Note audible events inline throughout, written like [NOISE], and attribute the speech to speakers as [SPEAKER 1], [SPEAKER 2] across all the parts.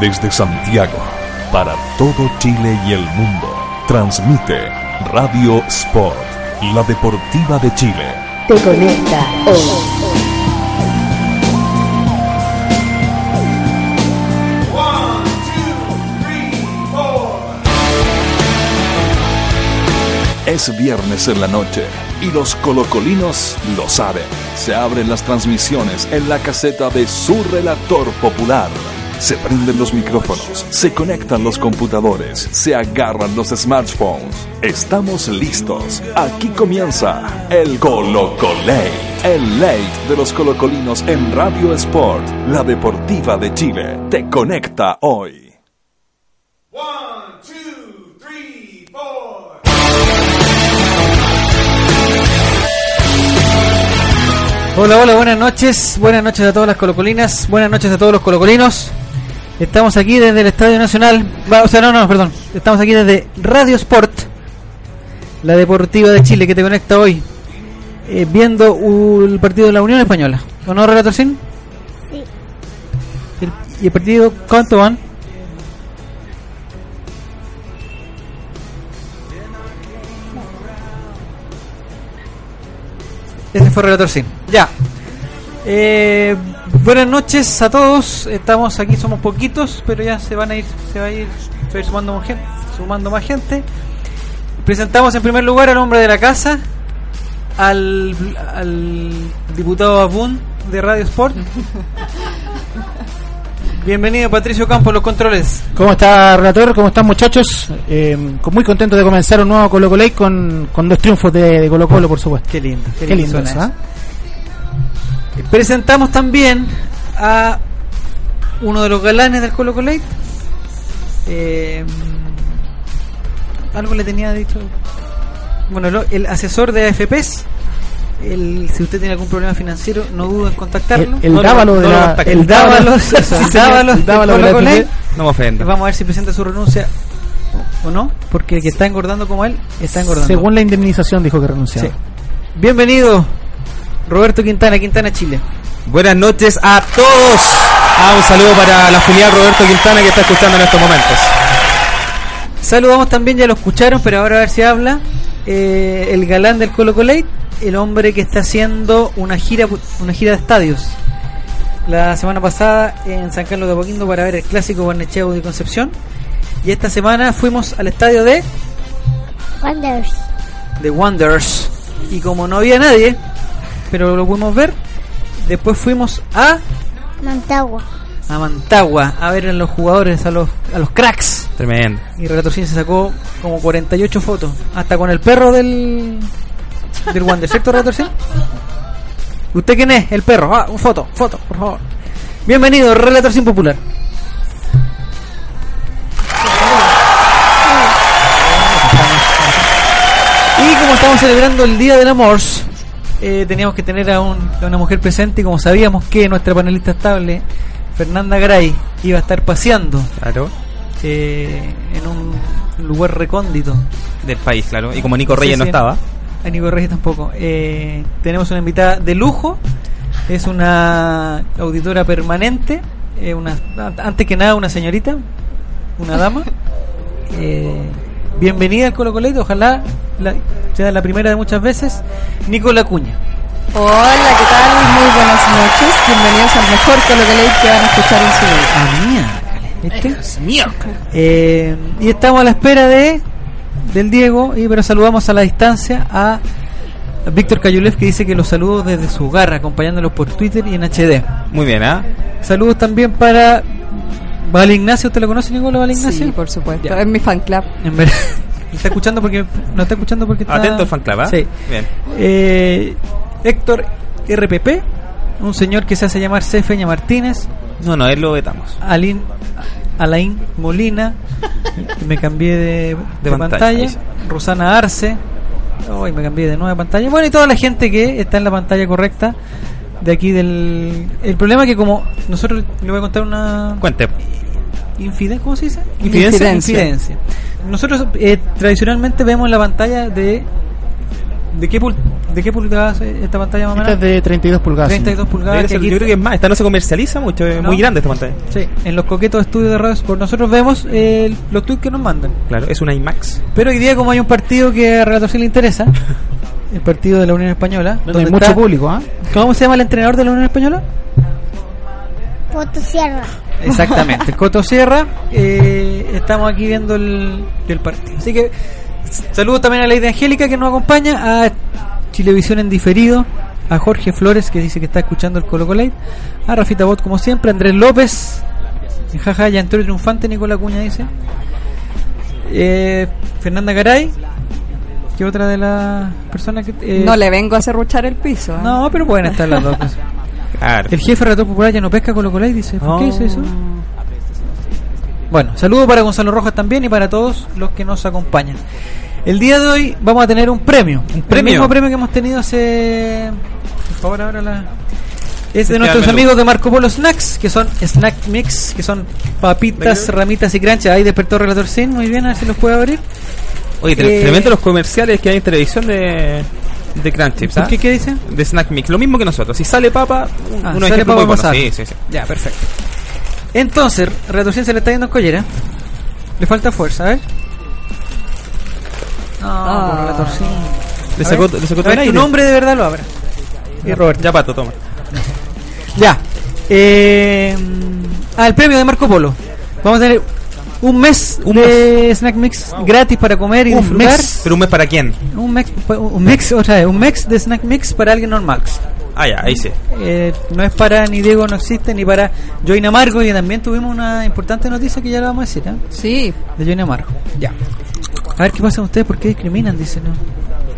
[SPEAKER 1] Desde Santiago, para todo Chile y el mundo, transmite Radio Sport, la deportiva de Chile.
[SPEAKER 2] Te conecta hoy.
[SPEAKER 1] Es viernes en la noche y los colocolinos lo saben. Se abren las transmisiones en la caseta de su relator popular. Se prenden los micrófonos, se conectan los computadores, se agarran los smartphones. Estamos listos. Aquí comienza el Colocolate, el late de los colocolinos en Radio Sport, la deportiva de Chile. Te conecta hoy.
[SPEAKER 3] One, two, three, four.
[SPEAKER 4] Hola, hola, buenas noches. Buenas noches a todas las colocolinas. Buenas noches a todos los colocolinos. Estamos aquí desde el Estadio Nacional. va, o sea, no, no, perdón. Estamos aquí desde Radio Sport, la deportiva de Chile que te conecta hoy, eh, viendo u- el partido de la Unión Española. ¿O no, Relator Sin?
[SPEAKER 5] Sí.
[SPEAKER 4] El- ¿Y el partido cuánto van? Este fue Relator Sin. Ya. Eh, buenas noches a todos. Estamos aquí, somos poquitos, pero ya se van a ir, se va a ir, se va a ir sumando, más gente, sumando más gente. Presentamos en primer lugar al hombre de la casa, al, al diputado Abun de Radio Sport. Bienvenido Patricio Campos, los controles.
[SPEAKER 6] ¿Cómo está, relator? ¿Cómo están, muchachos? Eh, con- muy contento de comenzar un nuevo Colo Colo con, con dos triunfos de, de Colo Colo, por supuesto.
[SPEAKER 4] Qué lindo,
[SPEAKER 6] Qué lindo
[SPEAKER 4] suena
[SPEAKER 6] eso,
[SPEAKER 4] eso.
[SPEAKER 6] ¿ah?
[SPEAKER 4] Eh, Presentamos también a uno de los galanes del Colo Colate. Eh, algo le tenía dicho. Bueno, lo- el asesor de AFPs. El, si usted tiene algún problema financiero, no dudo en contactarlo.
[SPEAKER 6] El- el
[SPEAKER 4] No lo-
[SPEAKER 6] Dávalo de
[SPEAKER 4] no lo
[SPEAKER 6] la-
[SPEAKER 4] contacte.
[SPEAKER 6] el [LAUGHS] Dávalo-
[SPEAKER 4] sí, señor,
[SPEAKER 6] Dávalo-
[SPEAKER 4] el
[SPEAKER 6] Dávalo de
[SPEAKER 4] Colo
[SPEAKER 6] la
[SPEAKER 4] Colate.
[SPEAKER 6] AFP.
[SPEAKER 7] No me ofenda.
[SPEAKER 4] Vamos a ver si presenta su renuncia o o no, porque el que está engordando como él está engordando.
[SPEAKER 6] Según la indemnización dijo que renunciaba.
[SPEAKER 4] Sí. Bienvenido, Roberto Quintana, Quintana Chile.
[SPEAKER 7] Buenas noches a todos. Ah, un saludo para la filial Roberto Quintana que está escuchando en estos momentos.
[SPEAKER 4] Saludamos también, ya lo escucharon, pero ahora a ver si habla. eh, el galán del Colo Colate, el hombre que está haciendo una gira, una gira de estadios. La semana pasada en San Carlos de Apoquindo para ver el clásico Barnecheo de Concepción. Y esta semana fuimos al estadio de
[SPEAKER 5] Wonders.
[SPEAKER 4] The Wonders. Y como no había nadie, pero lo pudimos ver, después fuimos a,
[SPEAKER 5] Montagua.
[SPEAKER 4] a Mantagua a ver a los jugadores, a los, a los cracks.
[SPEAKER 7] Tremendo.
[SPEAKER 4] Y Relatorcín se sacó como 48 fotos, hasta con el perro del del Wander, ¿cierto Relatorcín? ¿Usted quién es? El perro. Ah, un foto, foto, por favor. Bienvenido, Relatorcín Popular. Y como estamos celebrando el Día del Amor, eh, teníamos que tener a, un- a una mujer presente y como sabíamos que nuestra panelista estable, Fernanda Gray, iba a estar paseando
[SPEAKER 7] Claro.
[SPEAKER 4] eh, en un lugar recóndito.
[SPEAKER 7] Del país, claro. Y como Nico
[SPEAKER 4] Sí,
[SPEAKER 7] Reyes no
[SPEAKER 4] sí.
[SPEAKER 7] estaba.
[SPEAKER 4] A Nico Reyes tampoco. Eh, tenemos una invitada de lujo, es una auditora permanente, eh, una, antes que nada una señorita,
[SPEAKER 7] [LAUGHS]
[SPEAKER 4] una dama. Eh, bienvenida al Colo Coleto, ojalá la- sea la primera de muchas veces. Nicola Cuña.
[SPEAKER 8] Hola, ¿qué tal? Muy buenas noches. Bienvenidos al mejor Colocolate que van a escuchar en su vida.
[SPEAKER 4] Ah, mierda, ¿viste? Eh, y estamos a la espera de del Diego, y pero saludamos a la distancia a Víctor Cayulev que dice que los saludos desde su hogar, acompañándolos por Twitter y en HD.
[SPEAKER 7] Muy bien, ¿ah?
[SPEAKER 4] Saludos también para Val Ignacio, ¿usted lo conoce, Nicolás Val Ignacio?
[SPEAKER 8] Sí, por supuesto.
[SPEAKER 4] Ya.
[SPEAKER 8] Es mi fan club.
[SPEAKER 4] En ver- [LAUGHS] está escuchando porque no está escuchando porque está
[SPEAKER 7] Atento al fan club, ¿ah?
[SPEAKER 4] Sí.
[SPEAKER 7] Bien.
[SPEAKER 4] Eh, Héctor RPP, un señor que se hace llamar C. Feña Martínez,
[SPEAKER 7] No, no, él lo vetamos.
[SPEAKER 4] Alin, Alain Molina, me cambié de, de
[SPEAKER 7] pantalla,
[SPEAKER 4] pantalla,
[SPEAKER 7] ahí sí.
[SPEAKER 4] Rosana Arce, hoy me cambié de nueva pantalla, bueno y toda la gente que está en la pantalla correcta de aquí del... El problema es que como nosotros le voy a contar una
[SPEAKER 7] Cuente.
[SPEAKER 4] infidencia, ¿cómo se dice?
[SPEAKER 8] Infidencia.
[SPEAKER 4] Infidencia. Nosotros eh, tradicionalmente vemos la pantalla de ¿De qué, pul de qué pulgadas es esta pantalla más o
[SPEAKER 6] Esta es
[SPEAKER 4] menos?
[SPEAKER 6] de 32 pulgadas.
[SPEAKER 4] 32
[SPEAKER 7] Debería
[SPEAKER 4] pulgadas.
[SPEAKER 7] ser-
[SPEAKER 4] que aquí-
[SPEAKER 7] yo creo que es más, esta no se comercializa mucho, es
[SPEAKER 4] No.
[SPEAKER 7] muy grande esta pantalla.
[SPEAKER 4] Sí, en los coquetos estudios de Radio Sport. Nosotros vemos eh, los tweets que nos mandan.
[SPEAKER 7] Claro, es una IMAX.
[SPEAKER 4] Pero hoy día, como hay un partido que a Relator sí
[SPEAKER 6] [LAUGHS]
[SPEAKER 4] le interesa, el partido de la Unión Española,
[SPEAKER 6] Donde hay
[SPEAKER 4] donde
[SPEAKER 6] mucho
[SPEAKER 4] está-
[SPEAKER 6] público, ¿ah?
[SPEAKER 4] ¿cómo se llama el entrenador de la Unión Española?
[SPEAKER 5] Potosierra.
[SPEAKER 4] [LAUGHS] Exactamente, Coto Sierra. eh, estamos aquí viendo el, el partido. Así que s- saludos también a Lady Angélica que nos acompaña, a Chilevisión en diferido, a Jorge Flores que dice que está escuchando el Colo Colate, a Rafita Bot como siempre, a Andrés López, jaja, ya entró triunfante, Nicolás Cuña dice, eh, Fernanda Garay, que otra de las personas que... eh,
[SPEAKER 8] No le vengo a cerruchar el piso. ¿eh?
[SPEAKER 4] no, pero pueden estar las dos. cosas.
[SPEAKER 7] Claro.
[SPEAKER 4] El jefe relator popular ya no pesca Colo Colay, dice. ¿Por qué
[SPEAKER 7] Oh.
[SPEAKER 4] dice eso? Bueno, saludo para Gonzalo Rojas también y para todos los que nos acompañan. El día de hoy vamos a tener un premio. Un
[SPEAKER 7] premio.
[SPEAKER 4] El mismo premio que hemos tenido hace. Por favor, ahora la. Es de
[SPEAKER 7] Este
[SPEAKER 4] nuestros
[SPEAKER 7] dámelo.
[SPEAKER 4] amigos de Marco Polo Snacks, que son Snack Mix, que son papitas, ramitas y granchas. Ahí despertó Relator Sin, muy bien, a ver si los puede abrir.
[SPEAKER 7] Oye, tre-
[SPEAKER 4] Eh,
[SPEAKER 7] tremendo los comerciales que hay en televisión de, de Crunchips, ¿ah?
[SPEAKER 4] ¿Por ¿Qué, ¿Qué dice?
[SPEAKER 7] De Snack Mix, lo mismo que nosotros. Si sale papa, un-
[SPEAKER 4] Ah,
[SPEAKER 7] uno
[SPEAKER 4] sale
[SPEAKER 7] es
[SPEAKER 4] papa
[SPEAKER 7] muy bueno.
[SPEAKER 4] pasada.
[SPEAKER 7] Sí, sí, sí.
[SPEAKER 4] Ya, perfecto. Entonces, reducción se le está yendo en collera. Le falta fuerza, ¿eh? No,
[SPEAKER 8] Ah,
[SPEAKER 4] por la torcí.
[SPEAKER 7] Le
[SPEAKER 4] A
[SPEAKER 7] sacó,
[SPEAKER 4] ver,
[SPEAKER 7] le sacó
[SPEAKER 4] a
[SPEAKER 7] todo el
[SPEAKER 4] ver,
[SPEAKER 7] aire.
[SPEAKER 4] tu nombre de verdad lo abra. Y Robert.
[SPEAKER 7] Ya pato, toma.
[SPEAKER 4] Ya. Eh, ah, el premio de Marco Polo. Vamos a tener un mes de Snack Mix gratis para comer y
[SPEAKER 7] Un
[SPEAKER 4] disfrutar.
[SPEAKER 7] mes. ¿Pero un mes para quién?
[SPEAKER 4] Un mix, pues, un mix, otra vez, un mix de Snack Mix para alguien normal.
[SPEAKER 7] Ah, ya, ahí sí.
[SPEAKER 4] Eh, no es para ni Diego no existe ni para Joina Amargo y también tuvimos una importante noticia que ya la vamos a decir ¿eh?
[SPEAKER 8] Sí,
[SPEAKER 4] de Joina Amargo ya a ver qué pasa con ustedes por qué discriminan dice no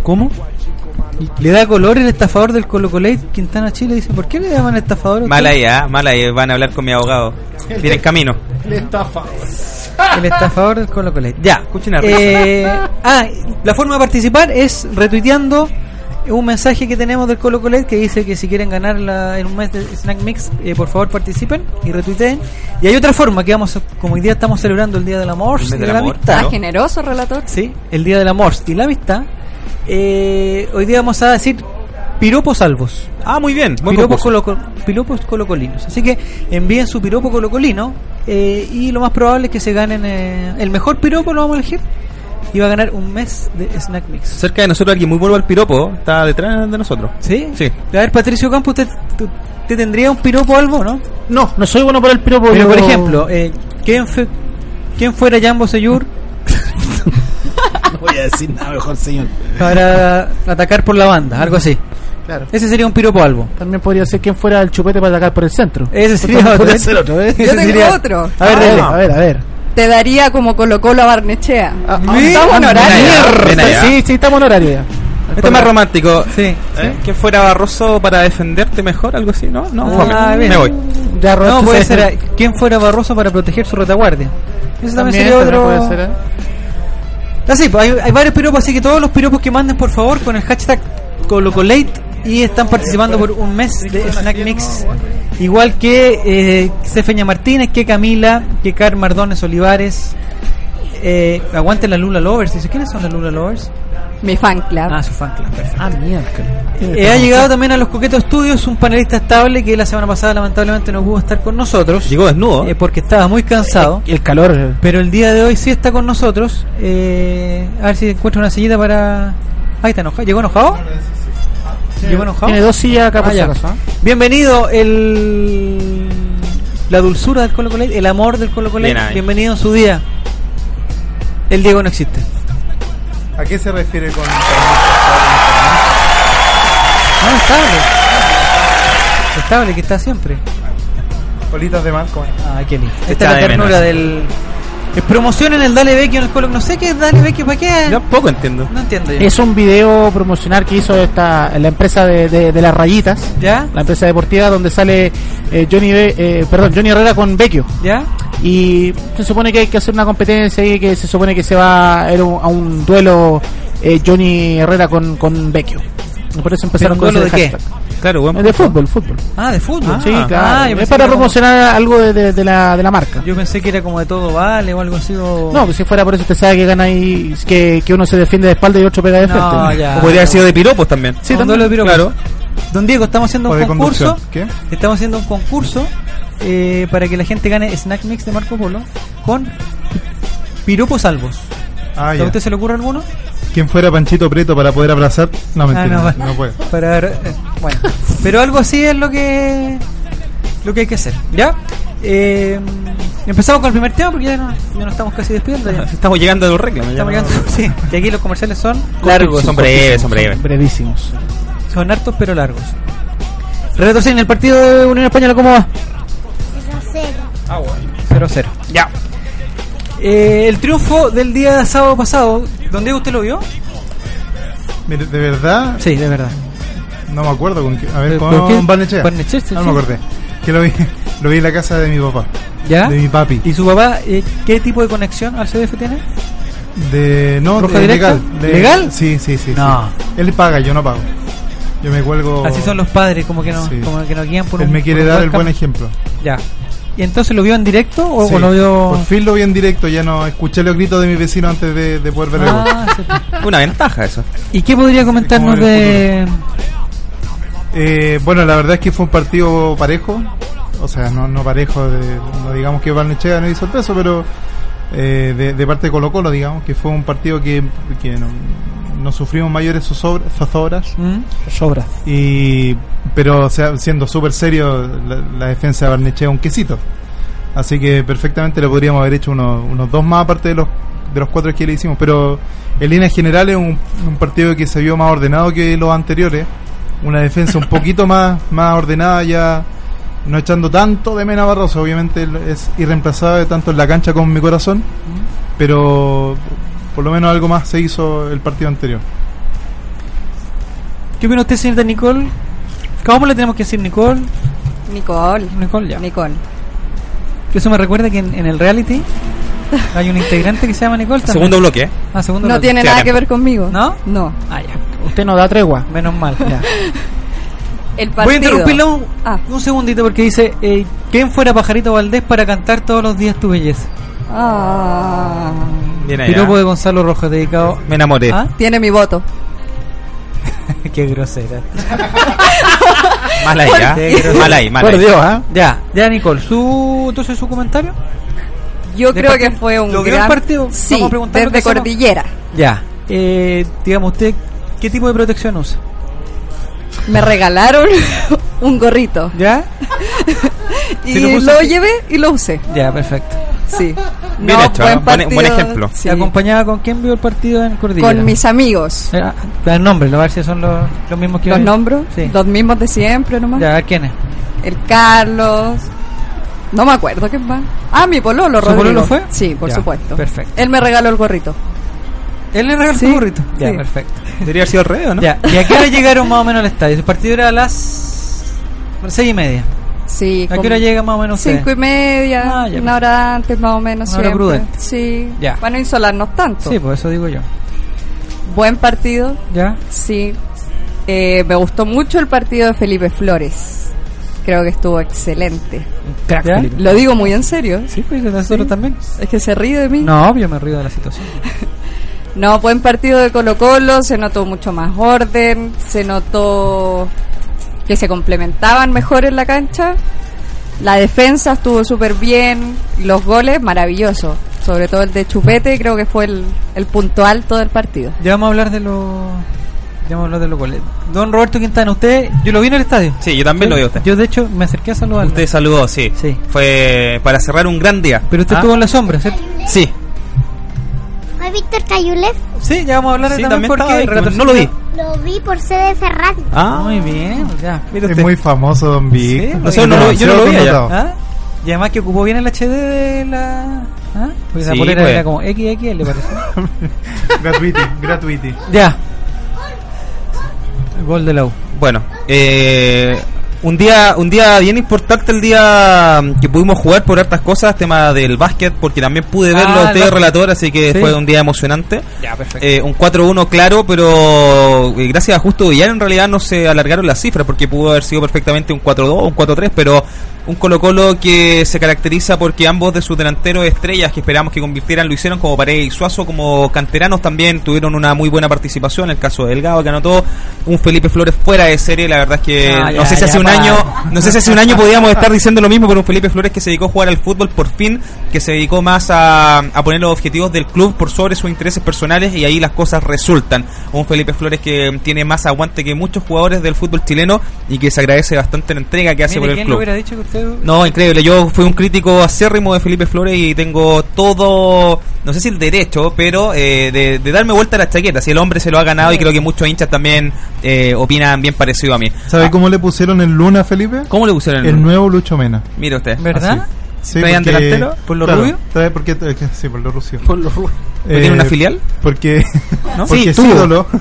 [SPEAKER 4] cómo le da color el estafador del Colo Colate Quintana Chile dice por qué le llaman estafador a usted?
[SPEAKER 7] Mal ahí, ¿ah? Mal ahí, van a hablar con mi
[SPEAKER 4] [LAUGHS]
[SPEAKER 7] abogado. Viene en camino.
[SPEAKER 4] el estafador del Colo Colate ya
[SPEAKER 7] Escuchen a
[SPEAKER 4] Eh, ah la forma de participar es retuiteando un mensaje que tenemos del Colo Colate que dice que si quieren ganar la- en un mes de Snack Mix, eh, por favor participen y retuiteen. Y hay otra forma que vamos, a- como hoy día estamos celebrando el Día del Amor
[SPEAKER 7] El mes
[SPEAKER 4] y de
[SPEAKER 7] del
[SPEAKER 4] la
[SPEAKER 7] amor,
[SPEAKER 4] Amistad,
[SPEAKER 7] ¿no?
[SPEAKER 8] generoso relator.
[SPEAKER 4] ¿sí? El Día del Amor y la Amistad, eh, hoy día vamos a decir piropos salvos.
[SPEAKER 7] Ah, muy bien. Buen
[SPEAKER 4] piropos,
[SPEAKER 7] concurso.
[SPEAKER 4] coloco- piropos colocolinos. Así que envíen su piropo colocolino eh, y lo más probable es que se ganen eh, el mejor piropo, lo vamos a elegir. Y va a ganar un mes de Snack Mix.
[SPEAKER 7] Cerca de nosotros alguien muy bueno al piropo. Está detrás de nosotros.
[SPEAKER 4] ¿Sí?
[SPEAKER 7] Sí.
[SPEAKER 4] A ver, Patricio Campo, usted tú- te tendría un piropo algo, ¿no?
[SPEAKER 6] No, no soy bueno para el piropo.
[SPEAKER 4] Pero,
[SPEAKER 6] yo-
[SPEAKER 4] por ejemplo, eh, ¿quién, fue- ¿quién fuera Jambo Seyur
[SPEAKER 6] No voy a decir nada mejor, señor.
[SPEAKER 4] para atacar por la banda? Algo así.
[SPEAKER 6] Claro.
[SPEAKER 4] Ese sería un piropo algo.
[SPEAKER 6] También podría ser quien fuera el chupete para atacar por el centro.
[SPEAKER 4] Ese sería
[SPEAKER 6] Podría
[SPEAKER 4] otro.
[SPEAKER 6] ser otro, ¿eh?
[SPEAKER 4] Ese
[SPEAKER 8] Yo tengo
[SPEAKER 4] sería- Ah,
[SPEAKER 8] otro.
[SPEAKER 4] A ver, dale.
[SPEAKER 6] a ver, a ver.
[SPEAKER 8] Te daría como Colo Colo a Barnechea.
[SPEAKER 4] Ah,
[SPEAKER 8] Estamos en
[SPEAKER 7] mira,
[SPEAKER 8] horario.
[SPEAKER 7] mira. Ven allá.
[SPEAKER 6] Sí, sí, estamos en horario ya.
[SPEAKER 7] Esto es Este más romántico.
[SPEAKER 4] Sí.
[SPEAKER 7] ¿Eh? ¿Que fuera Barroso para defenderte mejor? ¿Algo así? No, no,
[SPEAKER 4] Ah,
[SPEAKER 7] fome.
[SPEAKER 4] bien.
[SPEAKER 7] Me voy.
[SPEAKER 6] Ya
[SPEAKER 4] No,
[SPEAKER 6] Roberto
[SPEAKER 4] puede
[SPEAKER 6] se-
[SPEAKER 4] ser a- quién fuera Barroso para proteger su retaguardia. Eso también,
[SPEAKER 6] También,
[SPEAKER 4] sería otro.
[SPEAKER 6] también puede ser, ¿eh?
[SPEAKER 4] Así, pues, hay, hay varios piropos, así que todos los piropos que manden, por favor, con el hashtag ColocoLate y están participando por un mes de Snack Mix. Igual que eh, Cefeña Martínez, que Camila, que Car Mardones Olivares. Eh, aguanten las Lula Lovers. Dice, ¿quiénes son las Lula Lovers?
[SPEAKER 8] Mi fan club.
[SPEAKER 4] Ah, su fan club, perfecto.
[SPEAKER 6] Ah, mierda.
[SPEAKER 4] Eh, ha llegado también a los Coquetos Studios un panelista estable que la semana pasada lamentablemente no pudo estar con nosotros
[SPEAKER 7] Llegó desnudo.
[SPEAKER 4] eh, porque estaba muy cansado.
[SPEAKER 6] El calor. eh.
[SPEAKER 4] Pero el día de hoy sí está con nosotros. Eh, a ver si encuentro una sillita para. Ahí está enojado. ¿Llegó enojado? ¿Llegó enojado?
[SPEAKER 6] Tiene dos sillas acá por
[SPEAKER 4] Ah,
[SPEAKER 6] si
[SPEAKER 4] ya.
[SPEAKER 6] acaso, ¿ah?
[SPEAKER 4] Bienvenido el. La dulzura del Colo Colo, el amor del Colo Colo.
[SPEAKER 7] Bien ahí.
[SPEAKER 4] Bienvenido en su día. El Diego no existe.
[SPEAKER 9] ¿A qué se refiere con.?
[SPEAKER 4] No, estable. Estable, que está siempre.
[SPEAKER 9] Olitas de marco.
[SPEAKER 4] Ah, qué lindo. Esta
[SPEAKER 7] Está
[SPEAKER 4] es la
[SPEAKER 7] de
[SPEAKER 4] ternura
[SPEAKER 7] menos.
[SPEAKER 4] del. Es promoción en el Dale Vecchio en el Colo. No sé qué es Dale Vecchio, ¿para qué?
[SPEAKER 7] Yo poco entiendo.
[SPEAKER 4] No entiendo yo.
[SPEAKER 6] Es un video promocional que hizo esta la empresa de, de- de las rayitas,
[SPEAKER 4] ¿Ya?
[SPEAKER 6] la empresa deportiva donde sale eh, Johnny Be- eh, perdón, Johnny Herrera con Vecchio.
[SPEAKER 4] ¿Ya?
[SPEAKER 6] Y se supone que hay que hacer una competencia y que se supone que se va a ir a un duelo eh, Johnny Herrera con, con Vecchio. Por eso empezaron
[SPEAKER 4] ¿Pero
[SPEAKER 6] con
[SPEAKER 4] duelo
[SPEAKER 6] ese
[SPEAKER 4] de qué?
[SPEAKER 6] hashtag.
[SPEAKER 7] Claro, buen
[SPEAKER 6] Eh, De fútbol, fútbol.
[SPEAKER 4] Ah, de fútbol.
[SPEAKER 6] sí, claro.
[SPEAKER 4] Ah, yo
[SPEAKER 6] es para
[SPEAKER 4] pensé que era como-
[SPEAKER 6] promocionar algo de, de- de la, de la marca.
[SPEAKER 4] Yo pensé que era como de todo vale o algo así. O...
[SPEAKER 6] No, pues si fuera por eso te sabe que gana y que, que uno se defiende de espalda y otro pega de
[SPEAKER 4] No,
[SPEAKER 6] frente.
[SPEAKER 4] ya.
[SPEAKER 7] O podría haber sido de piropos también.
[SPEAKER 4] Sí, un duelo de piropos.
[SPEAKER 7] Claro.
[SPEAKER 4] Don Diego, estamos haciendo
[SPEAKER 9] O
[SPEAKER 4] un
[SPEAKER 9] de
[SPEAKER 4] concurso.
[SPEAKER 9] conducción. ¿Qué?
[SPEAKER 4] Estamos haciendo un concurso eh, para que la gente gane Snack Mix de Marco Polo con piropos salvos.
[SPEAKER 9] Ah,
[SPEAKER 4] ¿A
[SPEAKER 9] ya.
[SPEAKER 4] usted se le ocurre alguno?
[SPEAKER 9] ¿Quién fuera Panchito Preto para poder abrazar? No, mentira.
[SPEAKER 4] Ah,
[SPEAKER 9] no, puede.
[SPEAKER 4] Para ver, eh, bueno, pero algo así es lo que lo que hay que hacer, ¿ya? Eh, empezamos con el primer tema porque ya no- ya nos estamos casi
[SPEAKER 9] [LAUGHS]
[SPEAKER 4] despidiendo. Ya.
[SPEAKER 7] Estamos llegando a los reclamos. ya
[SPEAKER 4] Estamos
[SPEAKER 7] no-
[SPEAKER 4] llegando, [LAUGHS] sí, que aquí los comerciales son
[SPEAKER 7] Largos, son breves, son breves.
[SPEAKER 6] Son brevísimos.
[SPEAKER 4] son hartos pero largos. Retroceden el partido de Unión Española cómo va?
[SPEAKER 5] Cero, cero.
[SPEAKER 4] 0 0.
[SPEAKER 7] Ya.
[SPEAKER 4] Eh, el triunfo del día sábado pasado, ¿dónde usted lo vio?
[SPEAKER 9] Mire, de verdad,
[SPEAKER 4] Sí, de verdad.
[SPEAKER 9] no me acuerdo con qué. A
[SPEAKER 4] Eh,
[SPEAKER 9] ver,
[SPEAKER 4] ¿con quién?
[SPEAKER 9] con Barnechea.
[SPEAKER 4] Barnechea, sí,
[SPEAKER 9] Ah, no me
[SPEAKER 4] sí.
[SPEAKER 9] acordé. Que lo vi, lo vi en la casa de mi papá.
[SPEAKER 4] ¿Ya?
[SPEAKER 9] De mi papi.
[SPEAKER 4] ¿Y su papá eh, qué tipo de conexión al CDF tiene?
[SPEAKER 9] De. No,
[SPEAKER 4] ¿Roja
[SPEAKER 9] de-
[SPEAKER 4] directa?
[SPEAKER 9] legal. de-
[SPEAKER 4] ¿Legal?
[SPEAKER 9] Sí, sí, sí.
[SPEAKER 4] No.
[SPEAKER 9] sí. Él paga, yo no pago. Yo me cuelgo.
[SPEAKER 4] Así son los padres, como que nos,
[SPEAKER 9] Sí.
[SPEAKER 4] como que nos guían por
[SPEAKER 9] Él
[SPEAKER 4] un
[SPEAKER 9] me quiere
[SPEAKER 4] por un
[SPEAKER 9] dar el
[SPEAKER 4] cam-
[SPEAKER 9] buen ejemplo.
[SPEAKER 4] Ya. ¿Y entonces lo vio en directo o
[SPEAKER 9] Sí,
[SPEAKER 4] o lo
[SPEAKER 9] Por
[SPEAKER 4] vio.?
[SPEAKER 9] fin lo vi en directo, ya no escuché los gritos de mi vecino antes de, de poder verlo.
[SPEAKER 4] Ah, sí.
[SPEAKER 7] Una ventaja eso.
[SPEAKER 4] ¿Y qué podría comentarnos
[SPEAKER 9] Como en
[SPEAKER 4] de.?
[SPEAKER 9] el Eh, bueno, la verdad es que fue un partido parejo. O sea, no, no parejo, de, no digamos que Barnechea no hizo el peso, pero eh, de, de parte de Colo Colo, digamos, que fue un partido que, que no, no sufrimos mayores zozobra- zozobras.
[SPEAKER 4] ¿Mm?
[SPEAKER 6] Sobra.
[SPEAKER 9] Y, pero o sea, siendo súper serio, la, la defensa de Barnechea es un quesito. Así que perfectamente le podríamos haber hecho unos, unos dos más aparte de los, de los cuatro que le hicimos. Pero en líneas generales un, un partido que se vio más ordenado que los anteriores. Una defensa un poquito más, más ordenada ya. No echando tanto de menos a Barroso, obviamente él es irreemplazable tanto en la cancha como en mi corazón. Pero por lo menos algo más se hizo el partido anterior.
[SPEAKER 4] ¿Qué opina usted, señorita Nicole? ¿Cómo le tenemos que decir Nicole?
[SPEAKER 8] Nicole.
[SPEAKER 4] Nicole, ya.
[SPEAKER 8] Nicole.
[SPEAKER 4] Eso me recuerda que en, en el reality hay un integrante que se llama Nicole también.
[SPEAKER 7] Segundo bloque, ¿eh?
[SPEAKER 4] Ah, segundo
[SPEAKER 8] No
[SPEAKER 4] bloque.
[SPEAKER 8] tiene nada
[SPEAKER 7] Claro.
[SPEAKER 8] que ver conmigo.
[SPEAKER 4] ¿No?
[SPEAKER 8] No.
[SPEAKER 4] Ah, ya.
[SPEAKER 6] Usted no da tregua.
[SPEAKER 4] Menos mal.
[SPEAKER 8] [LAUGHS] El partido.
[SPEAKER 4] Voy a interrumpirlo un,
[SPEAKER 8] Ah.
[SPEAKER 4] un segundito porque dice: eh, ¿Quién fuera Pajarito Valdés para cantar todos los días tu belleza?
[SPEAKER 8] Ah.
[SPEAKER 7] Bien ahí.
[SPEAKER 4] Piropo
[SPEAKER 7] ¿eh?
[SPEAKER 4] de Gonzalo Rojas dedicado.
[SPEAKER 7] Me enamoré.
[SPEAKER 8] [LAUGHS]
[SPEAKER 4] ¿Ah?
[SPEAKER 8] Tiene mi voto.
[SPEAKER 4] Qué [LAUGHS] grosera.
[SPEAKER 7] Mal ahí, ¿ah?
[SPEAKER 4] Porque-
[SPEAKER 7] Mal ahí, mal
[SPEAKER 6] Por
[SPEAKER 7] ahí.
[SPEAKER 6] Dios, ¿ah?
[SPEAKER 4] Ya, ya Nicole, su entonces su comentario.
[SPEAKER 8] Yo
[SPEAKER 4] ¿Del
[SPEAKER 8] creo
[SPEAKER 4] partido?
[SPEAKER 8] que fue un
[SPEAKER 4] ¿Lo vio el
[SPEAKER 8] gran
[SPEAKER 4] partido?
[SPEAKER 8] Sí,
[SPEAKER 4] Vamos a preguntar lo que
[SPEAKER 8] desde
[SPEAKER 4] hacemos.
[SPEAKER 8] Cordillera.
[SPEAKER 4] Ya. Eh, digamos usted, ¿qué tipo de protección usa?
[SPEAKER 8] Me regalaron [LAUGHS] un gorrito [LAUGHS]
[SPEAKER 4] ¿Ya?
[SPEAKER 8] y
[SPEAKER 4] Si lo
[SPEAKER 8] lo,
[SPEAKER 4] puso así.
[SPEAKER 8] llevé y lo usé.
[SPEAKER 4] Ya, perfecto.
[SPEAKER 8] Sí.
[SPEAKER 7] Bien hecho, ¿no? Buen- buen ejemplo.
[SPEAKER 8] sí.
[SPEAKER 4] ¿Se acompañaba con quién vio el partido en Cordillera?
[SPEAKER 8] Con mis amigos.
[SPEAKER 4] Eh, ah, el nombre, a ver si son los, los mismos que
[SPEAKER 8] Los
[SPEAKER 4] hoy.
[SPEAKER 8] nombro,
[SPEAKER 4] Sí.
[SPEAKER 8] los mismos de siempre nomás.
[SPEAKER 4] Ya, ¿quiénes?
[SPEAKER 8] El Carlos. No me acuerdo qué más. Ah, mi pololo,
[SPEAKER 4] ¿Su
[SPEAKER 8] Rodrigo.
[SPEAKER 4] pololo fue?
[SPEAKER 8] Sí, por
[SPEAKER 4] Ya,
[SPEAKER 8] supuesto.
[SPEAKER 4] perfecto.
[SPEAKER 8] Él me regaló el gorrito.
[SPEAKER 4] Él le regaló
[SPEAKER 8] Sí,
[SPEAKER 4] su burrito. Ya,
[SPEAKER 8] sí.
[SPEAKER 4] perfecto.
[SPEAKER 7] Debería haber sido al revés, ¿o ¿no?
[SPEAKER 4] Ya, ¿y a qué hora llegaron más o menos al estadio? El partido era a las seis y media.
[SPEAKER 8] Sí.
[SPEAKER 4] ¿A
[SPEAKER 8] como
[SPEAKER 4] qué hora llega más o menos usted?
[SPEAKER 8] Cinco y media,
[SPEAKER 4] Ah, ya.
[SPEAKER 8] una hora antes más o menos
[SPEAKER 4] Una hora
[SPEAKER 8] siempre.
[SPEAKER 4] prudente.
[SPEAKER 8] Sí.
[SPEAKER 4] Ya.
[SPEAKER 8] Para no insolarnos tanto.
[SPEAKER 4] Sí, pues eso digo yo.
[SPEAKER 8] Buen partido,
[SPEAKER 4] ¿Ya?
[SPEAKER 8] sí. Eh, me gustó mucho el partido de Felipe Flores. Creo que estuvo excelente.
[SPEAKER 6] Crack,
[SPEAKER 4] ¿Ya?
[SPEAKER 6] Felipe.
[SPEAKER 8] Lo digo muy en serio.
[SPEAKER 4] ¿Eh? Sí, pues nosotros también.
[SPEAKER 8] Es que se ríe de mí.
[SPEAKER 4] No, yo me río de la situación.
[SPEAKER 8] No, buen partido de Colo Colo, se notó mucho más orden, se notó que se complementaban mejor en la cancha. La defensa estuvo súper bien, los goles maravillosos, sobre todo el de Chupete, creo que fue el, el punto alto del partido.
[SPEAKER 4] Ya vamos a hablar de los. Ya vamos a hablar de los goles. Don Roberto Quintana, usted. Yo lo vi en el estadio.
[SPEAKER 7] Sí, yo también lo vi a usted.
[SPEAKER 4] Yo, de hecho, me acerqué a saludarlo.
[SPEAKER 7] Usted saludó, sí.
[SPEAKER 4] Sí.
[SPEAKER 7] Fue para cerrar un gran día.
[SPEAKER 4] Pero usted
[SPEAKER 7] ¿Ah?
[SPEAKER 4] estuvo en la sombra, ¿cierto?
[SPEAKER 7] Sí.
[SPEAKER 5] ¿Fue Víctor Cayulev?
[SPEAKER 4] Sí, ya vamos a hablar de
[SPEAKER 7] Sí,
[SPEAKER 4] también,
[SPEAKER 7] también
[SPEAKER 4] porque.
[SPEAKER 7] estaba ahí, no lo vi.
[SPEAKER 5] Lo vi por CDF Radio.
[SPEAKER 4] Ah, muy bien, ya. Mira
[SPEAKER 9] Es
[SPEAKER 4] usted.
[SPEAKER 9] muy famoso Don Vic.
[SPEAKER 4] Sí, pues
[SPEAKER 7] O sea, no lo- yo no lo vi allá.
[SPEAKER 4] ¿Ah? Y además que ocupó bien el HD de la. ¿Ah? Porque esa
[SPEAKER 7] Sí,
[SPEAKER 4] polera
[SPEAKER 7] pues.
[SPEAKER 4] era como
[SPEAKER 7] [LAUGHS]
[SPEAKER 4] XXL, parece.
[SPEAKER 7] ¿Ah?
[SPEAKER 9] [LAUGHS] Gratuiti, gratuiti.
[SPEAKER 4] ya. El gol de la U.
[SPEAKER 7] Bueno, eh, un día un día bien importante el día mm, que pudimos jugar por hartas cosas tema del básquet porque también pude
[SPEAKER 4] Ah,
[SPEAKER 7] verlo a
[SPEAKER 4] el
[SPEAKER 7] ustedes
[SPEAKER 4] básquet.
[SPEAKER 7] relator así que
[SPEAKER 4] Sí.
[SPEAKER 7] fue un día emocionante
[SPEAKER 4] Ya, perfecto.
[SPEAKER 7] Eh, un 4-1 claro pero eh, gracias a Justo Villar en realidad no se alargaron las cifras porque pudo haber sido perfectamente un 4-2 o un 4-3 pero un Colo Colo que se caracteriza porque ambos de sus delanteros estrellas que esperamos que convirtieran lo hicieron como Paredes y Suazo como canteranos también tuvieron una muy buena participación el caso de Delgado que anotó un Felipe Flores fuera de serie la verdad es que
[SPEAKER 4] Ah,
[SPEAKER 7] no
[SPEAKER 4] ya,
[SPEAKER 7] sé si
[SPEAKER 4] ya,
[SPEAKER 7] hace un
[SPEAKER 4] pa.
[SPEAKER 7] año no sé si hace un año podíamos
[SPEAKER 4] [LAUGHS]
[SPEAKER 7] estar diciendo lo mismo por un Felipe Flores que se dedicó a jugar al fútbol por fin, que se dedicó más a, a poner los objetivos del club por sobre sus intereses personales y ahí las cosas resultan. Un Felipe Flores que tiene más aguante que muchos jugadores del fútbol chileno y que se agradece bastante la entrega que hace
[SPEAKER 4] Mire,
[SPEAKER 7] por el
[SPEAKER 4] ¿quién
[SPEAKER 7] club.
[SPEAKER 4] lo hubiera dicho que usted...
[SPEAKER 7] No, increíble. Yo fui un crítico acérrimo de Felipe Flores y tengo todo, no sé si el derecho, pero eh, de, de darme vuelta a la chaqueta. Si el hombre se lo ha ganado y creo que muchos hinchas también eh, opinan bien parecido a mí.
[SPEAKER 9] ¿Sabe cómo le pusieron el Luna, Felipe?
[SPEAKER 7] Ah. ¿Cómo le pusieron el
[SPEAKER 9] El
[SPEAKER 7] nombre?
[SPEAKER 9] nuevo Lucho Mena.
[SPEAKER 7] Ah, Mire usted.
[SPEAKER 4] ¿Verdad?
[SPEAKER 9] Así. Sí,
[SPEAKER 7] ¿Traían delantero? ¿Por lo
[SPEAKER 9] claro,
[SPEAKER 7] rubio?
[SPEAKER 9] trae porque, eh, que- sí, por lo rucio.
[SPEAKER 4] Por los rubios.
[SPEAKER 7] ¿Porque tiene una filial?
[SPEAKER 9] Porque,
[SPEAKER 7] ¿No?
[SPEAKER 9] porque
[SPEAKER 7] Sí,
[SPEAKER 9] es
[SPEAKER 7] tuvo.
[SPEAKER 9] ídolo. [LAUGHS]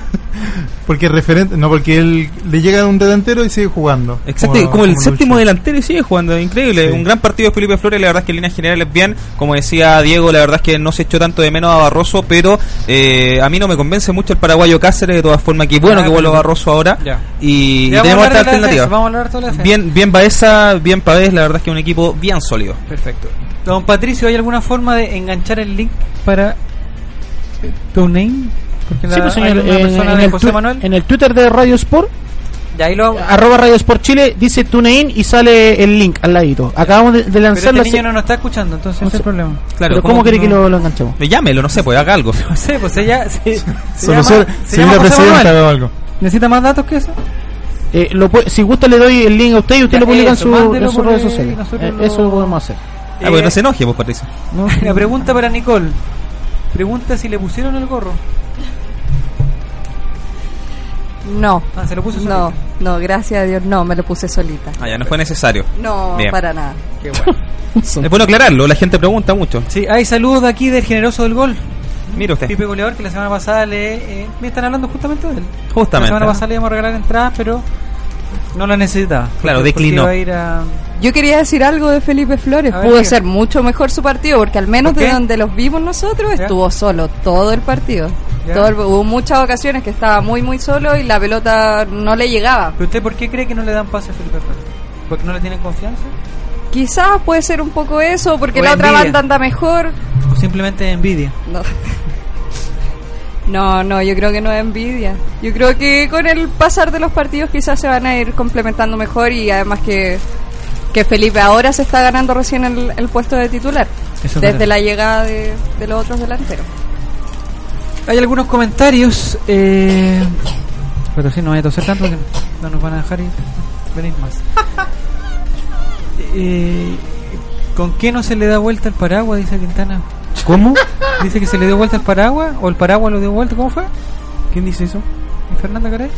[SPEAKER 9] Porque es referente. No, porque él le llega un delantero y sigue jugando.
[SPEAKER 7] Exacto, como, el séptimo
[SPEAKER 9] Lucho.
[SPEAKER 7] delantero y sigue
[SPEAKER 4] Ah,
[SPEAKER 7] jugando, increíble.
[SPEAKER 9] Sí.
[SPEAKER 7] Un gran partido de Felipe Flores, la verdad es que en líneas generales bien. Como decía Diego, la verdad es que no se echó tanto de menos a Barroso, pero eh, a mí no me convence mucho el paraguayo Cáceres, de todas formas, que bueno
[SPEAKER 4] Ah,
[SPEAKER 7] que vuelva
[SPEAKER 4] pero-
[SPEAKER 7] Barroso ahora.
[SPEAKER 4] Ya.
[SPEAKER 7] Y, y
[SPEAKER 4] Ya,
[SPEAKER 7] tenemos
[SPEAKER 4] vamos a hablar
[SPEAKER 7] harta
[SPEAKER 4] de la defensa,
[SPEAKER 7] alternativa.
[SPEAKER 4] Vamos a hablar de toda la defensa.
[SPEAKER 7] Bien, bien Baeza, bien Pavés, la verdad es que es un equipo bien sólido.
[SPEAKER 4] Perfecto. Don Patricio, ¿hay alguna forma de enganchar el link para eh, tu name? Porque la,
[SPEAKER 6] Sí, pues,
[SPEAKER 4] hay
[SPEAKER 6] señor,
[SPEAKER 4] una
[SPEAKER 6] en-
[SPEAKER 4] persona
[SPEAKER 6] en
[SPEAKER 4] de
[SPEAKER 6] el
[SPEAKER 4] José
[SPEAKER 6] tu-
[SPEAKER 4] Manuel.
[SPEAKER 6] en el Twitter de Radio Sport
[SPEAKER 4] Ya, ahí lo hago.
[SPEAKER 6] arroba Radio Sport Chile, dice TuneIn y sale el link al ladito. Acabamos de, de
[SPEAKER 4] Pero este
[SPEAKER 6] lanzar la
[SPEAKER 4] niño
[SPEAKER 6] se-
[SPEAKER 4] no nos está escuchando, entonces
[SPEAKER 6] No
[SPEAKER 4] ese es el
[SPEAKER 6] sé.
[SPEAKER 4] problema.
[SPEAKER 7] Claro,
[SPEAKER 6] Pero ¿cómo quiere que
[SPEAKER 7] no-
[SPEAKER 6] lo, lo enganchemos?
[SPEAKER 7] Llámelo, no sé, pues haga algo.
[SPEAKER 4] No sé, pues ella
[SPEAKER 7] [LAUGHS]
[SPEAKER 4] se, se
[SPEAKER 9] Solución.
[SPEAKER 4] llama- se llama
[SPEAKER 9] Señora
[SPEAKER 4] José
[SPEAKER 9] Presidenta,
[SPEAKER 4] Manuel.
[SPEAKER 9] veo algo.
[SPEAKER 4] ¿Necesita más datos que eso?
[SPEAKER 6] Eh, lo pu- si gusta le doy el link a usted y usted
[SPEAKER 4] Ya,
[SPEAKER 6] lo publica
[SPEAKER 4] eso,
[SPEAKER 6] en, su,
[SPEAKER 4] mándelo
[SPEAKER 6] en sus
[SPEAKER 4] por
[SPEAKER 6] redes
[SPEAKER 4] ahí,
[SPEAKER 6] sociales.
[SPEAKER 4] nosotros
[SPEAKER 6] Eh,
[SPEAKER 4] lo-
[SPEAKER 6] Eso lo podemos hacer.
[SPEAKER 7] Ah, pues
[SPEAKER 4] Eh,
[SPEAKER 7] no se enoje, pues Patricio.
[SPEAKER 4] La pregunta para Nicole. Pregunta si le pusieron el gorro.
[SPEAKER 8] No,
[SPEAKER 4] Ah, se lo puso
[SPEAKER 8] no,
[SPEAKER 4] solita.
[SPEAKER 8] no, gracias a Dios, no, me lo puse solita.
[SPEAKER 7] Ah, ya no fue necesario.
[SPEAKER 8] No,
[SPEAKER 7] Bien.
[SPEAKER 8] para nada.
[SPEAKER 4] Qué bueno.
[SPEAKER 7] Es bueno aclararlo, la gente pregunta mucho.
[SPEAKER 4] Sí, hay saludos de aquí del generoso del gol.
[SPEAKER 7] Mire usted,
[SPEAKER 4] Pipe Goleador, que la semana pasada le. eh, me están hablando justamente de él. La
[SPEAKER 7] justamente.
[SPEAKER 4] semana pasada le íbamos a regalar entradas, pero no la necesitaba.
[SPEAKER 7] Claro,
[SPEAKER 4] Porque- porque
[SPEAKER 7] declinó.
[SPEAKER 4] iba a ir a-
[SPEAKER 8] Yo quería decir algo de Felipe Flores.
[SPEAKER 4] A ver,
[SPEAKER 8] Pudo
[SPEAKER 4] diga.
[SPEAKER 8] ser mucho mejor su partido, porque al menos
[SPEAKER 4] ¿Por
[SPEAKER 8] de
[SPEAKER 4] qué?
[SPEAKER 8] donde los vimos nosotros
[SPEAKER 4] Ya.
[SPEAKER 8] estuvo solo todo el partido.
[SPEAKER 4] Ya.
[SPEAKER 8] Todo el- hubo muchas ocasiones que estaba muy, muy solo y la pelota no le llegaba.
[SPEAKER 4] ¿Pero usted por qué cree que no le dan pase a Felipe Flores? ¿Porque no le tienen confianza?
[SPEAKER 8] Quizás puede ser un poco eso, porque
[SPEAKER 4] O
[SPEAKER 8] la otra
[SPEAKER 4] envidia.
[SPEAKER 8] banda anda mejor.
[SPEAKER 4] ¿O simplemente envidia?
[SPEAKER 8] No. [LAUGHS] No, no, yo creo que no es envidia. Yo creo que con el pasar de los partidos quizás se van a ir complementando mejor y además que, que Felipe ahora se está ganando recién el, el puesto de titular
[SPEAKER 4] Eso es
[SPEAKER 8] desde
[SPEAKER 4] verdad.
[SPEAKER 8] la llegada de, de los otros delanteros.
[SPEAKER 4] Hay algunos comentarios. Eh... Pero sí, no voy a toser tanto porque no nos van a dejar ir. venir más. Eh, ¿Con qué no se le da vuelta el paraguas? Dice Quintana.
[SPEAKER 6] ¿Cómo?
[SPEAKER 4] Dice que se le dio vuelta el paraguas o el paraguas lo dio vuelta. ¿Cómo fue?
[SPEAKER 7] ¿Quién dice eso?
[SPEAKER 4] Fernanda Caray.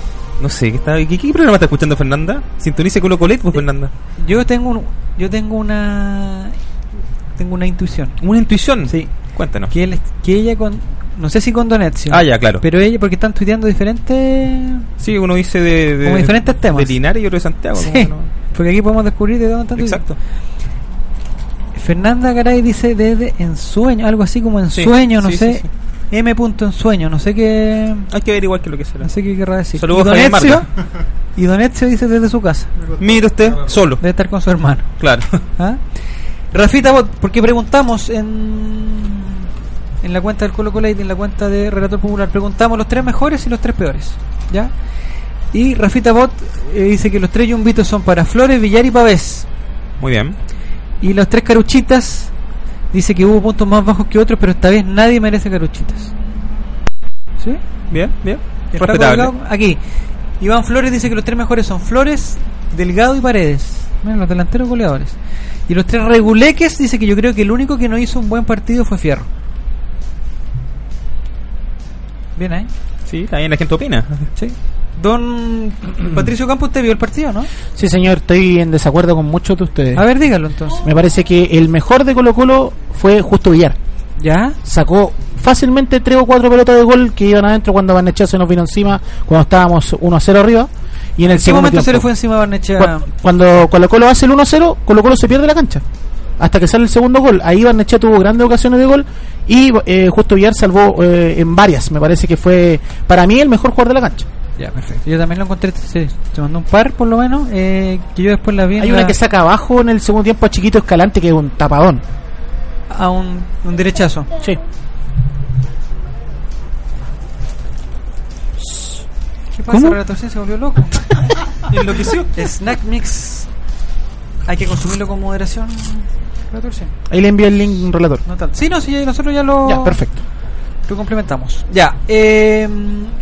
[SPEAKER 7] No sé, ¿qué, está, qué, qué programa está escuchando Fernanda? Sintonice Colo Colet, pues Fernanda.
[SPEAKER 4] Yo tengo un, yo tengo una tengo una intuición
[SPEAKER 7] Una intuición.
[SPEAKER 4] Sí.
[SPEAKER 7] Cuéntanos.
[SPEAKER 4] que él, que ella con no sé si con Donetio.
[SPEAKER 7] Ah, ya, claro.
[SPEAKER 4] Pero ella porque están tuiteando diferentes
[SPEAKER 7] sí, uno dice de, de-
[SPEAKER 4] Como diferentes temas.
[SPEAKER 7] De Linares y otro de Santiago.
[SPEAKER 4] Sí,
[SPEAKER 7] como que no-
[SPEAKER 4] porque aquí podemos descubrir de dónde están
[SPEAKER 7] Exacto.
[SPEAKER 4] tuiteando. Fernanda Garay dice desde ensueño, algo así como
[SPEAKER 7] Sí,
[SPEAKER 4] ensueño, no
[SPEAKER 7] sí,
[SPEAKER 4] sé.
[SPEAKER 7] sí,
[SPEAKER 4] M. punto ensueño, no sé qué
[SPEAKER 7] Hay que averiguar qué es lo que será.
[SPEAKER 4] no sé qué querrá decir.
[SPEAKER 7] Saludos,
[SPEAKER 4] y
[SPEAKER 7] Javier
[SPEAKER 4] Donetio,
[SPEAKER 7] Marca.
[SPEAKER 4] y Donetio dice desde su casa.
[SPEAKER 7] Mire usted, solo.
[SPEAKER 4] Debe estar con su hermano.
[SPEAKER 7] [LAUGHS] Claro.
[SPEAKER 4] ¿Ah? Rafita, vos- porque preguntamos en, en la cuenta del Colo Colo y en la cuenta de Relator Popular, preguntamos los tres mejores y los tres peores. ¿Ya? Y Rafita Bot eh, dice que los tres yumbitos son para Flores, Villar y Pavés.
[SPEAKER 7] Muy bien.
[SPEAKER 4] Y los tres caruchitas dice que hubo puntos más bajos que otros, pero esta vez nadie merece caruchitas. ¿Sí?
[SPEAKER 7] Bien, bien.
[SPEAKER 4] ¿Y el Flaco
[SPEAKER 7] Respetable.
[SPEAKER 4] Delgado? Aquí. Iván Flores dice que los tres mejores son Flores, Delgado y Paredes. Miren, los delanteros goleadores. Y los tres reguleques dice que yo creo que el único que no hizo un buen partido fue Fierro. Bien ¿eh? ahí.
[SPEAKER 7] Sí, también la gente opina.
[SPEAKER 4] Sí. Don Patricio Campos, usted vio el partido, ¿no?
[SPEAKER 6] Sí, señor, estoy en desacuerdo con muchos de ustedes.
[SPEAKER 4] A ver, dígalo entonces.
[SPEAKER 6] Me parece que el mejor de Colo Colo fue Justo Villar.
[SPEAKER 4] ¿Ya?
[SPEAKER 6] Sacó fácilmente tres o cuatro pelotas de gol que iban adentro cuando Barnechea se nos vino encima, cuando estábamos 1 a 0 arriba. Y en el
[SPEAKER 4] ¿Qué
[SPEAKER 6] segundo
[SPEAKER 4] momento se le
[SPEAKER 6] tiempo.
[SPEAKER 4] fue encima a Barnechea?
[SPEAKER 6] Cu- Cuando Colo Colo hace el 1-0, Colo Colo se pierde la cancha. Hasta que sale el segundo gol. Ahí Barnechea tuvo grandes ocasiones de gol. Y eh, Justo Villar salvó eh, en varias. Me parece que fue, para mí, el mejor jugador de la cancha.
[SPEAKER 4] Ya, perfecto. Yo también lo encontré, sí, se mandó un par por lo menos, eh, que yo después la vi en
[SPEAKER 6] Hay una
[SPEAKER 4] la-
[SPEAKER 6] que saca abajo en el segundo tiempo a Chiquito Escalante, que es un tapadón.
[SPEAKER 4] a un, un derechazo.
[SPEAKER 6] Sí.
[SPEAKER 4] ¿Qué pasa?
[SPEAKER 6] ¿Cómo?
[SPEAKER 4] Relator Cien se
[SPEAKER 6] [LAUGHS]
[SPEAKER 4] volvió loco. Enloqueció. Snack Mix. Hay que consumirlo con moderación. Relator Cien.
[SPEAKER 6] Ahí le envío el link un relator.
[SPEAKER 4] No tal. Sí, no, sí, nosotros ya lo,
[SPEAKER 6] Ya, perfecto.
[SPEAKER 4] lo complementamos. Ya, eh,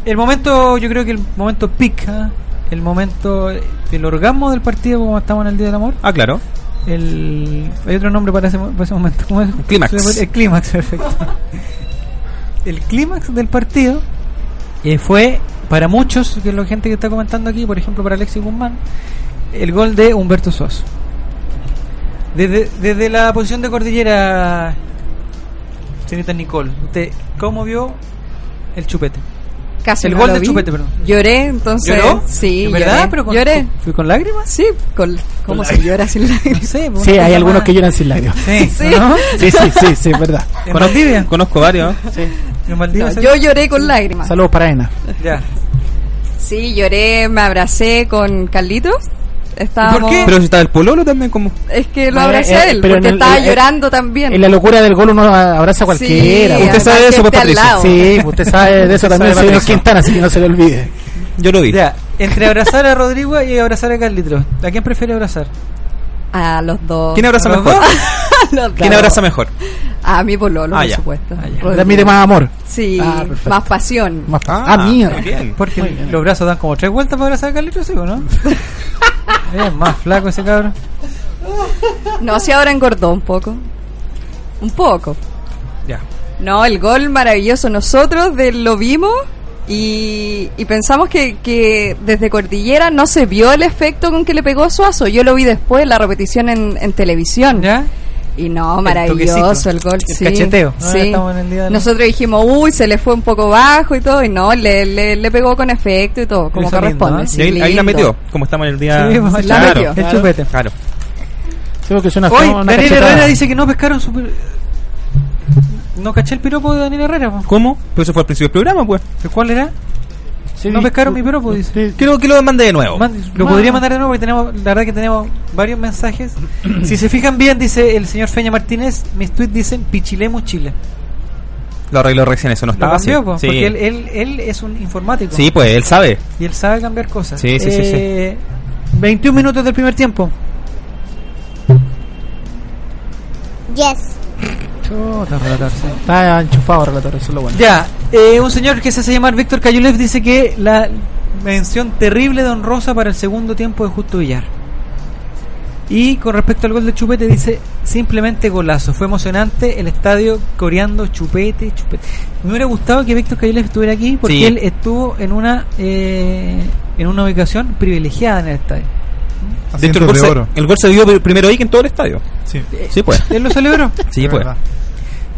[SPEAKER 4] el momento, yo creo que el momento peak, ¿ah? el momento, eh, el orgasmo del partido, como estamos en el Día del Amor.
[SPEAKER 7] Ah, claro.
[SPEAKER 4] El, hay otro nombre para ese, mo- para ese momento. ¿Cómo es?
[SPEAKER 7] Clímax.
[SPEAKER 4] El clímax, [LAUGHS] perfecto. El clímax del partido eh, fue para muchos, que la gente que está comentando aquí, por ejemplo para Alexis Guzmán, el gol de Humberto Suazo. Desde, desde la posición de cordillera, señorita Nicole, ¿usted cómo vio el chupete?
[SPEAKER 8] Casi
[SPEAKER 4] El
[SPEAKER 8] no
[SPEAKER 4] gol
[SPEAKER 8] lo
[SPEAKER 4] de
[SPEAKER 8] vi.
[SPEAKER 4] Chupete, perdón.
[SPEAKER 8] Lloré, entonces.
[SPEAKER 4] ¿Lloró?
[SPEAKER 8] Sí,
[SPEAKER 4] ¿De ¿Verdad?
[SPEAKER 8] lloré.
[SPEAKER 4] ¿Pero con,
[SPEAKER 8] lloré.
[SPEAKER 4] con- ¿Fue con lágrimas?
[SPEAKER 8] Sí, con, ¿cómo se llora sin
[SPEAKER 4] No
[SPEAKER 8] lágrimas?
[SPEAKER 4] sé. pues,
[SPEAKER 6] Sí,
[SPEAKER 4] una
[SPEAKER 6] hay
[SPEAKER 4] cosa
[SPEAKER 6] algunos
[SPEAKER 4] más.
[SPEAKER 6] que lloran sin lágrimas.
[SPEAKER 4] Sí,
[SPEAKER 8] Sí.
[SPEAKER 4] ¿no?
[SPEAKER 6] Sí, sí, sí, sí, es
[SPEAKER 4] [LAUGHS]
[SPEAKER 6] verdad.
[SPEAKER 4] En Valdivia.
[SPEAKER 7] Conozco varios.
[SPEAKER 4] En Valdivia
[SPEAKER 8] No,
[SPEAKER 4] se-
[SPEAKER 8] yo lloré con lágrimas.
[SPEAKER 6] Saludos para Ena.
[SPEAKER 4] Ya.
[SPEAKER 8] Sí, lloré, me abracé con Carlitos. Estábamos,
[SPEAKER 4] ¿Por qué?
[SPEAKER 7] Pero si está el pololo también, como.
[SPEAKER 8] Es que lo
[SPEAKER 6] No,
[SPEAKER 8] abracé
[SPEAKER 6] eh,
[SPEAKER 8] a él,
[SPEAKER 6] pero
[SPEAKER 8] porque
[SPEAKER 6] en el-
[SPEAKER 8] estaba
[SPEAKER 6] eh,
[SPEAKER 8] llorando también.
[SPEAKER 6] En la locura del gol uno abraza a cualquiera.
[SPEAKER 8] Sí,
[SPEAKER 6] Usted
[SPEAKER 8] además
[SPEAKER 7] sabe
[SPEAKER 8] que
[SPEAKER 7] eso, pues,
[SPEAKER 8] esté al
[SPEAKER 7] Patricio.
[SPEAKER 8] lado.
[SPEAKER 6] Sí, usted sabe de eso también,
[SPEAKER 7] [LAUGHS] sabe,
[SPEAKER 6] señor
[SPEAKER 7] Patricio.
[SPEAKER 6] Quintana, así que no se le olvide.
[SPEAKER 7] Yo lo vi.
[SPEAKER 4] Ya, entre abrazar a Rodrigo y abrazar a Carlitos, ¿a quién prefiere abrazar?
[SPEAKER 8] A los dos.
[SPEAKER 7] ¿Quién abraza
[SPEAKER 4] ¿A los
[SPEAKER 7] mejor?
[SPEAKER 4] dos?
[SPEAKER 8] A los
[SPEAKER 7] ¿Quién
[SPEAKER 8] dos. [LAUGHS]
[SPEAKER 7] abraza mejor?
[SPEAKER 8] A mi pololo,
[SPEAKER 7] Ah,
[SPEAKER 8] por
[SPEAKER 7] ya.
[SPEAKER 8] supuesto.
[SPEAKER 4] Ah, ya.
[SPEAKER 8] Rodrigo.
[SPEAKER 6] Transmite más amor.
[SPEAKER 8] Sí,
[SPEAKER 6] Ah, perfecto.
[SPEAKER 8] más pasión.
[SPEAKER 6] Más ah, mierda.
[SPEAKER 7] muy bien.
[SPEAKER 4] Porque los brazos dan como tres vueltas para abrazar a Carlitos, ¿sí
[SPEAKER 7] [LAUGHS]
[SPEAKER 4] o no? es más flaco ese cabrón.
[SPEAKER 8] No, si ahora engordó un poco. Un poco.
[SPEAKER 7] Ya.
[SPEAKER 8] No, el gol maravilloso. Nosotros de- lo vimos y, y pensamos que, que desde Cordillera no se vio el efecto con que le pegó Suazo. Yo lo vi después, la repetición en, en televisión.
[SPEAKER 4] ¿Ya?
[SPEAKER 8] Y no,
[SPEAKER 4] El
[SPEAKER 8] maravilloso
[SPEAKER 4] toquecito,
[SPEAKER 8] el, gol.
[SPEAKER 4] el
[SPEAKER 8] sí.
[SPEAKER 4] cacheteo, ¿no?
[SPEAKER 8] Sí.
[SPEAKER 4] Estamos en el día de la-
[SPEAKER 8] Nosotros dijimos, uy, se le fue un poco bajo y todo. Y no, le, le, le pegó con efecto y todo, como
[SPEAKER 4] hizo
[SPEAKER 8] corresponde.
[SPEAKER 4] lindo, ¿eh?
[SPEAKER 8] sí,
[SPEAKER 7] Y ahí, ahí
[SPEAKER 8] lindo.
[SPEAKER 7] la metió, como estamos en el día.
[SPEAKER 4] Sí, pues,
[SPEAKER 8] la metió.
[SPEAKER 4] El chupete.
[SPEAKER 7] Claro.
[SPEAKER 6] Creo que suena
[SPEAKER 4] Hoy
[SPEAKER 6] una
[SPEAKER 4] Daniel
[SPEAKER 6] cachetada.
[SPEAKER 4] Herrera dice que no pescaron su... pir- No caché el piropo de Daniel Herrera. po.
[SPEAKER 7] ¿Cómo? Pero eso fue al principio del programa, pues.
[SPEAKER 4] ¿Pero ¿Cuál era?
[SPEAKER 6] Sí,
[SPEAKER 4] no
[SPEAKER 6] sí.
[SPEAKER 4] pescaron mi piropo, dice.
[SPEAKER 6] Sí.
[SPEAKER 7] Creo que lo mande de nuevo.
[SPEAKER 4] Man- lo podría mandar de nuevo porque tenemos, la verdad que tenemos
[SPEAKER 7] [CLEARS THROAT]
[SPEAKER 4] varios mensajes. si se fijan bien, dice el señor Feña Martínez, mis tweets dicen Pichilemu Chile.
[SPEAKER 7] Lo arregló recién, eso no
[SPEAKER 4] Lo
[SPEAKER 7] estaba así.
[SPEAKER 4] cambió,
[SPEAKER 6] pues,
[SPEAKER 4] po,
[SPEAKER 7] Ah, Sí.
[SPEAKER 4] porque él, él, él es un informático.
[SPEAKER 7] Sí, pues él sabe.
[SPEAKER 4] Y él sabe cambiar cosas.
[SPEAKER 7] Sí, sí, sí, sí.
[SPEAKER 4] Eh, 21 minutos del primer tiempo.
[SPEAKER 5] Yes.
[SPEAKER 6] Está enchufado, relator, eso es lo bueno.
[SPEAKER 4] Ya, eh, un señor que se hace llamar Víctor Cayulev dice que la mención terrible de Honrosa para el segundo tiempo de Justo Villar. Y con respecto al gol de Chupete dice simplemente golazo. Fue emocionante el estadio coreando Chupete, Chupete. Me hubiera gustado que Víctor Cayulev estuviera aquí porque
[SPEAKER 7] Sí.
[SPEAKER 4] él estuvo en una eh, en una ubicación privilegiada en el estadio.
[SPEAKER 7] De hecho, el
[SPEAKER 9] Asientos
[SPEAKER 7] gol,
[SPEAKER 9] de,
[SPEAKER 7] se,
[SPEAKER 9] oro.
[SPEAKER 7] el gol se dio primero ahí que en todo el estadio.
[SPEAKER 9] Sí,
[SPEAKER 7] Sí, pues.
[SPEAKER 4] Él lo celebró.
[SPEAKER 7] [LAUGHS] Sí,
[SPEAKER 9] es
[SPEAKER 7] pues.
[SPEAKER 9] verdad.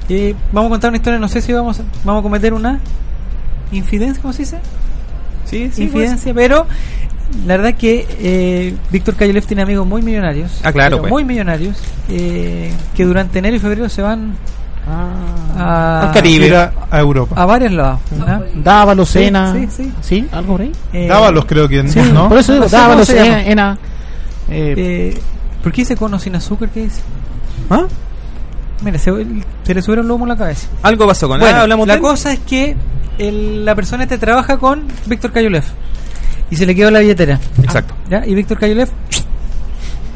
[SPEAKER 4] Eh, vamos a contar una historia, no sé si vamos a, vamos a cometer una infidencia, ¿cómo se dice?
[SPEAKER 7] Sí, pues.
[SPEAKER 4] Infidencia, pero la verdad que eh, Víctor Cayolev tiene amigos muy millonarios.
[SPEAKER 7] Ah, claro,
[SPEAKER 4] pero
[SPEAKER 7] pues.
[SPEAKER 4] Muy millonarios, eh, que durante enero y febrero se van a,
[SPEAKER 7] Ah. Al Caribe.
[SPEAKER 9] Ir a, a Europa.
[SPEAKER 4] a varios lados. ¿ah?
[SPEAKER 6] Dávalos,
[SPEAKER 4] Sí,
[SPEAKER 6] Ena.
[SPEAKER 4] sí, sí.
[SPEAKER 6] ¿Algo por ahí?
[SPEAKER 4] Eh,
[SPEAKER 9] Dávalos, creo que no.
[SPEAKER 6] Por eso digo,
[SPEAKER 4] No sé
[SPEAKER 6] Dávalos,
[SPEAKER 4] cómo se llama.
[SPEAKER 6] Ena. Ena. Eh,
[SPEAKER 4] eh, ¿Por qué dice cono sin azúcar? ¿Qué dice?
[SPEAKER 7] ¿Ah?
[SPEAKER 4] Mira, se, se le sube un lomo a la cabeza.
[SPEAKER 7] Algo pasó con él.
[SPEAKER 4] Bueno,
[SPEAKER 7] Ah, hablamos
[SPEAKER 4] la
[SPEAKER 7] de él.
[SPEAKER 4] cosa es que el- la persona este trabaja con Víctor Cayulev y se le quedó la billetera. Ah,
[SPEAKER 7] Exacto.
[SPEAKER 4] ¿ya? Y Víctor Cayulev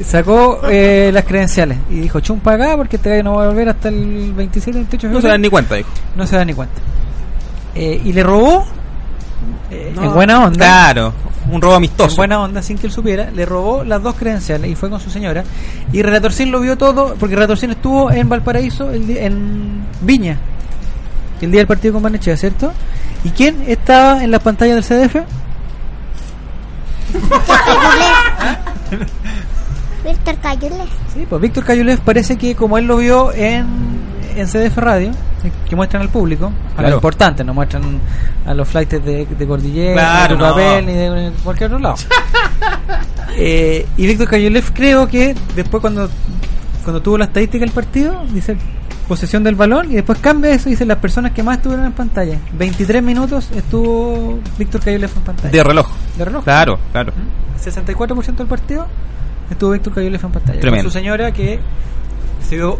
[SPEAKER 4] sacó eh, las credenciales y dijo, chumpa acá porque este gallo no va a volver hasta el 27, 28 de
[SPEAKER 7] No se
[SPEAKER 4] febrero".
[SPEAKER 7] dan ni cuenta, dijo.
[SPEAKER 4] No se da ni cuenta. Eh, y le robó, eh,
[SPEAKER 7] No.
[SPEAKER 4] en buena onda,
[SPEAKER 7] Claro. Un robo
[SPEAKER 4] en
[SPEAKER 7] amistoso.
[SPEAKER 4] buena onda, sin que él supiera, le robó las dos credenciales y fue con su señora. Y Relatorcín lo vio todo, porque Relatorcín estuvo en Valparaíso, el di- en Viña, el día del partido con Barnechea, ¿cierto? ¿Y quién estaba en las pantallas del CDF?
[SPEAKER 5] Víctor Cayule.
[SPEAKER 4] Sí, pues Víctor Cayulev parece que como él lo vio en, en CDF Radio, que muestran al público, a
[SPEAKER 7] Claro.
[SPEAKER 4] lo importante, no muestran a los flights de, de Cordillera,
[SPEAKER 7] Claro,
[SPEAKER 4] Eh, de
[SPEAKER 7] no.
[SPEAKER 4] papel, ni de cualquier otro [LAUGHS] lado. Eh, y Víctor Cayolev creo que después cuando, cuando tuvo la estadística del partido, dice posesión del balón y después cambia eso y dice las personas que más estuvieron en pantalla. 23 minutos estuvo Víctor Cayolev en pantalla.
[SPEAKER 7] De reloj.
[SPEAKER 4] pues. De reloj.
[SPEAKER 7] Claro, claro.
[SPEAKER 4] 64% del partido estuvo Víctor Cayolev en pantalla.
[SPEAKER 7] Tremendo.
[SPEAKER 4] Con su señora que se vio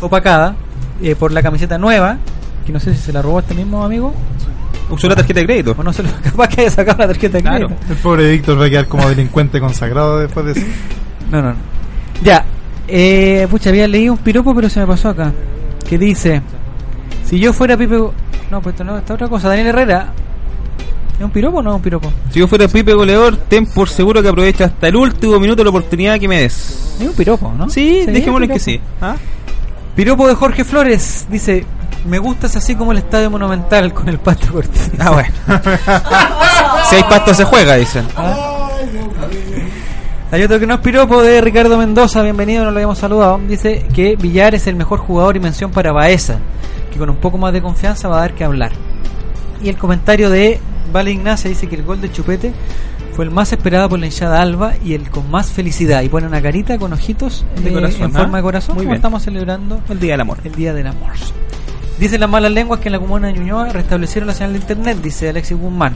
[SPEAKER 4] opacada eh, por la camiseta nueva, que no sé si se la robó este mismo amigo,
[SPEAKER 7] Usó la tarjeta de crédito.
[SPEAKER 4] o no se lo [LAUGHS] capaz que haya sacado la tarjeta de
[SPEAKER 7] Claro.
[SPEAKER 4] crédito.
[SPEAKER 9] El pobre Víctor va a quedar como delincuente consagrado después de eso.
[SPEAKER 4] No, no, no. Ya, eh, pucha, había leído un piropo, pero se me pasó acá. Que dice: Si yo fuera Pipe. Go- No, pues esto no, esta otra cosa. Daniel Herrera. ¿Es un piropo o no es un piropo?
[SPEAKER 7] Si yo fuera Pipe goleador, ten por seguro que aprovecho hasta el último minuto la oportunidad que me des.
[SPEAKER 4] Es un piropo, ¿no?
[SPEAKER 7] Sí,
[SPEAKER 4] es un
[SPEAKER 7] dejémoslo en que
[SPEAKER 4] piropo.
[SPEAKER 7] sí. ¿Ah?
[SPEAKER 4] Piropo de Jorge Flores dice: Me gustas así como el estadio monumental con el pasto cortito.
[SPEAKER 7] Ah, bueno. si hay pasto se juega, dicen. ¿ah?
[SPEAKER 4] Ah, Hay otro que no es piropo de Ricardo Mendoza, bienvenido, no lo habíamos saludado. Dice que Villar es el mejor jugador y mención para Baeza, que con un poco más de confianza va a dar que hablar. Y el comentario de Vale Ignacia dice que el gol de Chupete fue el más esperado por la hinchada Alba y el con más felicidad. Y pone una carita con ojitos
[SPEAKER 7] De
[SPEAKER 4] eh,
[SPEAKER 7] corazón,
[SPEAKER 4] en
[SPEAKER 7] ¿ah?
[SPEAKER 4] forma de corazón,
[SPEAKER 7] Muy
[SPEAKER 4] como
[SPEAKER 7] bien.
[SPEAKER 4] estamos celebrando
[SPEAKER 7] El Día del Amor.
[SPEAKER 4] el Día del Amor. Dicen las malas lenguas que en la comuna de Ñuñoa restablecieron la señal de internet, dice Alexis Guzmán.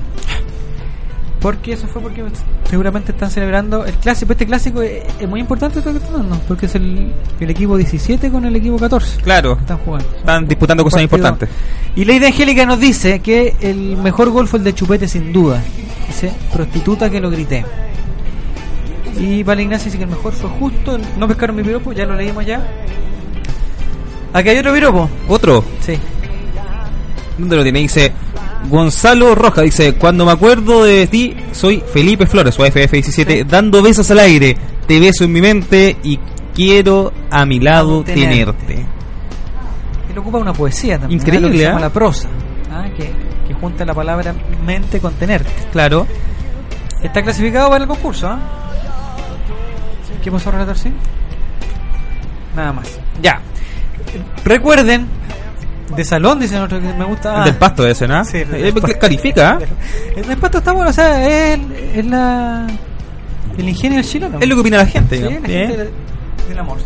[SPEAKER 4] Porque eso fue porque seguramente están celebrando el clásico. Este clásico es, es muy importante esto que están dando, porque es el, el equipo 17 con el equipo 14
[SPEAKER 7] Claro,
[SPEAKER 4] que están jugando.
[SPEAKER 7] están disputando cosas
[SPEAKER 4] Partido.
[SPEAKER 7] importantes.
[SPEAKER 4] Y Lady Angélica nos dice que el mejor gol fue el de Chupete, sin duda. Dice, prostituta que lo grité. Y Vale Ignacio dice que el mejor fue justo. el- No pescaron mi piropo, ya lo leímos ya. Aquí hay otro piropo.
[SPEAKER 7] Otro,
[SPEAKER 4] Sí.
[SPEAKER 7] ¿dónde lo tiene? Dice Gonzalo Roja, dice, cuando me acuerdo de ti, soy Felipe Flores, o FF17, dando besos al aire, te beso en mi mente y quiero a mi lado
[SPEAKER 4] Tenerte.
[SPEAKER 7] tenerte.
[SPEAKER 4] Él ocupa una poesía también. ¿eh?
[SPEAKER 7] Increíble,
[SPEAKER 4] Lo que se
[SPEAKER 7] ¿eh?
[SPEAKER 4] llama la prosa. ¿ah? Que, que junta la palabra mente con tenerte.
[SPEAKER 7] Claro.
[SPEAKER 4] Está clasificado para el concurso. ¿ah? ¿Qué pasó, relator? Sí. Nada más.
[SPEAKER 7] Ya.
[SPEAKER 4] Recuerden, de salón, dice nuestro que me gusta.
[SPEAKER 7] El del pasto ese, ¿no?
[SPEAKER 4] Ah. Sí, el del
[SPEAKER 7] Eh,
[SPEAKER 4] pasto.
[SPEAKER 7] califica, ¿eh?
[SPEAKER 4] [LAUGHS] El del pasto está bueno, o sea, es, el- es la, el ingenio del chileno.
[SPEAKER 7] Es lo que opina la gente.
[SPEAKER 4] Sí, la
[SPEAKER 7] digamos.
[SPEAKER 4] gente
[SPEAKER 7] Eh,
[SPEAKER 4] del, del amor.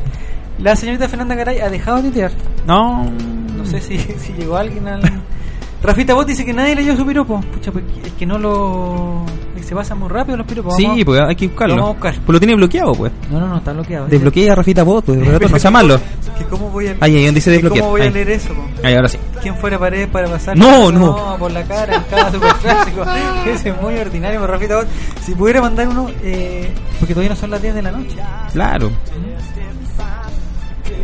[SPEAKER 4] La señorita Fernanda Garay ha dejado de titear.
[SPEAKER 7] No.
[SPEAKER 4] No sé si, si llegó alguien al. Rafita Bot dice que nadie leyó su piropo. Pucha, pues es que no lo. Se pasan muy rápido los piropos. Vamos
[SPEAKER 7] Sí,
[SPEAKER 4] a-
[SPEAKER 7] pues hay que buscarlo.
[SPEAKER 4] Vamos a buscar.
[SPEAKER 7] Pues lo tiene bloqueado, pues.
[SPEAKER 4] No, no, no, está bloqueado.
[SPEAKER 7] Desbloquea a Rafita Bot, pues, relator,
[SPEAKER 4] [LAUGHS]
[SPEAKER 7] no sea malo.
[SPEAKER 4] ¿Que ¿Cómo voy a
[SPEAKER 7] Ahí, ahí donde dice
[SPEAKER 4] que
[SPEAKER 7] desbloquear.
[SPEAKER 4] ¿Cómo voy a
[SPEAKER 7] Ahí.
[SPEAKER 4] leer eso? po?
[SPEAKER 7] Ahí, ahora sí.
[SPEAKER 4] ¿Quién fuera pared para pasar?
[SPEAKER 7] No, no.
[SPEAKER 4] por la cara, en cada
[SPEAKER 7] [LAUGHS]
[SPEAKER 4] superclásico. Ese es muy ordinario, pero Rafita Bot. Si pudiera mandar uno, eh, porque todavía no son las 10 de la noche.
[SPEAKER 7] Claro.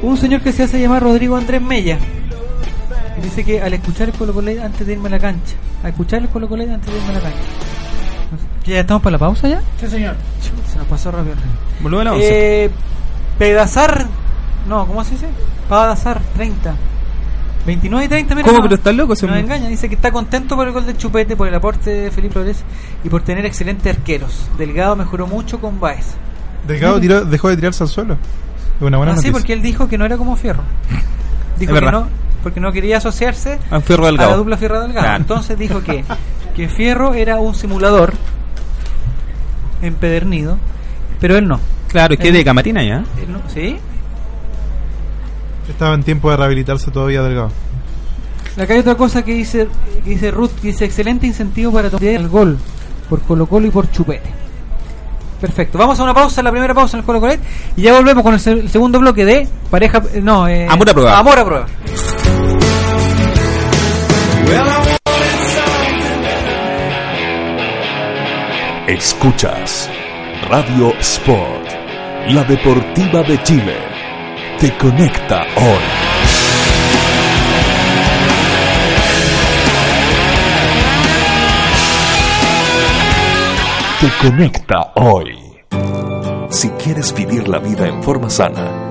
[SPEAKER 4] Un señor que se hace llamar Rodrigo Andrés Mella. Dice que al escuchar el Colo Colo antes de irme a la cancha. A escuchar el Colo Colo antes de irme a la cancha. No sé. ¿Ya estamos para la pausa ya?
[SPEAKER 6] Sí, señor.
[SPEAKER 4] Chuta, Se nos pasó rápido.
[SPEAKER 7] Volvemos a la 11.
[SPEAKER 4] Eh, Pedazar. No, ¿cómo se dice? Pedazar 30. 29 y 30 mira,
[SPEAKER 7] ¿Cómo?
[SPEAKER 4] no.
[SPEAKER 7] Pero estás loco, ese
[SPEAKER 4] No
[SPEAKER 7] hombre.
[SPEAKER 4] engaña. Dice que está contento por el gol de Chupete, por el aporte de Felipe Flores y por tener excelentes arqueros. Delgado mejoró mucho con Baez.
[SPEAKER 9] Delgado tiró- dejó de tirarse al suelo. Es Una buena
[SPEAKER 4] Ah, sí,
[SPEAKER 9] noticia.
[SPEAKER 4] porque él dijo que no era
[SPEAKER 7] [LAUGHS]
[SPEAKER 4] como Fierro. Dijo que
[SPEAKER 7] verdad.
[SPEAKER 4] no, porque no quería asociarse
[SPEAKER 7] Al Fierro
[SPEAKER 4] a la
[SPEAKER 7] Delgado.
[SPEAKER 4] dupla Fierro Delgado.
[SPEAKER 7] Claro.
[SPEAKER 4] Entonces dijo
[SPEAKER 7] [LAUGHS]
[SPEAKER 4] que, que Fierro era un simulador empedernido, pero él no.
[SPEAKER 7] Claro, es que
[SPEAKER 4] Eh.
[SPEAKER 7] de Camatina ya.
[SPEAKER 4] Él no ¿Sí?
[SPEAKER 9] Estaba en tiempo de rehabilitarse todavía Delgado.
[SPEAKER 4] Acá hay otra cosa que dice, que dice Ruth, que dice excelente incentivo para tomar el gol por Colo Colo y por Chupete. Perfecto, vamos a una pausa, la primera pausa en el Colo Colo y ya volvemos con el, se- el segundo bloque de pareja, eh, no, eh,
[SPEAKER 7] Amor a prueba.
[SPEAKER 4] Amor a prueba.
[SPEAKER 1] Escuchas Radio Sport, la deportiva de Chile. Te conecta hoy. Te conecta hoy. Si quieres vivir la vida en forma sana,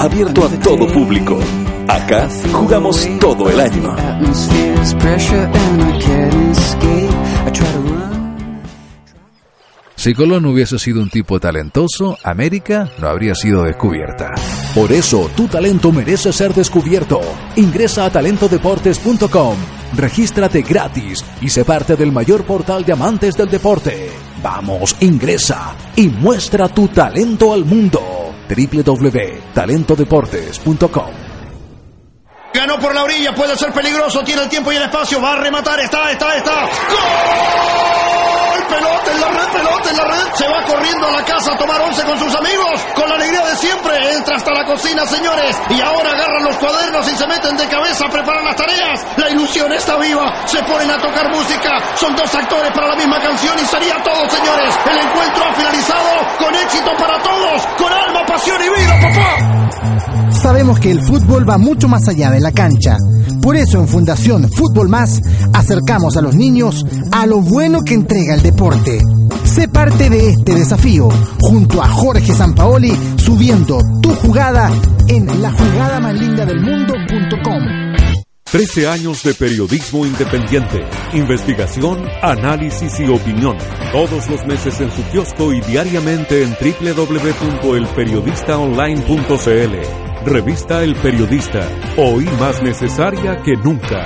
[SPEAKER 1] abierto a todo público público. Acá jugamos todo el año.
[SPEAKER 10] Si Colón hubiese sido un tipo talentoso, América no habría sido descubierta.
[SPEAKER 11] Por eso, tu talento merece ser descubierto. Ingresa a talentodeportes.com, regístrate gratis y sé parte del mayor portal de amantes del deporte. Vamos, ingresa y muestra tu talento al mundo www.talentodeportes.com.
[SPEAKER 12] Ganó por la orilla, puede ser peligroso, tiene el tiempo y el espacio, va a rematar, está, está, está. ¡Gol! Pelota en la red, pelota en la red, se va corriendo a la casa a tomar once con sus amigos, con la alegría de siempre, entra hasta la cocina, señores, y ahora agarran los cuadernos y se meten de cabeza, preparan las tareas, la ilusión está viva, se ponen a tocar música, son dos actores para la misma canción y sería todo, señores, el encuentro ha finalizado con éxito para todos, con alma, pasión y vida, papá.
[SPEAKER 13] Sabemos que el fútbol va mucho más allá de la cancha. Por eso en Fundación Fútbol Más acercamos a los niños a lo bueno que entrega el deporte. Sé parte de este desafío junto a Jorge Sampaoli subiendo tu jugada en la jugada más linda del mundo.com.
[SPEAKER 14] 13 años de periodismo independiente, investigación, análisis y opinión. Todos los meses en su kiosco y diariamente en www.elperiodistaonline.cl. Revista El Periodista, hoy más necesaria que nunca.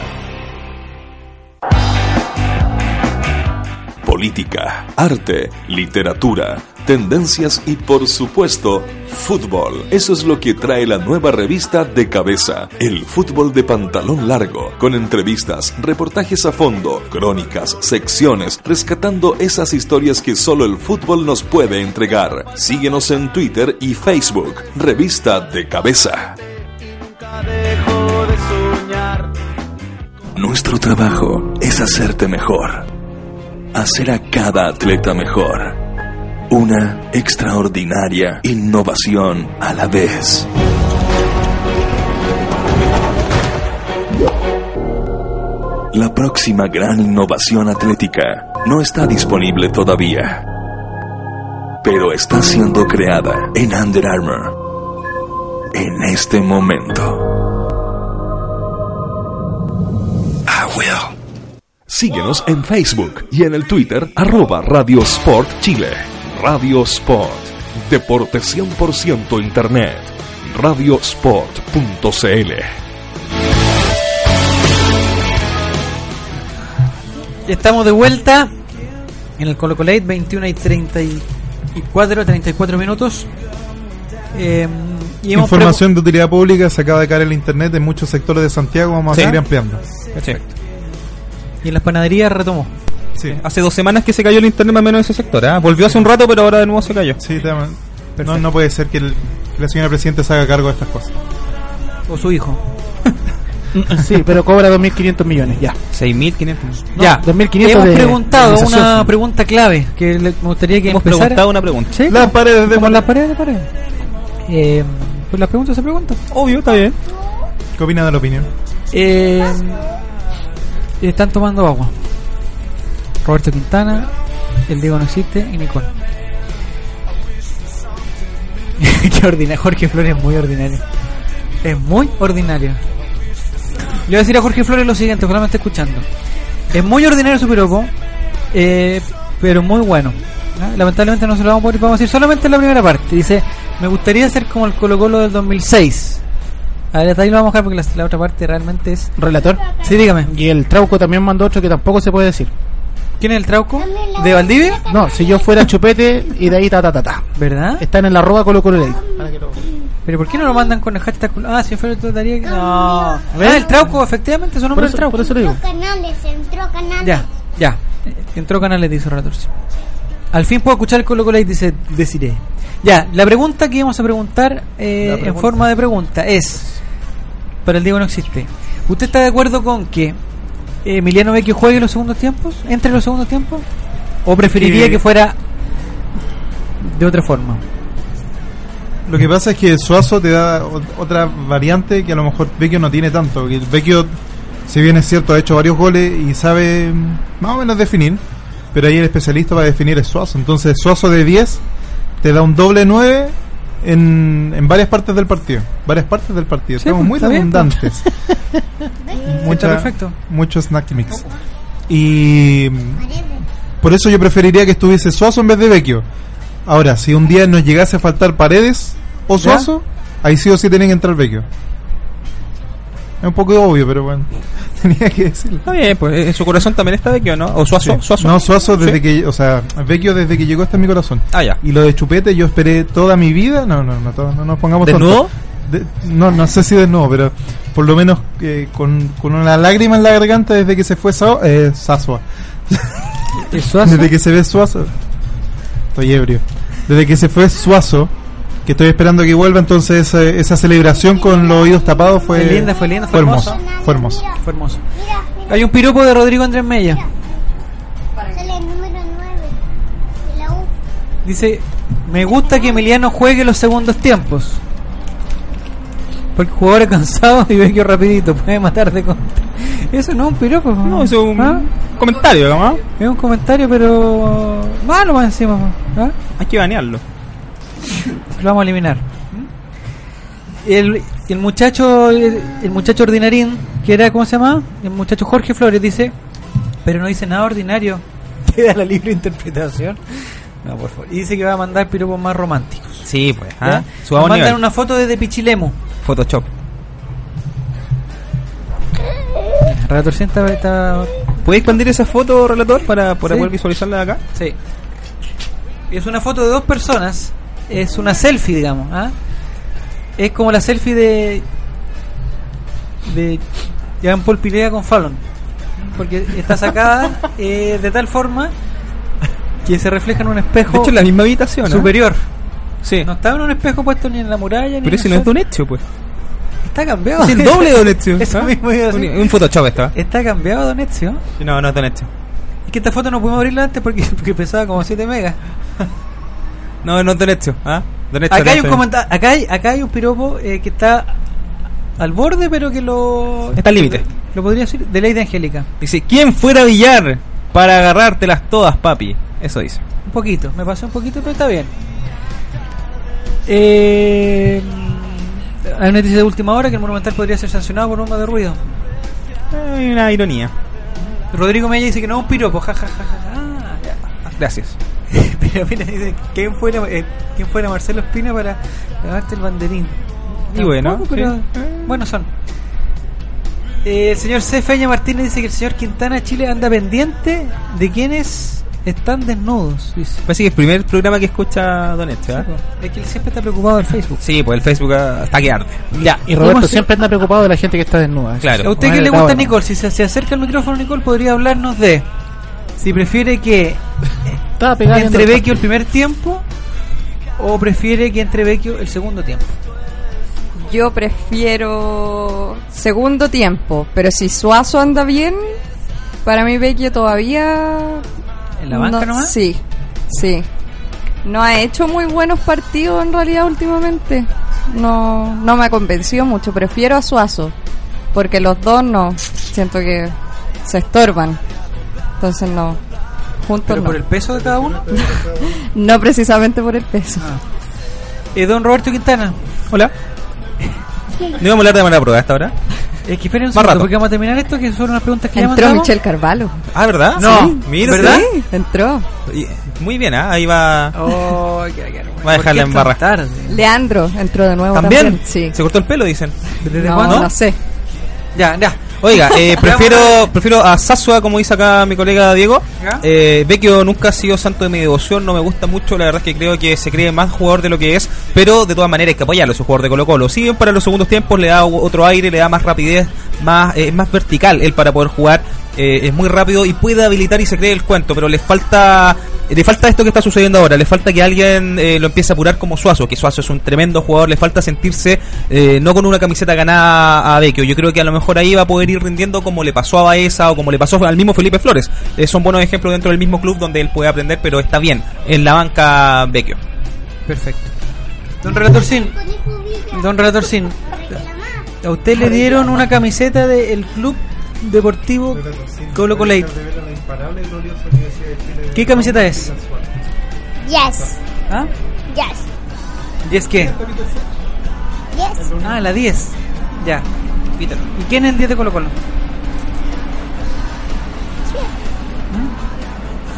[SPEAKER 1] Política, arte, literatura tendencias y por supuesto fútbol. Eso es lo que trae la nueva revista de cabeza, el fútbol de pantalón largo, con entrevistas, reportajes a fondo, crónicas, secciones, rescatando esas historias que solo el fútbol nos puede entregar. Síguenos en Twitter y Facebook, revista de cabeza. Nuestro trabajo es hacerte mejor, hacer a cada atleta mejor. Una extraordinaria innovación a la vez. La próxima gran innovación atlética no está disponible todavía, pero está siendo creada en Under Armour en este momento. Síguenos en Facebook y en el Twitter arroba Radio Sport Chile. Radio Sport. Deporte 100% Internet. Radiosport.cl.
[SPEAKER 4] Estamos de vuelta en el Colo Colate, 21 y 34, 34 minutos. Eh, y hemos
[SPEAKER 9] Información de utilidad pública se acaba de caer en el internet en muchos sectores de Santiago. Vamos
[SPEAKER 7] Sí.
[SPEAKER 9] a seguir ampliando.
[SPEAKER 7] Perfecto. Eh,
[SPEAKER 4] Y en las panaderías retomó.
[SPEAKER 9] Sí.
[SPEAKER 7] Hace dos semanas que se cayó el internet más o menos en ese sector. ¿ah? Volvió hace un rato, pero ahora de nuevo se cayó.
[SPEAKER 9] Sí, No, no puede ser que, el- [LAUGHS] que la señora presidenta se haga cargo de estas cosas.
[SPEAKER 4] O su hijo.
[SPEAKER 6] [LAUGHS] Sí, pero cobra 2.500 millones, ya.
[SPEAKER 7] 6.500.
[SPEAKER 6] No, 2.500
[SPEAKER 4] hemos
[SPEAKER 6] de-
[SPEAKER 4] preguntado
[SPEAKER 6] de
[SPEAKER 4] una
[SPEAKER 6] asociación.
[SPEAKER 4] pregunta clave que le- me gustaría que
[SPEAKER 7] Hemos
[SPEAKER 4] empezara.
[SPEAKER 7] preguntado una pregunta.
[SPEAKER 4] Sí,
[SPEAKER 9] las paredes de
[SPEAKER 4] las paredes de paredes. Eh, pues las preguntas se preguntan.
[SPEAKER 7] Obvio, está bien.
[SPEAKER 9] ¿Qué opina de la opinión?
[SPEAKER 4] Eh, están tomando agua. Roberto Quintana, el Diego no existe y Nicole. [LAUGHS] Qué ordinario, Jorge Flores es muy ordinario. Es muy ordinario. Le voy a decir a Jorge Flores lo siguiente, ojalá me esté escuchando. Es muy ordinario su piropo, eh, pero muy bueno. ¿no? Lamentablemente no se lo vamos a poder, vamos a decir solamente la primera parte. Dice, me gustaría ser como el Colo Colo del 2006. A ver, hasta ahí lo vamos a dejar porque la, la otra parte realmente es...
[SPEAKER 6] Relator.
[SPEAKER 4] Sí, dígame.
[SPEAKER 6] Y el Trauco también mandó otro que tampoco se puede decir.
[SPEAKER 4] ¿Quién es el Trauco? ¿De Valdivia?
[SPEAKER 6] No, si yo fuera chupete y de ahí ta ta ta ta.
[SPEAKER 4] ¿Verdad?
[SPEAKER 6] Están en la arroba Colo Colo Ley.
[SPEAKER 4] ¿Pero por qué no lo mandan con el hashtag? Ah, si fuera otra tarea... que- No. Ah, el Trauco, efectivamente, su nombre es el Trauco.
[SPEAKER 5] Canales, entró canales.
[SPEAKER 4] Ya, ya. Entró Canales, dice Relator. Al fin puedo escuchar el Colo Colo y dice, deciré. Ya, la pregunta que íbamos a preguntar eh,
[SPEAKER 7] La
[SPEAKER 4] en
[SPEAKER 7] pregunta.
[SPEAKER 4] forma de pregunta es, para el Diego no existe, ¿usted está de acuerdo con que Emiliano Vecchio juegue los segundos tiempos? ¿Entre los segundos tiempos? ¿O preferiría
[SPEAKER 9] Eh,
[SPEAKER 4] que fuera de otra forma?
[SPEAKER 9] Lo que pasa es que Suazo te da ot- otra variante que a lo mejor Vecchio no tiene tanto. Que el Vecchio, si bien es cierto, ha hecho varios goles y sabe mm, más o menos definir, pero ahí el especialista para definir es Suazo. Entonces, Suazo de 10 te da un doble 9 en, en varias partes del partido. Varias partes del partido.
[SPEAKER 4] Sí,
[SPEAKER 9] Estamos
[SPEAKER 4] pues,
[SPEAKER 9] muy
[SPEAKER 4] está bien, pues.
[SPEAKER 9] redundantes.
[SPEAKER 4] [LAUGHS]
[SPEAKER 9] Mucha-
[SPEAKER 4] perfecto.
[SPEAKER 9] Mucho snack mix. Y mm, por eso yo preferiría que estuviese Suazo en vez de Vecchio. Ahora, si un día nos llegase a faltar paredes o
[SPEAKER 4] ¿Ya?
[SPEAKER 9] Suazo, ahí sí o sí tienen que entrar Vecchio. Es un poco obvio, pero bueno, tenía que decirlo.
[SPEAKER 7] Está bien, pues en su corazón también está Vecchio, ¿no? O Suazo.
[SPEAKER 9] Sí.
[SPEAKER 7] Suazo.
[SPEAKER 9] No, Suazo desde
[SPEAKER 7] Sí.
[SPEAKER 9] que, o sea, Vecchio desde que llegó está en mi corazón.
[SPEAKER 7] Ah, ya.
[SPEAKER 9] Y lo de Chupete yo esperé toda mi vida. No, no, no, to- no nos pongamos
[SPEAKER 7] ¿De
[SPEAKER 9] tontos.
[SPEAKER 7] nuevo?
[SPEAKER 9] De- no, no sé si de nuevo, pero por lo menos eh, con, con una lágrima en la garganta desde que se fue Sao, eh, Sasua.
[SPEAKER 4] ¿El Suazo?
[SPEAKER 9] Desde que se ve Suazo. Estoy ebrio. Desde que se fue Suazo, que estoy esperando que vuelva, entonces esa, esa celebración con los oídos tapados fue,
[SPEAKER 4] Fue linda, fue linda, fue
[SPEAKER 9] hermoso.
[SPEAKER 4] hermosa.
[SPEAKER 9] Fue hermoso.
[SPEAKER 4] Fue hermoso. Hay un piropo de Rodrigo Andrés Mella.
[SPEAKER 5] Sale el número 9 de la U.
[SPEAKER 4] Dice, me gusta que Emiliano juegue los segundos tiempos. Porque el jugador es cansado y ve que rapidito puede matar de contra. Eso no es un piropo. No, ¿Ah?
[SPEAKER 7] es un comentario, ¿no?
[SPEAKER 4] Es un comentario, pero malo más encima. ¿ah?
[SPEAKER 7] Hay que banearlo.
[SPEAKER 4] Lo vamos a eliminar. El, el muchacho el, el muchacho ordinarín, que era, ¿cómo se llama? El muchacho Jorge Flores dice, pero no dice nada ordinario. [LAUGHS] Queda la libre interpretación. No, por favor. Y dice que va a mandar piropos más románticos.
[SPEAKER 7] Sí, pues.
[SPEAKER 4] ¿Ya?
[SPEAKER 7] ¿ah?
[SPEAKER 4] Nos
[SPEAKER 7] Subamos
[SPEAKER 4] mandan
[SPEAKER 7] nivel.
[SPEAKER 4] una foto desde Pichilemu.
[SPEAKER 7] Photoshop.
[SPEAKER 4] Relator sienta está...
[SPEAKER 7] ¿Puede expandir esa foto, relator, para, para
[SPEAKER 4] Sí.
[SPEAKER 7] poder visualizarla acá?
[SPEAKER 4] Sí. Es una foto de dos personas. Es una selfie, digamos. ¿ah? Es como la selfie de. de Jean Paul Pilea con Fallon. Porque
[SPEAKER 7] [LAUGHS]
[SPEAKER 4] está sacada eh, de tal forma que se refleja en un espejo.
[SPEAKER 7] De hecho, en la misma habitación. ¿ah?
[SPEAKER 4] Superior.
[SPEAKER 7] Sí.
[SPEAKER 4] No estaba en un espejo puesto ni en la muralla. ni
[SPEAKER 7] Pero
[SPEAKER 4] en
[SPEAKER 7] ese
[SPEAKER 4] el
[SPEAKER 7] no es
[SPEAKER 4] suelo.
[SPEAKER 7] Don Ezio, pues.
[SPEAKER 4] Está cambiado.
[SPEAKER 7] Es el doble de Don Ezio.
[SPEAKER 4] [LAUGHS] Eso
[SPEAKER 7] ¿ah?
[SPEAKER 4] mismo iba a
[SPEAKER 7] Un,
[SPEAKER 4] decir.
[SPEAKER 7] un Photoshop estaba.
[SPEAKER 4] Está cambiado Don Ezio.
[SPEAKER 7] No, no es Don Ezio.
[SPEAKER 4] Es que esta foto no pudimos abrirla antes porque, [LAUGHS] porque pesaba como 7 megas.
[SPEAKER 7] No, no es Don Ezio. ¿ah? Don Ezio,
[SPEAKER 4] Acá hay,
[SPEAKER 7] no,
[SPEAKER 4] un
[SPEAKER 7] no.
[SPEAKER 4] comenta- acá, hay, acá hay un piropo eh, que está al borde, pero que lo.
[SPEAKER 7] Está al límite.
[SPEAKER 4] Lo podría decir de Ley de Angélica.
[SPEAKER 7] Dice: ¿Quién fuera a Villar para agarrártelas todas, papi? Eso dice.
[SPEAKER 4] Un poquito, me pasó un poquito, pero está bien. Eh, hay una noticia de última hora que el Monumental podría ser sancionado por bomba de ruido.
[SPEAKER 7] Hay una ironía.
[SPEAKER 4] Rodrigo Mella dice que no es un piropo, jajaja. Ah, ya.
[SPEAKER 7] Gracias.
[SPEAKER 4] [LAUGHS] Pero mira, dice, ¿quién fuera, eh, ¿quién fuera Marcelo Espina para ganarte el banderín?
[SPEAKER 7] Y bueno,
[SPEAKER 4] Tampoco, pero
[SPEAKER 7] sí.
[SPEAKER 4] bueno son. Eh, el señor C. Feña Martínez dice que el señor Quintana Chile anda pendiente de quienes están desnudos.
[SPEAKER 7] Parece que
[SPEAKER 4] Dice.
[SPEAKER 7] es Pues el primer programa que escucha Don Ezio. ¿ah?
[SPEAKER 4] Es que él siempre está preocupado del Facebook.
[SPEAKER 7] Sí, pues el Facebook ah, está que arde.
[SPEAKER 6] Ya, y
[SPEAKER 4] ¿Cómo
[SPEAKER 6] Roberto
[SPEAKER 4] se-
[SPEAKER 6] siempre anda preocupado de la gente que está desnuda.
[SPEAKER 7] Claro.
[SPEAKER 4] ¿A usted qué le gusta, Nicole? Si se, se acerca el micrófono, Nicole, podría hablarnos de si prefiere que eh,
[SPEAKER 6] Estaba pegada
[SPEAKER 4] entre
[SPEAKER 6] viendo-
[SPEAKER 4] Vecchio el primer tiempo o prefiere que entre Vecchio el segundo tiempo.
[SPEAKER 8] Yo prefiero segundo tiempo, pero si Suazo anda bien, para mí Vecchio todavía...
[SPEAKER 4] ¿En la banca
[SPEAKER 8] no-
[SPEAKER 4] nomás?
[SPEAKER 8] Sí, sí. No ha hecho muy buenos partidos en realidad últimamente. No, no me ha convencido mucho, prefiero a Suazo, porque los dos no, siento que se estorban. Entonces no, juntos
[SPEAKER 4] ¿Pero
[SPEAKER 8] no.
[SPEAKER 4] por el peso de
[SPEAKER 7] [LAUGHS]
[SPEAKER 4] cada uno?
[SPEAKER 8] No precisamente por el peso.
[SPEAKER 4] Ah. Eh, don Roberto Quintana. [LAUGHS]
[SPEAKER 7] Hola. No íbamos a hablar de manera prueba hasta ahora.
[SPEAKER 4] Es que esperen
[SPEAKER 7] Más
[SPEAKER 4] un segundo,
[SPEAKER 7] rato.
[SPEAKER 4] porque vamos a terminar esto, que son unas preguntas que ya
[SPEAKER 8] Entró
[SPEAKER 4] mandamos.
[SPEAKER 8] Michelle Carvalho.
[SPEAKER 7] Ah, ¿verdad?
[SPEAKER 4] No.
[SPEAKER 7] Sí. Mira,
[SPEAKER 4] ¿Verdad?
[SPEAKER 8] Sí, entró.
[SPEAKER 7] Y- Muy bien, ¿ah? ahí va.
[SPEAKER 4] Oh, qué bacán, bueno.
[SPEAKER 7] Va a dejarla
[SPEAKER 4] ¿Por qué
[SPEAKER 7] en barra.
[SPEAKER 4] tan tarde?
[SPEAKER 8] Leandro entró de nuevo.
[SPEAKER 7] ¿También?
[SPEAKER 8] También, sí.
[SPEAKER 7] Se cortó el pelo, dicen.
[SPEAKER 8] no,
[SPEAKER 4] cuándo?
[SPEAKER 8] no sé.
[SPEAKER 4] Ya, ya.
[SPEAKER 7] Oiga, eh, prefiero, prefiero a Sasua, como dice acá mi colega Diego.
[SPEAKER 4] ¿Ya?
[SPEAKER 7] Eh, Vecchio nunca ha sido santo de mi devoción, no me gusta mucho. La verdad es que creo que se cree más jugador de lo que es, pero de todas maneras hay que apoyarlo. Es un jugador de Colo-Colo. Si bien para los segundos tiempos le da u- otro aire, le da más rapidez, más eh, es más vertical él para poder jugar. eh, es muy rápido y puede habilitar y se cree el cuento, pero le falta le falta esto que está sucediendo ahora. Le falta que alguien eh, lo empiece a apurar como Suazo, que Suazo es un tremendo jugador. Le falta sentirse eh, no con una camiseta ganada a Vecchio. Yo creo que a lo mejor ahí va a poder ir rindiendo como le pasó a Baeza o como le pasó al mismo Felipe Flores. Eh, son buenos ejemplos dentro del mismo club donde él puede aprender, pero está bien en la banca Vecchio.
[SPEAKER 4] Perfecto. Don Relator Sin. Don Relator Sin. A usted le dieron una camiseta del Club Deportivo Colo Colate. ¿Qué camiseta es?
[SPEAKER 5] Yes.
[SPEAKER 4] ¿Ah?
[SPEAKER 5] Yes.
[SPEAKER 4] ¿Y es qué?
[SPEAKER 5] Yes.
[SPEAKER 4] Ah, la 10. Ya. ¿Y quién es el 10 de Colo Colo?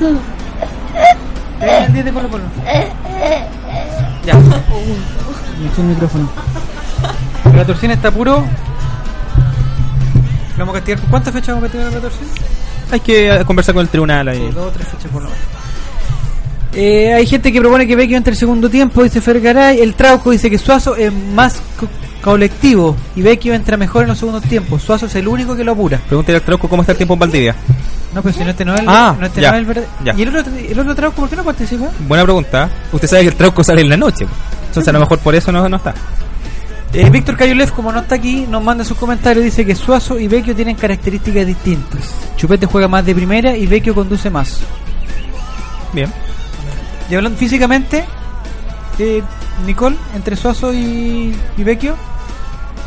[SPEAKER 4] ¿Mm? ¿Quién es el 10 de Colo Colo? Ya. Me eché el micrófono. La torsión está puro. Lo vamos a castigar. con- ¿Cuántas fechas vamos a castigar a la torsión?
[SPEAKER 7] Hay que eh, conversar con el tribunal ahí.
[SPEAKER 4] Dos o tres fechas por lo menos. Eh, hay gente que propone que Vecchio entre el segundo tiempo, dice Fergaray. El Trauco dice que Suazo es más co- colectivo y Vecchio entra mejor en los segundos tiempos. Suazo es el único que lo apura.
[SPEAKER 7] Pregúntale al Trauco cómo está el tiempo en Valdivia.
[SPEAKER 4] No, pero si no este no es el,
[SPEAKER 7] Ah,
[SPEAKER 4] no este
[SPEAKER 7] ya,
[SPEAKER 4] no es el verdad-
[SPEAKER 7] ya.
[SPEAKER 4] ¿Y el otro, el otro Trauco por qué no participa?
[SPEAKER 7] Buena pregunta. ¿ah? Usted sabe que el Trauco sale en la noche. Entonces a lo mejor por eso no, no está.
[SPEAKER 4] Eh, Víctor Cayulef, como no está aquí, nos manda sus comentarios. Dice que Suazo y Vecchio tienen características distintas. Chupete juega más de primera y Vecchio conduce más.
[SPEAKER 7] Bien.
[SPEAKER 4] Y hablando físicamente, eh, Nicole, entre Suazo y, y Vecchio.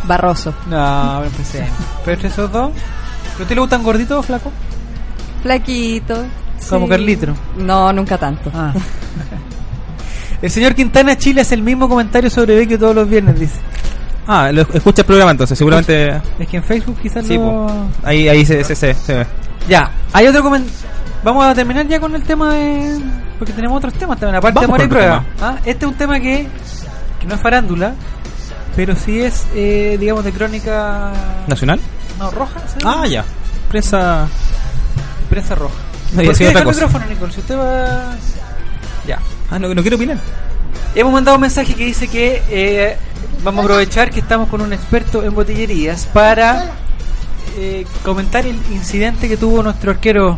[SPEAKER 8] Barroso.
[SPEAKER 4] No, no pensé. Pero entre esos dos. ¿A usted le gustan gorditos o flacos?
[SPEAKER 8] Flaquito.
[SPEAKER 4] Como Carlitro. Ah.
[SPEAKER 8] No, nunca tanto.
[SPEAKER 4] El señor Quintana Chile hace el mismo comentario sobre Vecchio todos los viernes, dice.
[SPEAKER 7] Ah, lo escucha el programa entonces, seguramente.
[SPEAKER 4] Es que en Facebook quizás
[SPEAKER 7] Sí,
[SPEAKER 4] lo...
[SPEAKER 7] po. Ahí, ahí se, se, se- se ve.
[SPEAKER 4] Ya, hay otro comentario. Vamos a terminar ya con el tema de. Porque tenemos otros temas también, aparte de
[SPEAKER 7] Vamos
[SPEAKER 4] amor y
[SPEAKER 7] con otro
[SPEAKER 4] prueba. ¿ah? Este es un tema que, que no es farándula, pero sí es, eh, digamos, de crónica.
[SPEAKER 7] ¿Nacional?
[SPEAKER 4] No, roja. ¿sí?
[SPEAKER 7] Ah, ya. Prensa.
[SPEAKER 4] Prensa roja.
[SPEAKER 7] No, iba a
[SPEAKER 4] ¿Por qué
[SPEAKER 7] decir otra
[SPEAKER 4] deja el
[SPEAKER 7] cosa.
[SPEAKER 4] micrófono, Nicole? Si usted va.
[SPEAKER 7] Ya. Ah, no, no quiero opinar.
[SPEAKER 4] Hemos mandado un mensaje que dice que eh, vamos a aprovechar que estamos con un experto en botillerías para eh, comentar el incidente que tuvo nuestro arquero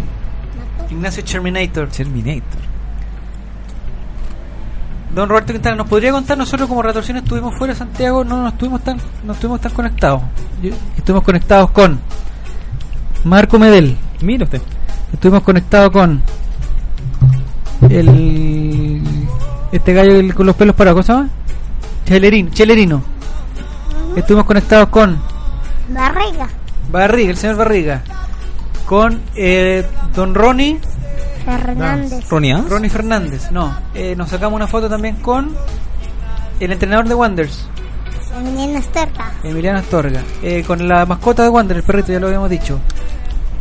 [SPEAKER 4] Ignacio Terminator.
[SPEAKER 7] Terminator.
[SPEAKER 4] Don Roberto Quintana, ¿nos podría contar? Nosotros como Retorsión estuvimos fuera de Santiago, no nos estuvimos tan, no estuvimos tan conectados. Yo- Estuvimos conectados con Marco Medel.
[SPEAKER 7] Mira usted.
[SPEAKER 4] Estuvimos conectados con el este gallo del- con los pelos parados, ¿cómo se llama? Chelerín- Chelerino. Estuvimos conectados con
[SPEAKER 5] Barriga.
[SPEAKER 4] Barriga, el señor Barriga. Con eh, Don Ronnie.
[SPEAKER 5] Fernández.
[SPEAKER 7] Ronnie Adams.
[SPEAKER 4] Ronnie Fernández, no. Eh, nos sacamos una foto también con el entrenador de Wanderers,
[SPEAKER 5] Emiliano Esterpa.
[SPEAKER 4] Emiliano Astorga. Eh, con la mascota de Wanderers, el perrito, ya lo habíamos dicho.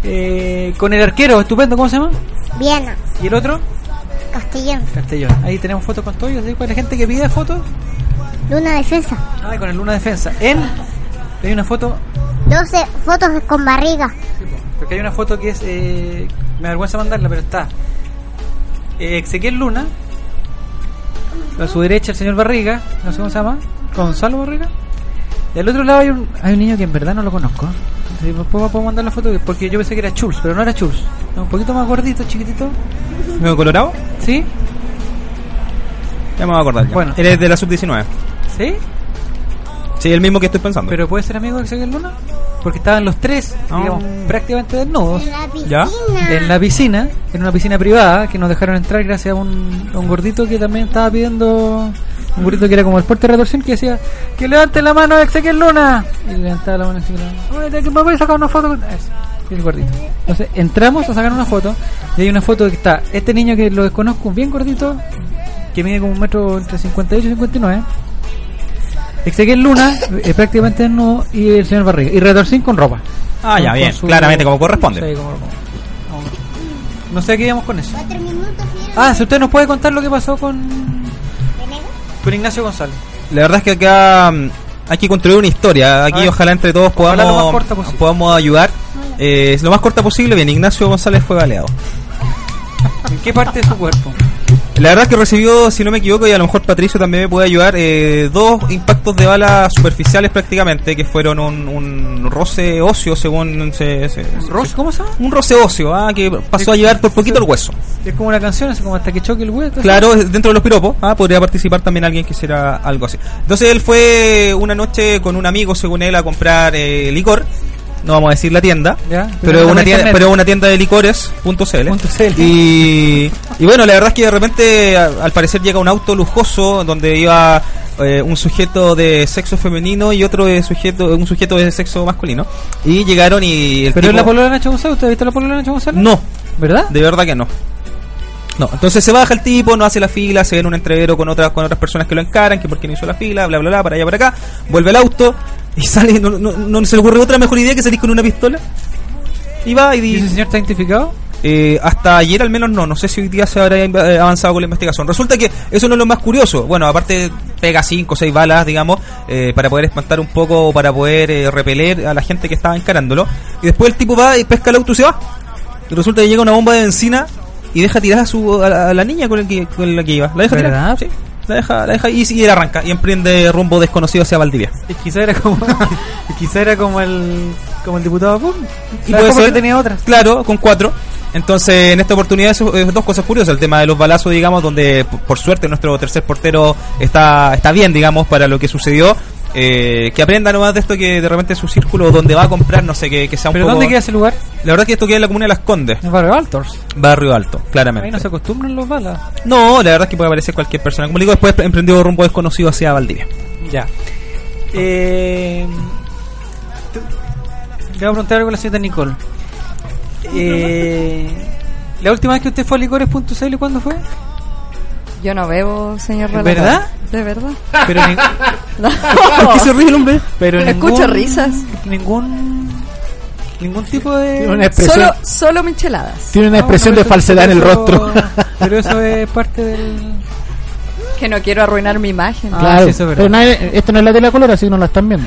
[SPEAKER 4] Eh, con el arquero, estupendo, ¿cómo se llama?
[SPEAKER 5] Viena.
[SPEAKER 4] ¿Y el otro?
[SPEAKER 5] Castellón.
[SPEAKER 4] Castellón. Ahí tenemos fotos con todos ellos. ¿sí? Para la gente que pide fotos,
[SPEAKER 5] Luna Defensa.
[SPEAKER 4] ah, y con el Luna Defensa. En. Hay una foto
[SPEAKER 5] 12 fotos con barriga.
[SPEAKER 4] Porque hay una foto que es. eh, me avergüenza mandarla, pero está. Eh, Ezequiel Luna. A su derecha el señor Barriga. No sé cómo se llama. Gonzalo Barriga. Y al otro lado hay un, hay un niño que en verdad no lo conozco. Sí, pues, Puedo, puedo mandar la foto que- porque yo pensé que era Chulz, pero no era Chulz. Es un poquito más gordito, chiquitito.
[SPEAKER 7] ¿Nuevo Colorado?
[SPEAKER 4] ¿Sí?
[SPEAKER 7] Ya me voy a acordar. ya.
[SPEAKER 4] Bueno.
[SPEAKER 7] Él es de la sub-19.
[SPEAKER 4] ¿Sí?
[SPEAKER 7] Sí, el mismo que estoy pensando.
[SPEAKER 4] ¿Pero puede ser amigo de Ezequiel Luna? Porque estaban los tres,
[SPEAKER 7] Ah.
[SPEAKER 4] digamos, prácticamente desnudos.
[SPEAKER 5] En la piscina.
[SPEAKER 7] ¿Ya?
[SPEAKER 4] en la piscina, en una piscina privada que nos dejaron entrar gracias a un, a un gordito que también estaba pidiendo, un gordito que era como el porte de retorsión que decía que levante la mano Ezequiel Luna y levantaba la mano Ezequiel Luna. "Oye, que me voy a sacar una foto con eso", y el gordito. Entonces entramos a sacar una foto y hay una foto que está este niño que lo desconozco, bien gordito, que mide como un metro entre 58 y 59. Ezequiel Luna, [LAUGHS] eh, prácticamente desnudo, y el señor Barriga. Y retorcín con ropa.
[SPEAKER 7] Ah, ya,
[SPEAKER 4] Con-
[SPEAKER 7] bien.
[SPEAKER 4] con su-
[SPEAKER 7] Claramente, como corresponde.
[SPEAKER 4] Sí, como- como- como- No sé a qué íbamos con eso.
[SPEAKER 5] Cuatro minutos y
[SPEAKER 4] Ah, si usted nos puede contar lo que pasó con. Con Ignacio González.
[SPEAKER 7] La verdad es que acá mm, hay que construir una historia. Aquí ojalá entre todos
[SPEAKER 4] Ojalá lo más
[SPEAKER 7] podamos,
[SPEAKER 4] corta posible. Ah,
[SPEAKER 7] podamos ayudar. Eh, es lo más corta posible. Bien, Ignacio González fue baleado.
[SPEAKER 4] ¿En qué parte de su cuerpo?
[SPEAKER 7] La verdad es que recibió, si no me equivoco, y a lo mejor Patricio también me puede ayudar, eh, dos impactos de bala superficiales prácticamente, que fueron un, un roce óseo, según se... se- se-
[SPEAKER 4] ¿Ross? ¿Cómo se llama?
[SPEAKER 7] un roce óseo, ah, que pasó a llevar por poquito el hueso.
[SPEAKER 4] Es como una canción, es como hasta que choque el hueco.
[SPEAKER 7] Claro, es dentro de los piropos, ah, podría participar también alguien que hiciera algo así. Entonces él fue una noche con un amigo, según él, a comprar eh, licor. No vamos a decir la tienda,
[SPEAKER 4] Ya,
[SPEAKER 7] pero
[SPEAKER 4] pero
[SPEAKER 7] es
[SPEAKER 4] no
[SPEAKER 7] una
[SPEAKER 4] en
[SPEAKER 7] tienda,
[SPEAKER 4] internet.
[SPEAKER 7] pero es una tienda de licores.cl. Y, y bueno, la verdad es que de repente a- al parecer llega un auto lujoso donde iba eh, un sujeto de sexo femenino y otro de sujeto un sujeto de sexo masculino y llegaron y el
[SPEAKER 4] ¿Pero es
[SPEAKER 7] tipo-
[SPEAKER 4] la polola de Nacho González? ¿Usted ha visto la polola de Nacho González?
[SPEAKER 7] no,
[SPEAKER 4] ¿Verdad?
[SPEAKER 7] de verdad que no. No, entonces se baja el tipo, no hace la fila, se ve en un entrevero con otras con otras personas que lo encaran, que por qué no hizo la fila, bla bla bla, para allá para acá, vuelve el auto y sale, no, no- no se le ocurre otra mejor idea que salir con una pistola. Y va y
[SPEAKER 4] ¿Y
[SPEAKER 7] dice,
[SPEAKER 4] ese señor está identificado?
[SPEAKER 7] eh, hasta ayer al menos no, no sé si hoy día se habrá inv- eh, avanzado con la investigación. Resulta que eso no es lo más curioso. Bueno, aparte pega 5 o 6 balas, digamos, eh, para poder espantar un poco, o para poder eh, repeler a la gente que estaba encarándolo. Y después el tipo va y pesca el auto y se va. Y resulta que llega una bomba de benzina y deja tirada a, su, a, la, a la niña con, el que, con la que iba. La deja tirada,
[SPEAKER 4] ¿Verdad?
[SPEAKER 7] sí. La deja, la deja y, y él arranca y emprende rumbo desconocido hacia Valdivia.
[SPEAKER 4] Y quizá era [LAUGHS] como. y quizá era como el. Como el diputado Pum.
[SPEAKER 7] Y puede ser-
[SPEAKER 4] tenía otra.
[SPEAKER 7] Claro, con cuatro. Entonces, en esta oportunidad, eso, eh, dos cosas curiosas. El tema de los balazos, digamos, donde p- por suerte nuestro tercer portero está, está bien, digamos, para lo que sucedió. Eh, que aprenda nomás de esto que de repente su círculo donde va a comprar, no sé, que, que sea un
[SPEAKER 4] ¿Pero
[SPEAKER 7] poco...
[SPEAKER 4] dónde queda ese lugar?
[SPEAKER 7] La verdad que esto queda en la comuna de Las Condes,
[SPEAKER 4] En Barrio Altors.
[SPEAKER 7] barrio alto,
[SPEAKER 4] Ahí
[SPEAKER 7] claramente.
[SPEAKER 4] no se acostumbran los balas.
[SPEAKER 7] No, la verdad es que puede aparecer cualquier persona. Como le digo, después emprendió rumbo desconocido hacia Valdivia.
[SPEAKER 4] Ya. Eh, te- le voy a preguntar algo a la señorita Nicole. Eh, la última vez que usted fue a licores.cl, ¿cuándo fue?
[SPEAKER 8] [LAUGHS] Yo no bebo, señor
[SPEAKER 4] ¿De
[SPEAKER 8] relator.
[SPEAKER 4] verdad?
[SPEAKER 8] De verdad.
[SPEAKER 4] Pero, ni-
[SPEAKER 8] [LAUGHS]
[SPEAKER 4] [LAUGHS]
[SPEAKER 8] No.
[SPEAKER 7] ¿Por qué se ríe el hombre?
[SPEAKER 4] pero
[SPEAKER 8] Escucho
[SPEAKER 4] ningún-
[SPEAKER 8] risas.
[SPEAKER 4] Ningún. Ningún tipo de.
[SPEAKER 6] Una expresión-
[SPEAKER 8] Solo, solo micheladas.
[SPEAKER 6] Tiene una
[SPEAKER 4] No,
[SPEAKER 6] expresión
[SPEAKER 4] no,
[SPEAKER 6] de
[SPEAKER 4] pero eso-
[SPEAKER 6] falsedad en el
[SPEAKER 4] pero
[SPEAKER 6] rostro.
[SPEAKER 4] eso- [LAUGHS] Pero eso es parte del.
[SPEAKER 8] Que no quiero arruinar mi imagen.
[SPEAKER 4] Ah,
[SPEAKER 6] claro,
[SPEAKER 4] sí, eso es verdad.
[SPEAKER 6] pero nadie- esto no es la tela color, así que no la están viendo.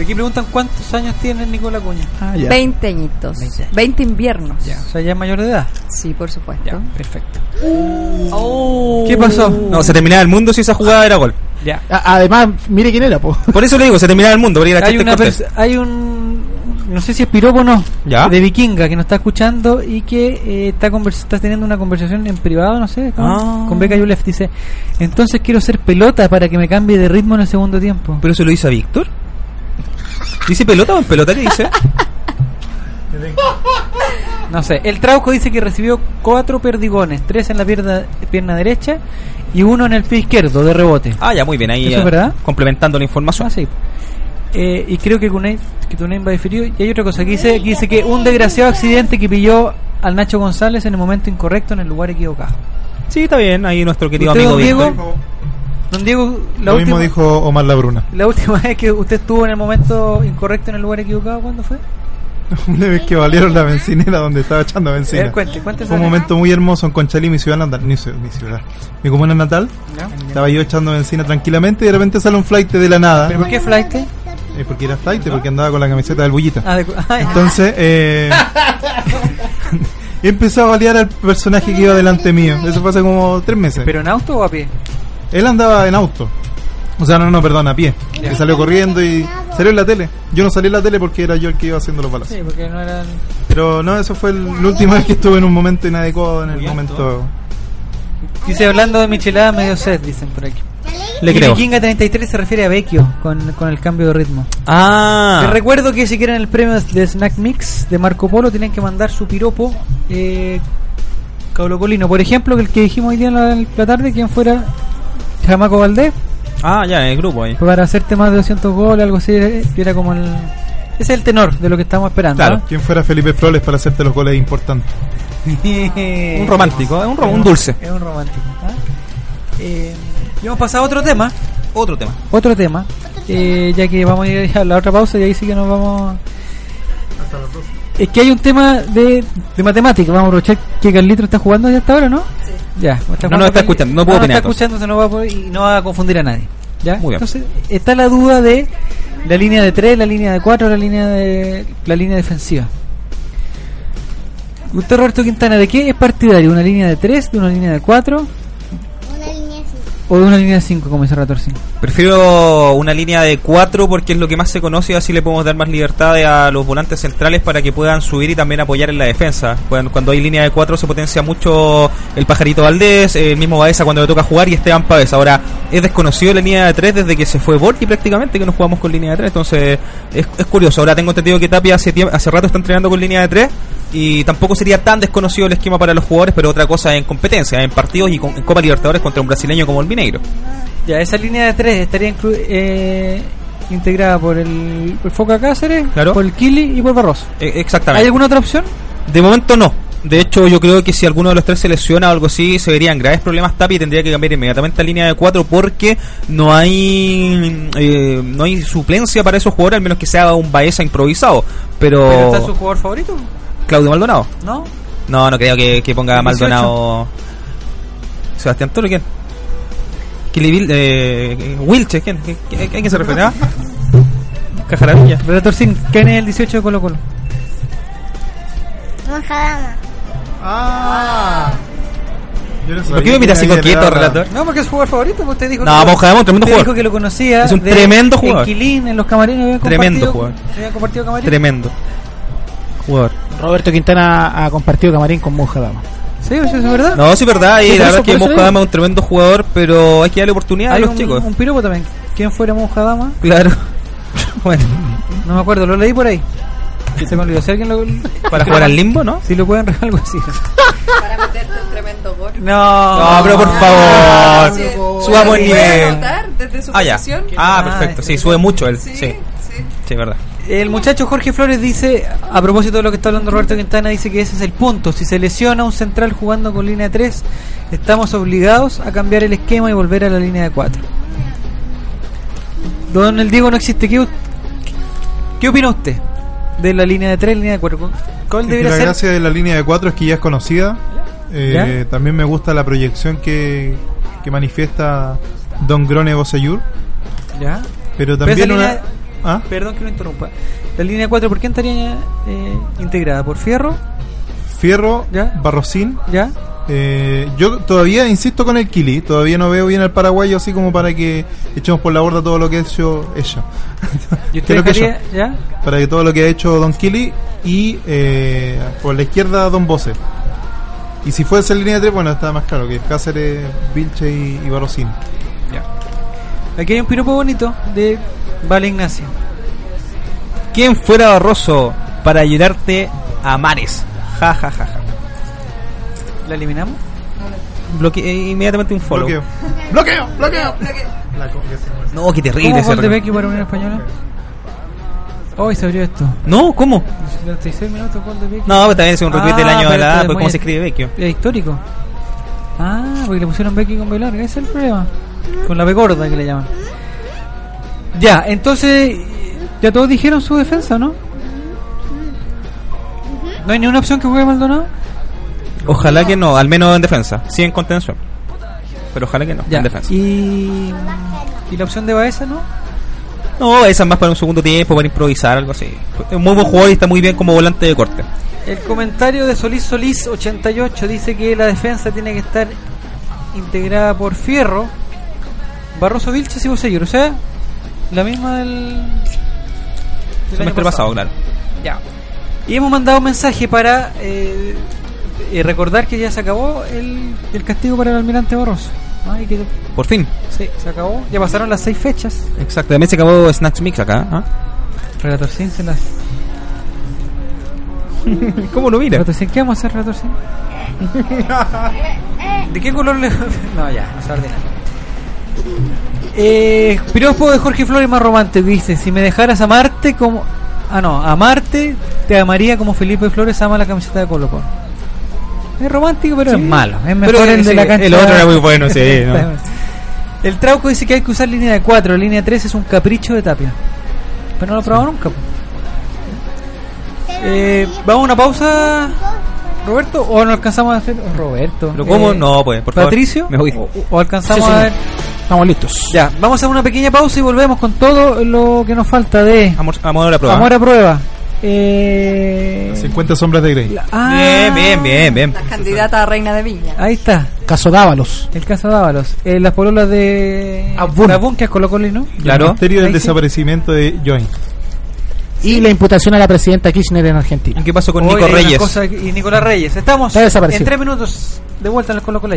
[SPEAKER 4] Aquí preguntan cuántos años tiene Nicola Cuña.
[SPEAKER 8] Ah, ya. 20 añitos. 20, años. 20 inviernos.
[SPEAKER 4] Ya. O sea, ya es mayor de edad.
[SPEAKER 8] Sí, por supuesto.
[SPEAKER 4] Ya, perfecto.
[SPEAKER 8] Uh.
[SPEAKER 4] Oh. ¿Qué pasó?
[SPEAKER 7] No, se terminaba el mundo si esa jugada era gol.
[SPEAKER 4] Ya.
[SPEAKER 6] A- además, mire quién era, po.
[SPEAKER 7] Por eso le digo, se terminaba el mundo. porque era
[SPEAKER 4] Hay,
[SPEAKER 7] chiste
[SPEAKER 4] una
[SPEAKER 7] cortés.
[SPEAKER 4] pers- hay un. No sé si es piropo o no.
[SPEAKER 7] ¿Ya?
[SPEAKER 4] De Vikinga que nos está escuchando y que eh, está, convers- está teniendo una conversación en privado, no sé, con,
[SPEAKER 7] Ah.
[SPEAKER 4] con Beca Yulef. Dice: Entonces quiero ser pelota para que me cambie de ritmo en el segundo tiempo.
[SPEAKER 7] ¿Pero se lo hizo a Víctor? ¿Dice pelota o en pelota le
[SPEAKER 4] [LAUGHS]
[SPEAKER 7] dice?
[SPEAKER 4] No sé. El Trauco dice que recibió cuatro perdigones: tres en la pierna, pierna derecha y uno en el pie izquierdo de rebote.
[SPEAKER 7] Ah, ya, muy bien. Ahí
[SPEAKER 4] ¿Eso
[SPEAKER 7] eh,
[SPEAKER 4] es verdad?
[SPEAKER 7] complementando la información.
[SPEAKER 4] Ah, sí. Eh, y creo que Cunei- que Tunein va diferido. Y hay otra cosa que dice, que dice que un desgraciado accidente que pilló al Nacho González en el momento incorrecto, en el lugar equivocado.
[SPEAKER 7] Sí, está bien. Ahí nuestro querido
[SPEAKER 4] ¿Usted,
[SPEAKER 7] amigo
[SPEAKER 4] don Diego?
[SPEAKER 7] Víctor.
[SPEAKER 4] Don Diego, la
[SPEAKER 9] Lo mismo
[SPEAKER 4] última,
[SPEAKER 9] dijo Omar Labruna.
[SPEAKER 4] la última vez que usted estuvo en el momento incorrecto, en el lugar equivocado, ¿cuándo fue?
[SPEAKER 9] [LAUGHS] Una vez que valieron la bencinera donde estaba echando
[SPEAKER 4] A ver,
[SPEAKER 9] bencina.
[SPEAKER 4] cuente, cuente
[SPEAKER 9] Fue un
[SPEAKER 4] esa-
[SPEAKER 9] momento muy hermoso en Conchalí, mi ciudad natal. Mi, ciudad, mi ciudad. Mi comuna natal.
[SPEAKER 4] Ya.
[SPEAKER 9] Estaba yo echando bencina tranquilamente y de repente sale un flight de la nada.
[SPEAKER 4] ¿Pero por qué flight?
[SPEAKER 9] Eh, porque era flight, porque andaba con la camiseta del bullita.
[SPEAKER 4] Ah, de cu- [LAUGHS] ay.
[SPEAKER 9] Entonces,
[SPEAKER 4] [LAUGHS]
[SPEAKER 9] eh, [LAUGHS] empezó a balear al personaje que iba delante mío. Eso fue hace como tres meses.
[SPEAKER 4] ¿Pero en auto o a pie?
[SPEAKER 9] Él andaba en auto. O sea, no, no, perdón, a pie.
[SPEAKER 4] Ya.
[SPEAKER 9] Que salió corriendo y salió en la tele. Yo no salí en la tele porque era yo el que iba haciendo los balazos.
[SPEAKER 4] Sí, porque no eran...
[SPEAKER 9] Pero no, eso fue el- la última vez que estuve en un momento inadecuado, en el momento...
[SPEAKER 4] Dice, hablando de michelada, medio sed, dicen por aquí.
[SPEAKER 7] Le
[SPEAKER 4] Y
[SPEAKER 7] creo.
[SPEAKER 4] Vikinga 33 se refiere a Vecchio, con, con el cambio de ritmo. Les
[SPEAKER 7] Ah,
[SPEAKER 4] recuerdo que si quieren el premio de Snack Mix de Marco Polo tienen que mandar su piropo eh, caulocolino. Por ejemplo, el que dijimos hoy día en la, en la tarde, quien fuera Jamaco Valdés,
[SPEAKER 7] ah, ya, en el grupo ahí.
[SPEAKER 4] para hacerte más de 200 goles, algo así, eh, era como el... Ese es el tenor de lo que estamos esperando.
[SPEAKER 7] Claro.
[SPEAKER 9] ¿Quién fuera Felipe Flores para hacerte los goles importantes?
[SPEAKER 4] ¿eh?
[SPEAKER 7] Un romántico, eh, un, rom- un dulce.
[SPEAKER 4] Es un romántico. ¿ah? Eh, y hemos pasado a otro tema.
[SPEAKER 7] Otro tema.
[SPEAKER 4] Otro tema. eh, ya que vamos a ir a la otra pausa y ahí sí que nos vamos... Es que hay un tema de, de matemática. Vamos a aprovechar que Carlito está jugando ya hasta ahora, ¿no? Sí. Ya.
[SPEAKER 7] No, no está escuchando, no puedo
[SPEAKER 4] no
[SPEAKER 7] opinar,
[SPEAKER 4] está escuchando, entonces no va a poder- y no va a confundir a nadie. ¿Ya?
[SPEAKER 7] Muy bien.
[SPEAKER 4] Entonces, está la duda de la línea de 3, la línea de 4, la línea de la línea defensiva. Usted, Roberto Quintana, ¿de qué es partidario? ¿Una línea de 3, de una línea de 4
[SPEAKER 5] Una línea así.
[SPEAKER 4] o de una línea de 5, como dice Ratorcín?
[SPEAKER 7] Prefiero una línea de 4 porque es lo que más se conoce y así le podemos dar más libertades a los volantes centrales para que puedan subir y también apoyar en la defensa. Cuando, cuando hay línea de 4 se potencia mucho el pajarito Valdés, eh, el mismo Baeza cuando le toca jugar y Esteban Pávez. Ahora es desconocido la línea de 3 desde que se fue Borgi prácticamente que no jugamos con línea de 3, entonces es, es curioso. Ahora tengo entendido que Tapia hace, tiemp- hace rato está entrenando con línea de 3 y tampoco sería tan desconocido el esquema para los jugadores, pero otra cosa en competencia, en partidos y con- en Copa Libertadores contra un brasileño como el Mineiro.
[SPEAKER 4] Ya, esa línea de tres estaría inclu- eh, integrada por el, por Foca Cáceres,
[SPEAKER 7] Claro.
[SPEAKER 4] por el Kili y por Barroso.
[SPEAKER 7] Eh, Exactamente.
[SPEAKER 4] ¿Hay alguna otra opción?
[SPEAKER 7] De momento no. De hecho, yo creo que si alguno de los tres se lesiona o algo así, se verían graves problemas Tapi y tendría que cambiar inmediatamente a línea de cuatro porque no hay eh, no hay suplencia para esos jugadores, al menos que sea un Baeza improvisado. Pero,
[SPEAKER 4] ¿Pero está su jugador favorito?
[SPEAKER 7] Claudio Maldonado.
[SPEAKER 4] ¿No?
[SPEAKER 7] No, no creo que, que ponga a
[SPEAKER 4] 18.
[SPEAKER 7] Maldonado. Sebastián Toro, ¿quién? Kilibil, eh, Wilche, ¿quién? ¿Qui- qui- ¿A quién se refiere?
[SPEAKER 4] [LAUGHS]
[SPEAKER 7] ¿Ah? Cajaravilla.
[SPEAKER 4] Relator Sin, ¿quién es el 18 de Colo Colo?
[SPEAKER 5] Majadama.
[SPEAKER 9] Ah.
[SPEAKER 7] ¿Por qué me miras así coqueto, relator?
[SPEAKER 4] No, porque es su jugador favorito, usted dijo
[SPEAKER 7] No,
[SPEAKER 4] que,
[SPEAKER 7] Mojadamón, tremendo
[SPEAKER 4] usted dijo
[SPEAKER 7] jugador.
[SPEAKER 4] que lo conocía.
[SPEAKER 7] Es un
[SPEAKER 4] de-
[SPEAKER 7] tremendo jugador.
[SPEAKER 4] En Quilín, en los camarines. habían
[SPEAKER 7] Tremendo
[SPEAKER 4] compartido-
[SPEAKER 7] jugador.
[SPEAKER 4] habían compartido camarines.
[SPEAKER 7] Tremendo. Jugador.
[SPEAKER 6] Roberto Quintana ha compartido camarín con Mojadama.
[SPEAKER 4] Sí, eso es verdad.
[SPEAKER 7] No, sí, verdad.
[SPEAKER 6] Sí,
[SPEAKER 7] Y la
[SPEAKER 6] por eso,
[SPEAKER 7] verdad es que
[SPEAKER 6] por eso
[SPEAKER 7] Mojadama
[SPEAKER 6] digo.
[SPEAKER 7] es un tremendo jugador, pero hay que darle oportunidad a
[SPEAKER 4] Hay
[SPEAKER 7] los
[SPEAKER 4] un,
[SPEAKER 7] chicos. [LAUGHS]
[SPEAKER 4] un piropo también. ¿Quién fuera Mojadama?
[SPEAKER 7] Claro. bueno,
[SPEAKER 4] No me acuerdo, lo leí por ahí. Se me olvidó. Si alguien lo.
[SPEAKER 7] para jugar al limbo, ¿no?
[SPEAKER 4] Si lo pueden re- algo así.
[SPEAKER 8] Para meterte un tremendo gol.
[SPEAKER 4] No,
[SPEAKER 7] No, Ah, pero por
[SPEAKER 8] Ah,
[SPEAKER 7] favor.
[SPEAKER 8] sí,
[SPEAKER 7] Subamos el
[SPEAKER 8] lo puede
[SPEAKER 7] nivel.
[SPEAKER 8] anotar desde su
[SPEAKER 7] Ah, ya.
[SPEAKER 8] posición.
[SPEAKER 7] Ah,
[SPEAKER 4] Ah,
[SPEAKER 7] perfecto.
[SPEAKER 4] es
[SPEAKER 7] Sí,
[SPEAKER 4] que-
[SPEAKER 7] sube mucho él.
[SPEAKER 8] Sí,
[SPEAKER 7] Sí,
[SPEAKER 8] sí.
[SPEAKER 7] sí, verdad.
[SPEAKER 4] El muchacho Jorge Flores dice, a propósito de lo que está hablando Roberto Quintana, dice que ese es el punto. Si se lesiona un central jugando con línea 3, estamos obligados a cambiar el esquema y volver a la línea de 4. Don El Diego no existe. ¿Qué, qué opina usted de la línea de 3 línea de 4? ¿Cuál
[SPEAKER 9] Es que
[SPEAKER 4] debería
[SPEAKER 9] la
[SPEAKER 4] ser?
[SPEAKER 9] gracia de la línea de cuatro es que ya es conocida. Eh, También me gusta la proyección que, que manifiesta Don Grone Boseyur.
[SPEAKER 4] ¿Ya?
[SPEAKER 9] Pero
[SPEAKER 4] Pero esa
[SPEAKER 9] también una,
[SPEAKER 4] línea- ¿Ah? Perdón que lo interrumpa. La línea 4, ¿por quién estaría eh, integrada? ¿Por Fierro?
[SPEAKER 9] Fierro, ¿Ya? Barrosín.
[SPEAKER 4] ¿Ya?
[SPEAKER 9] Eh, yo todavía insisto con el Kili, todavía no veo bien al paraguayo así como para que echemos por la borda todo lo que ha hecho ella.
[SPEAKER 4] [LAUGHS] ¿Y usted
[SPEAKER 9] [LAUGHS]
[SPEAKER 4] Creo dejaría,
[SPEAKER 9] que yo, ¿ya? Para que todo lo que ha hecho Don Kili y eh, por la izquierda Don Bose. Y si fuese línea 3, bueno, está más claro que Cáceres, Vilche y, y Barrosín.
[SPEAKER 4] Ya. Aquí hay un piropo bonito de Vale Ignacio.
[SPEAKER 7] ¿Quién fuera Barroso para ayudarte a Mares? Ja, ja, ja, ja.
[SPEAKER 4] ¿La eliminamos?
[SPEAKER 7] Bloque eh, inmediatamente un follow.
[SPEAKER 9] Bloqueo. bloqueo, bloqueo, bloqueo.
[SPEAKER 7] No, qué terrible
[SPEAKER 4] ¿Cómo de Becky para Unión Española? Hoy oh, se abrió esto.
[SPEAKER 7] No, ¿cómo?
[SPEAKER 4] 36 minutos gol de Vecchio.
[SPEAKER 7] No, pero también es un
[SPEAKER 4] Ah,
[SPEAKER 7] retweet del año de la pues, ¿cómo se escribe Vecchio?
[SPEAKER 4] este Es histórico. Ah, porque le pusieron Vecchio con B larga, ese es el problema. Con la B gorda que le llaman. Ya, entonces, ya todos dijeron su defensa, ¿no? ¿No hay ninguna opción que juegue Maldonado?
[SPEAKER 7] Ojalá que no, al menos en defensa, sí en contención. Pero ojalá que no,
[SPEAKER 4] ya.
[SPEAKER 7] en defensa.
[SPEAKER 4] ¿Y... ¿Y la opción de Baeza, no?
[SPEAKER 7] No, esa es más para un segundo tiempo, para improvisar, algo así. Es muy buen jugador y está muy bien como volante de corte.
[SPEAKER 4] El comentario de Solís Solís 88 dice que la defensa tiene que estar integrada por Fierro, Barroso Vilches y Boseguir. O sea, la misma del.
[SPEAKER 7] del año pasado. pasado. claro.
[SPEAKER 4] Ya. Y hemos mandado un mensaje para eh, recordar que ya se acabó el, el castigo para el almirante Barroso. Ay, que...
[SPEAKER 7] Por fin.
[SPEAKER 4] Sí, se acabó. Ya pasaron las seis fechas.
[SPEAKER 7] Exacto. También se acabó Snatch Mix acá. ¿ah?
[SPEAKER 4] Relator Sin se las.
[SPEAKER 7] [LAUGHS] ¿Cómo lo mira?
[SPEAKER 4] Relator Sin, ¿qué vamos a hacer, Relator Sin?
[SPEAKER 7] [LAUGHS]
[SPEAKER 4] ¿De qué color le.? [LAUGHS] no, ya, no se ordena. Eh, piropo de Jorge Flores más romántico. Dice: Si me dejaras amarte como. Ah, no, amarte te amaría como Felipe Flores ama la camiseta de Colo Colo. Es romántico, pero sí. es malo. Es mejor
[SPEAKER 7] pero,
[SPEAKER 4] el de
[SPEAKER 7] sí,
[SPEAKER 4] la cancha.
[SPEAKER 7] El otro era muy bueno, sí.
[SPEAKER 4] [LAUGHS]
[SPEAKER 7] ¿no?
[SPEAKER 4] el Trauco dice que hay que usar línea de 4. Línea 3 es un capricho de tapia. Pero no lo he probado sí. nunca. Eh, Vamos a una pausa, Roberto. ¿O no alcanzamos a hacer? Roberto.
[SPEAKER 7] ¿Lo como? Eh, no, pues, por favor.
[SPEAKER 4] Patricio.
[SPEAKER 7] Me voy. O,
[SPEAKER 4] o alcanzamos a ver.
[SPEAKER 6] Estamos listos.
[SPEAKER 4] Ya, vamos a una pequeña pausa y volvemos con todo lo que nos falta de.
[SPEAKER 7] Amor, amor a la prueba.
[SPEAKER 4] Amor a prueba. Eh...
[SPEAKER 9] 50 sombras de Grey.
[SPEAKER 7] La... Ah, bien, bien, bien, bien.
[SPEAKER 8] La candidata a reina de Viña.
[SPEAKER 4] Ahí está.
[SPEAKER 6] Caso Dávalos.
[SPEAKER 4] El caso Dávalos. Eh, las pololas de
[SPEAKER 6] Abun.
[SPEAKER 4] Abun que es Colo ¿no?
[SPEAKER 9] Claro. El misterio del desaparecimiento de Join.
[SPEAKER 6] Sí. Y la imputación a la presidenta Kirchner en Argentina.
[SPEAKER 7] ¿Y ¿Qué pasó con Hoy Nico Reyes?
[SPEAKER 4] Cosa y Nicolás Reyes. Estamos
[SPEAKER 6] está
[SPEAKER 4] en tres minutos de vuelta en el Colo Colo.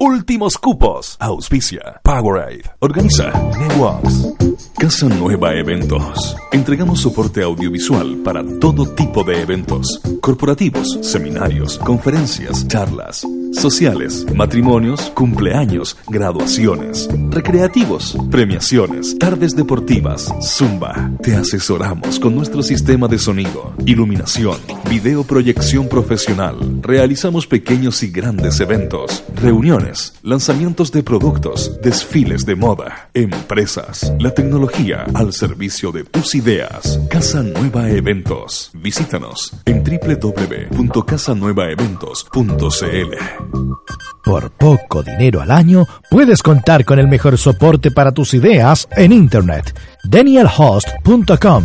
[SPEAKER 1] Últimos cupos. Auspicia. Powerade. Organiza. Networks. Casa Nueva Eventos. Entregamos soporte audiovisual para todo tipo de eventos. Corporativos, seminarios, conferencias, charlas, sociales, matrimonios, cumpleaños, graduaciones, recreativos, premiaciones, tardes deportivas, zumba. Te asesoramos con nuestro sistema de sonido, iluminación, videoproyección profesional. Realizamos pequeños y grandes eventos, reuniones, lanzamientos de productos, desfiles de moda, empresas, la tecnología al servicio de tus ideas. Casa Nueva Eventos. Visítanos en www.casanuevaeventos.cl.
[SPEAKER 15] Por poco dinero al año, puedes contar con el mejor soporte para tus ideas en Internet. DanielHost.com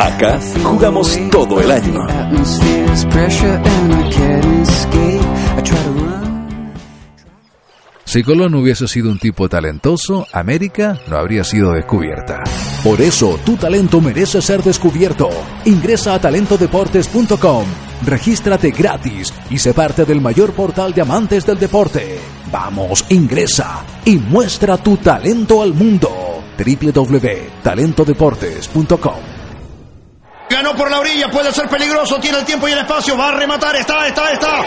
[SPEAKER 1] Acá jugamos todo el año.
[SPEAKER 10] Si Colón hubiese sido un tipo talentoso, América no habría sido descubierta.
[SPEAKER 11] Por eso, tu talento merece ser descubierto. Ingresa a talentodeportes.com, regístrate gratis y sé parte del mayor portal de amantes del deporte. Vamos, ingresa y muestra tu talento al mundo www.talentodeportes.com.
[SPEAKER 12] Ganó por la orilla, puede ser peligroso, tiene el tiempo y el espacio, va a rematar, está, está, está. ¡Gol!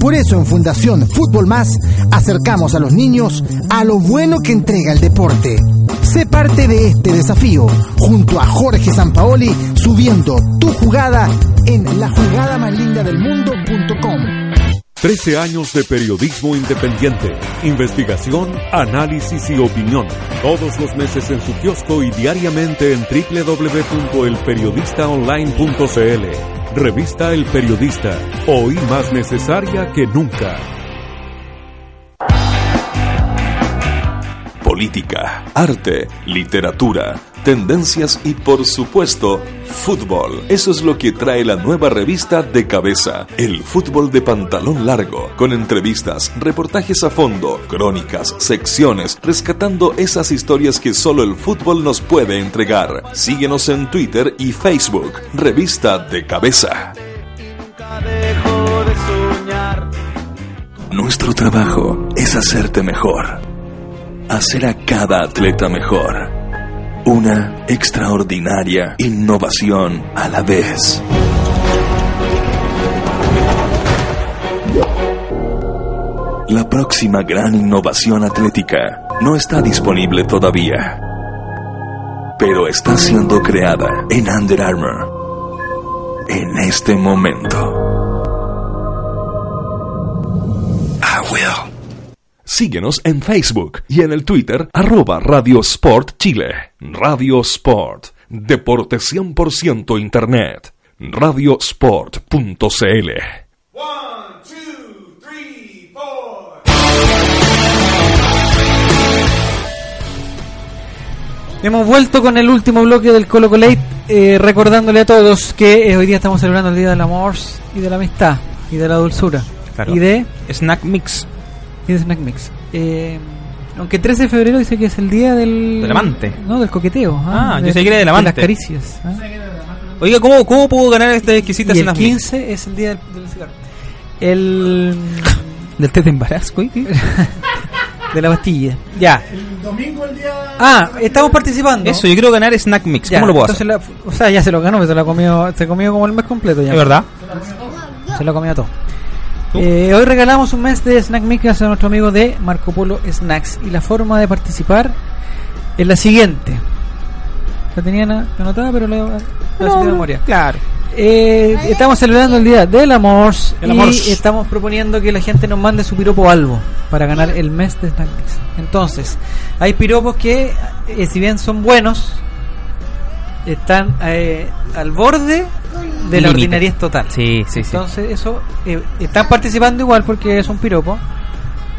[SPEAKER 13] Por eso en Fundación Fútbol Más acercamos a los niños a lo bueno que entrega el deporte. Sé parte de este desafío junto a Jorge Sampaoli subiendo tu jugada en la jugada más linda del mundo.com.
[SPEAKER 14] 13 años de periodismo independiente, investigación, análisis y opinión. Todos los meses en su kiosco y diariamente en www.elperiodistaonline.cl. Revista El Periodista, hoy más necesaria que nunca.
[SPEAKER 1] Política, arte, literatura, tendencias y por supuesto, fútbol. Eso es lo que trae la nueva revista de cabeza, el fútbol de pantalón largo, con entrevistas, reportajes a fondo, crónicas, secciones, rescatando esas historias que solo el fútbol nos puede entregar. Síguenos en Twitter y Facebook, revista de cabeza. Nuestro trabajo es hacerte mejor, hacer a cada atleta mejor una extraordinaria innovación a la vez. La próxima gran innovación atlética no está disponible todavía, pero está siendo creada en Under Armour en este momento. I will. Síguenos en Facebook y en el Twitter arroba Radio Sport Chile. Radio Sport. Deporte 100% Internet. Radiosport.cl.
[SPEAKER 4] Hemos vuelto con el último bloque del Colo Colate, eh, recordándole a todos que eh, hoy día estamos celebrando el Día del Amor y de la Amistad y de la Dulzura.
[SPEAKER 7] Claro.
[SPEAKER 4] Y de
[SPEAKER 7] Snack Mix.
[SPEAKER 4] Y de Snack Mix. Eh, Aunque 13 de febrero dice que es el día del.
[SPEAKER 7] Del amante.
[SPEAKER 4] No, del coqueteo.
[SPEAKER 7] Ah, yo sé que era del amante.
[SPEAKER 4] De las caricias. ¿ah?
[SPEAKER 7] Oiga, ¿cómo, ¿cómo pudo ganar estas exquisitas
[SPEAKER 4] Y el
[SPEAKER 7] cenas?
[SPEAKER 4] 15 es el día del, del cigarro.
[SPEAKER 7] [LAUGHS]
[SPEAKER 4] El.
[SPEAKER 7] ¿Del test de embarazo, güey? [LAUGHS]
[SPEAKER 4] de la pastilla. Ya.
[SPEAKER 16] El domingo el día.
[SPEAKER 4] Ah, estamos participando.
[SPEAKER 7] Eso, yo quiero ganar Snack Mix.
[SPEAKER 4] Ya,
[SPEAKER 7] ¿Cómo lo puedo
[SPEAKER 4] entonces
[SPEAKER 7] hacer?
[SPEAKER 4] la- o sea, ya se lo ganó, pero se lo ha comido, se comió como el mes completo ya.
[SPEAKER 7] ¿Es verdad?
[SPEAKER 4] Se lo ha comido todo. Eh, hoy regalamos un mes de Snack Mix a nuestro amigo de Marco Polo Snacks. Y la forma de participar es la siguiente. La tenían anotada, pero la, la saqué de memoria.
[SPEAKER 7] Claro.
[SPEAKER 4] Eh, estamos celebrando el día del amor
[SPEAKER 7] El amor.
[SPEAKER 4] y estamos proponiendo que la gente nos mande su piropo algo para ganar el mes de Snack Mix. Entonces, hay piropos que, eh, si bien son buenos, están eh, al borde de
[SPEAKER 7] Límite.
[SPEAKER 4] la ordinariedad total.
[SPEAKER 7] Sí, sí, sí.
[SPEAKER 4] Entonces, eso eh, están participando igual porque es un piropo.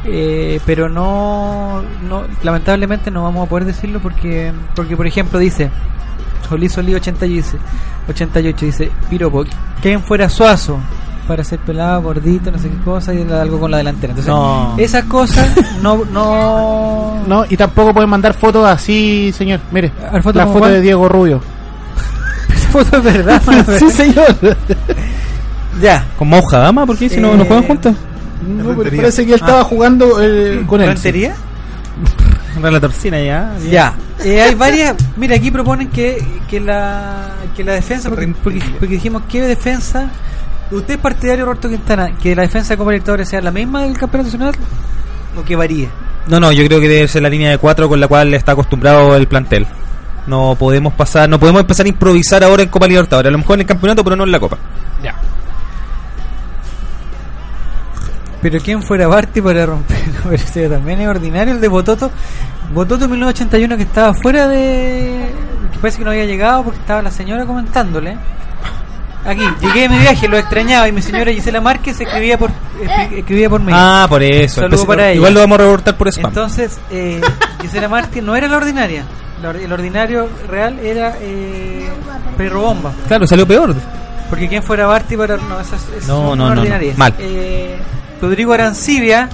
[SPEAKER 4] eh, pero no, no, lamentablemente no vamos a poder decirlo porque, porque por ejemplo, dice Solí Solí 80 dice, 88 dice, piropo, quien fuera suazo para ser pelado, gordito, no sé qué cosa, y algo con la delantera. Entonces,
[SPEAKER 6] No.
[SPEAKER 4] esas cosas no, no,
[SPEAKER 6] No, y tampoco pueden mandar fotos así, señor. Mire,
[SPEAKER 4] foto
[SPEAKER 6] la
[SPEAKER 4] como
[SPEAKER 6] foto
[SPEAKER 4] cuál?
[SPEAKER 6] de Diego Rubio.
[SPEAKER 4] Esa foto
[SPEAKER 6] [LAUGHS]
[SPEAKER 4] es verdad.
[SPEAKER 6] sí, señor.
[SPEAKER 4] [LAUGHS] ya.
[SPEAKER 7] ¿Con Mauja Dama? ¿Por qué? Si no,
[SPEAKER 6] Eh,
[SPEAKER 7] no juegan juntos.
[SPEAKER 6] No, pero
[SPEAKER 7] Rentería.
[SPEAKER 6] parece que él
[SPEAKER 7] Ah.
[SPEAKER 6] estaba jugando eh, con él.
[SPEAKER 4] ¿Rentería?
[SPEAKER 7] [LAUGHS] La torcina ya. bien.
[SPEAKER 4] Ya. Eh, hay varias. Mira, aquí proponen que, que la que la defensa, porque, porque- porque dijimos que defensa. ¿Usted es partidario, Roberto Quintana, que la defensa como directores sea la misma del campeonato nacional o que varíe?
[SPEAKER 7] No, no, yo creo que debe ser la línea de cuatro con la cual está acostumbrado el plantel. No podemos pasar, no podemos empezar a improvisar ahora en Copa Libertadores. A lo mejor en el campeonato, pero no en la Copa.
[SPEAKER 4] Ya. Pero quién fuera Barty para romper. [LAUGHS] No, pero este también es ordinario el de Bototo. Bototo 1981 que estaba fuera de. que parece que no había llegado porque estaba la señora comentándole. Aquí, llegué de mi viaje, lo extrañaba y mi señora Gisela Márquez escribía por escri- escribía por mail.
[SPEAKER 7] Ah, por eso.
[SPEAKER 4] Saludo
[SPEAKER 7] Empecé-
[SPEAKER 4] para ella.
[SPEAKER 7] igual lo vamos a reportar por spam.
[SPEAKER 4] Entonces, eh, Gisela Márquez no era la ordinaria. La or- el ordinario real era eh, Perro Bomba.
[SPEAKER 7] Claro, salió peor.
[SPEAKER 4] Porque quién fuera Barty para. No, esa es, es
[SPEAKER 7] No,
[SPEAKER 4] una
[SPEAKER 7] no, no, no.
[SPEAKER 4] ordinariedad.
[SPEAKER 7] Mal.
[SPEAKER 4] Eh, Rodrigo Arancibia.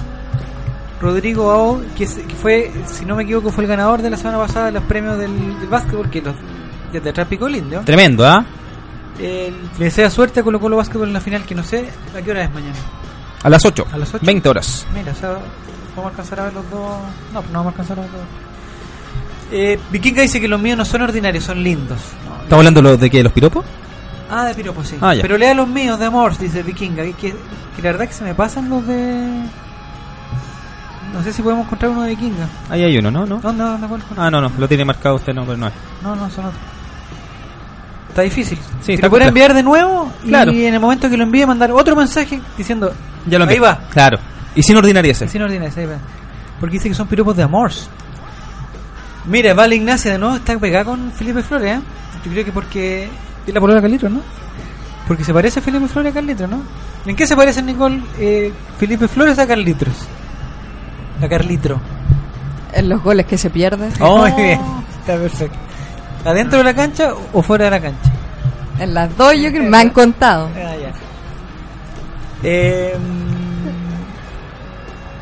[SPEAKER 4] Rodrigo Ao, que, se- que fue, si no me equivoco, fue el ganador de la semana pasada de los premios del, del básquetbol, que los, desde atrás picó el indio.
[SPEAKER 7] Tremendo, ¿ah?
[SPEAKER 4] Eh, le desea suerte a Colo Colo Básquetbol en la final, que no sé a qué hora es mañana.
[SPEAKER 7] A las 8.
[SPEAKER 4] A las 8.
[SPEAKER 7] 20 horas.
[SPEAKER 4] Mira, o sea, vamos a alcanzar a ver los dos. No, no vamos a alcanzar a ver los dos. Eh, Vikinga dice que los míos no son ordinarios, son lindos. No,
[SPEAKER 7] ¿Estamos hablando lo- de qué? ¿Los piropos?
[SPEAKER 4] Ah, de piropo, sí.
[SPEAKER 7] Ah, ya.
[SPEAKER 4] Pero lea los míos de amor, dice Vikinga. Que, que la verdad que se me pasan los de. No sé si podemos encontrar uno de Vikinga.
[SPEAKER 7] Ahí hay uno, ¿no? ¿no?
[SPEAKER 4] No, no, no conozco.
[SPEAKER 7] Ah, no, no. Lo tiene marcado usted, no, pero no es.
[SPEAKER 4] No, no, son otros. Está difícil.
[SPEAKER 7] Sí,
[SPEAKER 4] Si
[SPEAKER 7] está
[SPEAKER 4] lo
[SPEAKER 7] complejo.
[SPEAKER 4] pueden enviar de nuevo
[SPEAKER 7] Claro.
[SPEAKER 4] y en el momento que lo envíe mandar otro mensaje diciendo.
[SPEAKER 7] Ya lo
[SPEAKER 4] Ahí
[SPEAKER 7] envié.
[SPEAKER 4] va.
[SPEAKER 7] Claro. Y sin ordinaria ese.
[SPEAKER 4] Sin ordinarias, ahí va. Porque dice que son piropos de amors. Mira, Vale Ignacia de nuevo está pegada con Felipe Flores, ¿eh? Yo creo que porque. Es la polola Carlitos, ¿no? Porque se parece Felipe Flores a Carlitos, ¿no? ¿En qué se parece, Nicole, eh, Felipe Flores a Carlitos? A Carlitro.
[SPEAKER 8] En los goles que se Oh. pierden.
[SPEAKER 4] [LAUGHS] Oh, Muy bien, está perfecto. ¿Adentro de la cancha o fuera de la cancha?
[SPEAKER 8] En las dos, yo creo. Me han contado.
[SPEAKER 4] Ah, Eh,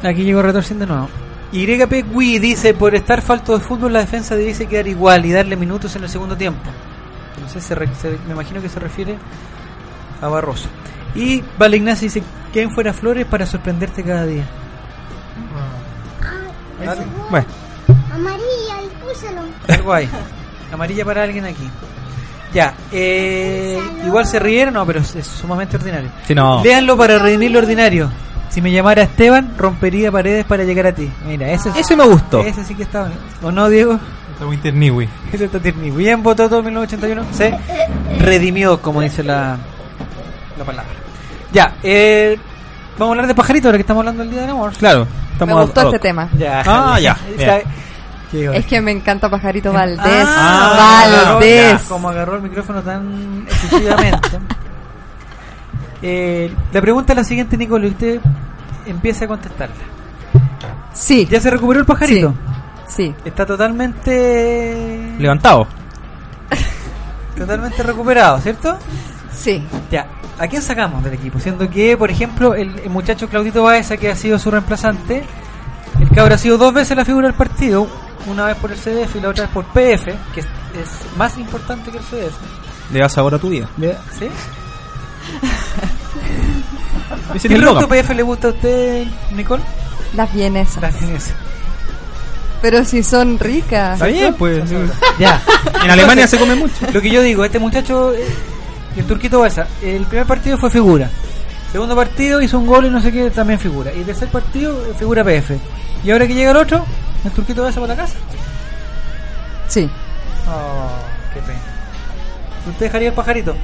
[SPEAKER 4] mm, aquí llegó retorciendo de nuevo. YP Gui dice, por estar falto de fútbol, la defensa debiese quedar igual y darle minutos en el segundo tiempo. No sé, se re- se- me imagino que se refiere a Barroso. Y Vale Ignacio dice, ¿quién fuera Flores para sorprenderte cada día?
[SPEAKER 13] Ah,
[SPEAKER 4] Dale. Bueno,
[SPEAKER 5] Amarilla, y púsalo.
[SPEAKER 4] algo ahí. Amarilla para alguien aquí. Ya, eh, igual se rieron, no, pero es es sumamente ordinario.
[SPEAKER 7] Sí, no.
[SPEAKER 4] Léanlo para redimir lo ordinario. Si me llamara Esteban, rompería paredes para llegar a ti. Mira, ese, es-
[SPEAKER 7] Ese me gustó.
[SPEAKER 4] Ese sí que está. bueno. ¿O no, Diego? [LAUGHS]
[SPEAKER 9] Está muy terniwi.
[SPEAKER 4] Ese está tiernico. Bien, votó todo 1981. Se redimió, como dice la, la palabra. Ya, eh, vamos a hablar de pajarito ahora que estamos hablando del Día del Amor.
[SPEAKER 7] Claro.
[SPEAKER 8] Me gustó este tema.
[SPEAKER 4] [LAUGHS] Ya.
[SPEAKER 7] Ah, ya,
[SPEAKER 4] Está- Qué
[SPEAKER 8] Es que me encanta Pajarito Valdés.
[SPEAKER 4] Ah,
[SPEAKER 8] Valdés.
[SPEAKER 4] ya, Como agarró el micrófono tan
[SPEAKER 8] [LAUGHS]
[SPEAKER 4] excesivamente. Eh, la pregunta es la siguiente, Nicole. y Usted empieza a contestarla.
[SPEAKER 8] Sí.
[SPEAKER 4] ¿Ya se recuperó el pajarito?
[SPEAKER 8] Sí.
[SPEAKER 4] Está totalmente
[SPEAKER 7] Levantado.
[SPEAKER 4] totalmente recuperado, ¿cierto?
[SPEAKER 8] Sí.
[SPEAKER 4] Ya. ¿A quién sacamos del equipo? Siendo que, por ejemplo, el, el muchacho Claudito Baeza, que ha sido su reemplazante, El cabro ha sido dos veces la figura del partido, una vez por el CDF y la otra vez por PF, que es, es más importante que el CDF.
[SPEAKER 7] Le das sabor a tu vida.
[SPEAKER 4] ¿Ya? ¿Sí? ¿Qué producto PF le gusta a usted, Nicole?
[SPEAKER 8] Las vienesas.
[SPEAKER 4] Las vienesas.
[SPEAKER 8] Pero si son ricas.
[SPEAKER 7] Está bien, pues.
[SPEAKER 4] Ya.
[SPEAKER 7] En Alemania se come mucho.
[SPEAKER 4] Lo que yo digo, este muchacho, eh, el turquito Balsa, el primer partido fue figura. Segundo partido hizo un gol y no sé qué, también figura. Y tercer partido, eh, figura PF. Y ahora que llega el otro, el turquito Balsa para la casa.
[SPEAKER 8] Sí.
[SPEAKER 4] Oh, qué pena. ¿Usted dejaría el pajarito?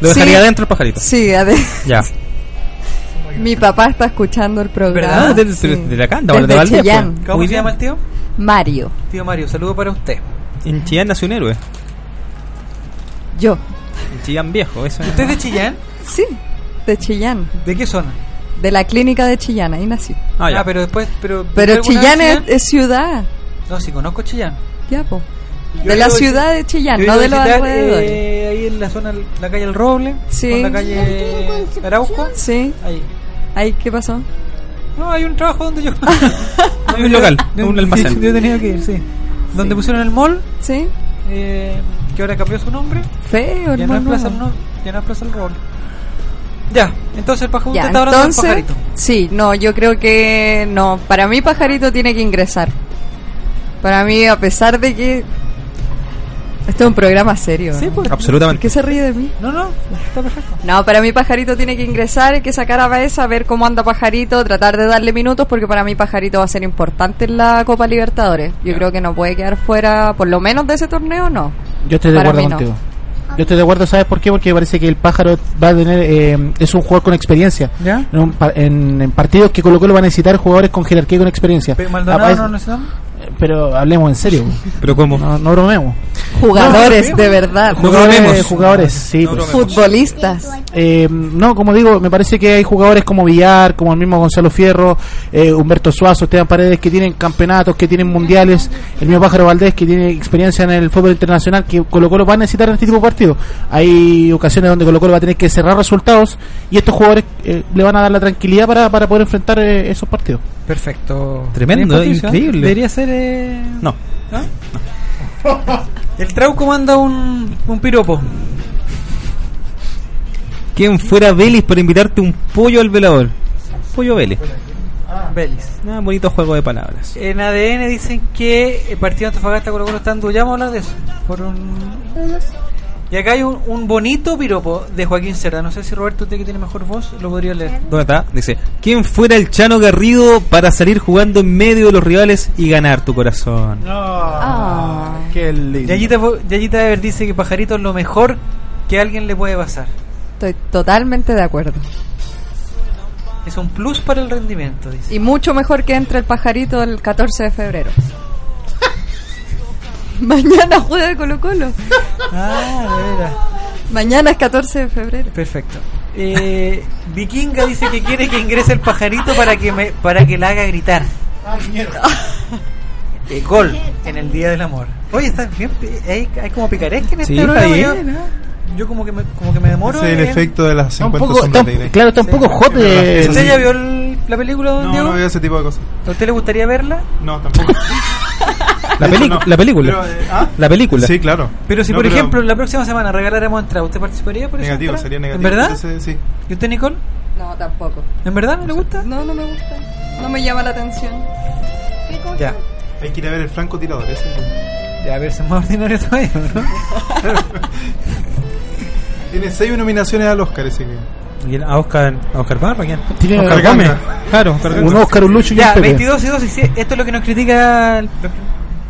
[SPEAKER 7] Lo dejaría dentro el pajarito.
[SPEAKER 8] Sí, ade-
[SPEAKER 7] Ya.
[SPEAKER 8] Mi papá está escuchando el programa.
[SPEAKER 7] ¿Verdad? Desde- desde la canta,
[SPEAKER 8] Desde
[SPEAKER 7] de Valdés,
[SPEAKER 8] Chillán.
[SPEAKER 7] pues.
[SPEAKER 4] ¿Cómo se llama el tío?
[SPEAKER 8] Mario,
[SPEAKER 4] Tío Mario, saludo para usted.
[SPEAKER 7] En Chillán nació un héroe.
[SPEAKER 8] yo.
[SPEAKER 7] En Chillán viejo, eso.
[SPEAKER 4] ¿Usted es de Chillán?
[SPEAKER 8] Sí, de Chillán.
[SPEAKER 4] ¿De qué zona?
[SPEAKER 8] De la clínica de Chillán, ahí nací.
[SPEAKER 7] Ah, ya.
[SPEAKER 4] pero después. Pero,
[SPEAKER 8] Pero
[SPEAKER 4] ¿alguna vez
[SPEAKER 8] Chillán es, es ciudad,
[SPEAKER 4] No, sí, conozco Chillán.
[SPEAKER 8] ya, po.
[SPEAKER 4] Yo
[SPEAKER 8] De la
[SPEAKER 4] vivo-
[SPEAKER 8] ciudad de Chillán,
[SPEAKER 4] yo
[SPEAKER 8] no
[SPEAKER 4] he
[SPEAKER 8] de
[SPEAKER 4] ido
[SPEAKER 8] los
[SPEAKER 4] a visitar,
[SPEAKER 8] alrededores.
[SPEAKER 4] eh, ahí en la zona, la calle El Roble,
[SPEAKER 8] Sí.
[SPEAKER 4] con la calle Arauco.
[SPEAKER 8] Sí,
[SPEAKER 4] Ahí.
[SPEAKER 8] ahí, ¿qué pasó?
[SPEAKER 4] No, hay un trabajo donde yo.
[SPEAKER 8] [LAUGHS]
[SPEAKER 7] Hay un local,
[SPEAKER 4] de
[SPEAKER 7] un
[SPEAKER 4] sí,
[SPEAKER 7] almacén.
[SPEAKER 4] Yo he tenido que ir, sí. Donde pusieron el mall,
[SPEAKER 8] Sí,
[SPEAKER 4] eh, que ahora cambió su nombre.
[SPEAKER 8] feo,
[SPEAKER 4] Ya no, es
[SPEAKER 8] hermano.
[SPEAKER 4] Plaza, no, ya no es Plaza El Roble. Ya, entonces el pajarito
[SPEAKER 8] Ya,
[SPEAKER 4] está hablando del
[SPEAKER 8] entonces,
[SPEAKER 4] pajarito.
[SPEAKER 8] sí, no, yo creo que no. Para mí, pajarito tiene que ingresar. Para mí, a pesar de que. Este es un programa serio.
[SPEAKER 4] Sí,
[SPEAKER 8] ¿no?
[SPEAKER 4] pues.
[SPEAKER 8] ¿Por
[SPEAKER 7] Absolutamente.
[SPEAKER 8] qué se ríe de mí?
[SPEAKER 4] No, no, está perfecto.
[SPEAKER 8] No, para mí Pajarito tiene que ingresar, hay que sacar a Baeza, ver cómo anda Pajarito, tratar de darle minutos, porque para mí Pajarito va a ser importante en la Copa Libertadores. Yo creo que no puede quedar fuera, por lo menos de ese torneo, no.
[SPEAKER 6] Yo estoy de
[SPEAKER 8] Para
[SPEAKER 6] acuerdo
[SPEAKER 8] mí no.
[SPEAKER 6] contigo. Yo estoy de acuerdo, ¿sabes por qué? Porque me parece que el pájaro va a tener. eh, es un jugador con experiencia.
[SPEAKER 4] ¿Ya?
[SPEAKER 6] En, un pa- en- en partidos que Colo Colo va a necesitar jugadores con jerarquía y con experiencia.
[SPEAKER 4] Pero
[SPEAKER 6] Ah,
[SPEAKER 4] Maldonado
[SPEAKER 6] es-
[SPEAKER 4] no lo necesitamos.
[SPEAKER 6] pero hablemos en serio.
[SPEAKER 7] Pero cómo.
[SPEAKER 6] No, no bromeemos.
[SPEAKER 8] Jugadores, de verdad.
[SPEAKER 7] No
[SPEAKER 6] Jugadores,
[SPEAKER 7] bromeemos.
[SPEAKER 6] jugadores, sí. pues.
[SPEAKER 8] Futbolistas.
[SPEAKER 6] Eh, no, como digo, me parece que hay jugadores como Villar, como el mismo Gonzalo Fierro, eh, Humberto Suazo, Esteban Paredes, que tienen campeonatos, que tienen mundiales, el mismo Pájaro Valdés, que tiene experiencia en el fútbol internacional, que Colo Colo va a necesitar en este tipo de partidos. Hay ocasiones donde Colo Colo va a tener que cerrar resultados y estos jugadores eh, le van a dar la tranquilidad para, para poder enfrentar eh, esos partidos.
[SPEAKER 4] Perfecto.
[SPEAKER 7] Tremendo,
[SPEAKER 4] Bien, Patricio, ¿eh?
[SPEAKER 7] increíble.
[SPEAKER 4] Debería ser. eh,
[SPEAKER 7] No.
[SPEAKER 4] ¿Ah? [LAUGHS] El Trauco manda un, un piropo.
[SPEAKER 7] ¿Quién fuera Vélez para invitarte un pollo al velador? Pollo Vélez.
[SPEAKER 4] Vélez.
[SPEAKER 7] Ah, bonito juego de palabras.
[SPEAKER 4] En ADN dicen que el partido de Antofagasta Colo Colo está en duda. Ya vamos a hablar de eso. Por un... Y acá hay un, un bonito piropo de Joaquín Cerda. No sé si Roberto, usted que tiene mejor voz, lo podría leer.
[SPEAKER 7] ¿Dónde está? Dice, ¿quién fuera el Chano Garrido para salir jugando en medio de los rivales y ganar tu corazón?
[SPEAKER 8] Ah.
[SPEAKER 6] Qué lindo.
[SPEAKER 4] Yayita, Fo- Yayita Ever dice que Pajarito es lo mejor que a alguien le puede pasar.
[SPEAKER 8] Estoy totalmente de acuerdo.
[SPEAKER 4] Es un plus para el rendimiento, dice.
[SPEAKER 8] Y mucho mejor que entre el Pajarito el 14 de febrero. [LAUGHS] Mañana juega Colo Colo.
[SPEAKER 4] Ah, de veras.
[SPEAKER 8] Mañana es 14 de febrero.
[SPEAKER 4] [LAUGHS] Perfecto. Eh, Vikinga dice que quiere que ingrese el pajarito para que me, para que la haga gritar. Eh, gol en el día del amor. Oye, está bien, eh, hay, hay como picaresca en este
[SPEAKER 7] Sí, está
[SPEAKER 4] programa,
[SPEAKER 7] bien,
[SPEAKER 4] yo- Yo como que me, como que me demoro.
[SPEAKER 9] Ese es ¿eh? el
[SPEAKER 4] en-
[SPEAKER 9] efecto de las
[SPEAKER 6] Está un
[SPEAKER 9] 50
[SPEAKER 6] poco, está
[SPEAKER 9] sombras
[SPEAKER 6] un-
[SPEAKER 9] de Grey.
[SPEAKER 6] claro, está un poco hot. eh,
[SPEAKER 4] ¿Usted ya vio el- la película, don
[SPEAKER 9] No,
[SPEAKER 4] Diego?
[SPEAKER 9] no veo ese tipo de cosas.
[SPEAKER 4] ¿A usted le gustaría verla?
[SPEAKER 9] No,
[SPEAKER 4] [LAUGHS]
[SPEAKER 9] tampoco.
[SPEAKER 7] La, pelicu-
[SPEAKER 9] No.
[SPEAKER 7] la película.
[SPEAKER 9] Pero, eh, ¿ah?
[SPEAKER 7] La película.
[SPEAKER 9] Sí, claro.
[SPEAKER 4] Pero si,
[SPEAKER 9] No,
[SPEAKER 4] por ejemplo, la próxima semana regaláramos entrada, ¿usted participaría por esa
[SPEAKER 9] Negativo,
[SPEAKER 4] entrada?
[SPEAKER 9] sería negativo.
[SPEAKER 4] ¿En verdad?
[SPEAKER 9] Entonces, sí.
[SPEAKER 4] ¿Y usted, Nicole?
[SPEAKER 8] No, tampoco.
[SPEAKER 4] ¿En verdad no le gusta?
[SPEAKER 8] No, no me gusta. No me llama la atención.
[SPEAKER 4] Ya.
[SPEAKER 9] Hay que ir a ver el francotirador. Ese.
[SPEAKER 4] Ya, a ver, es más ordinario todavía, ¿no?
[SPEAKER 9] [LAUGHS] Tiene seis nominaciones al Oscar ese que.
[SPEAKER 7] ¿Y el- ¿A Oscar, a Oscar Parra? ¿Quién?
[SPEAKER 6] tiene
[SPEAKER 9] Oscar
[SPEAKER 6] Gámez.
[SPEAKER 9] Gama.
[SPEAKER 7] Claro, Oscar
[SPEAKER 6] un
[SPEAKER 7] Gama.
[SPEAKER 6] Oscar, un Lucho y
[SPEAKER 4] Ya,
[SPEAKER 6] un Pepe.
[SPEAKER 4] 22 y 2 y sí, Esto es lo que nos critica lo,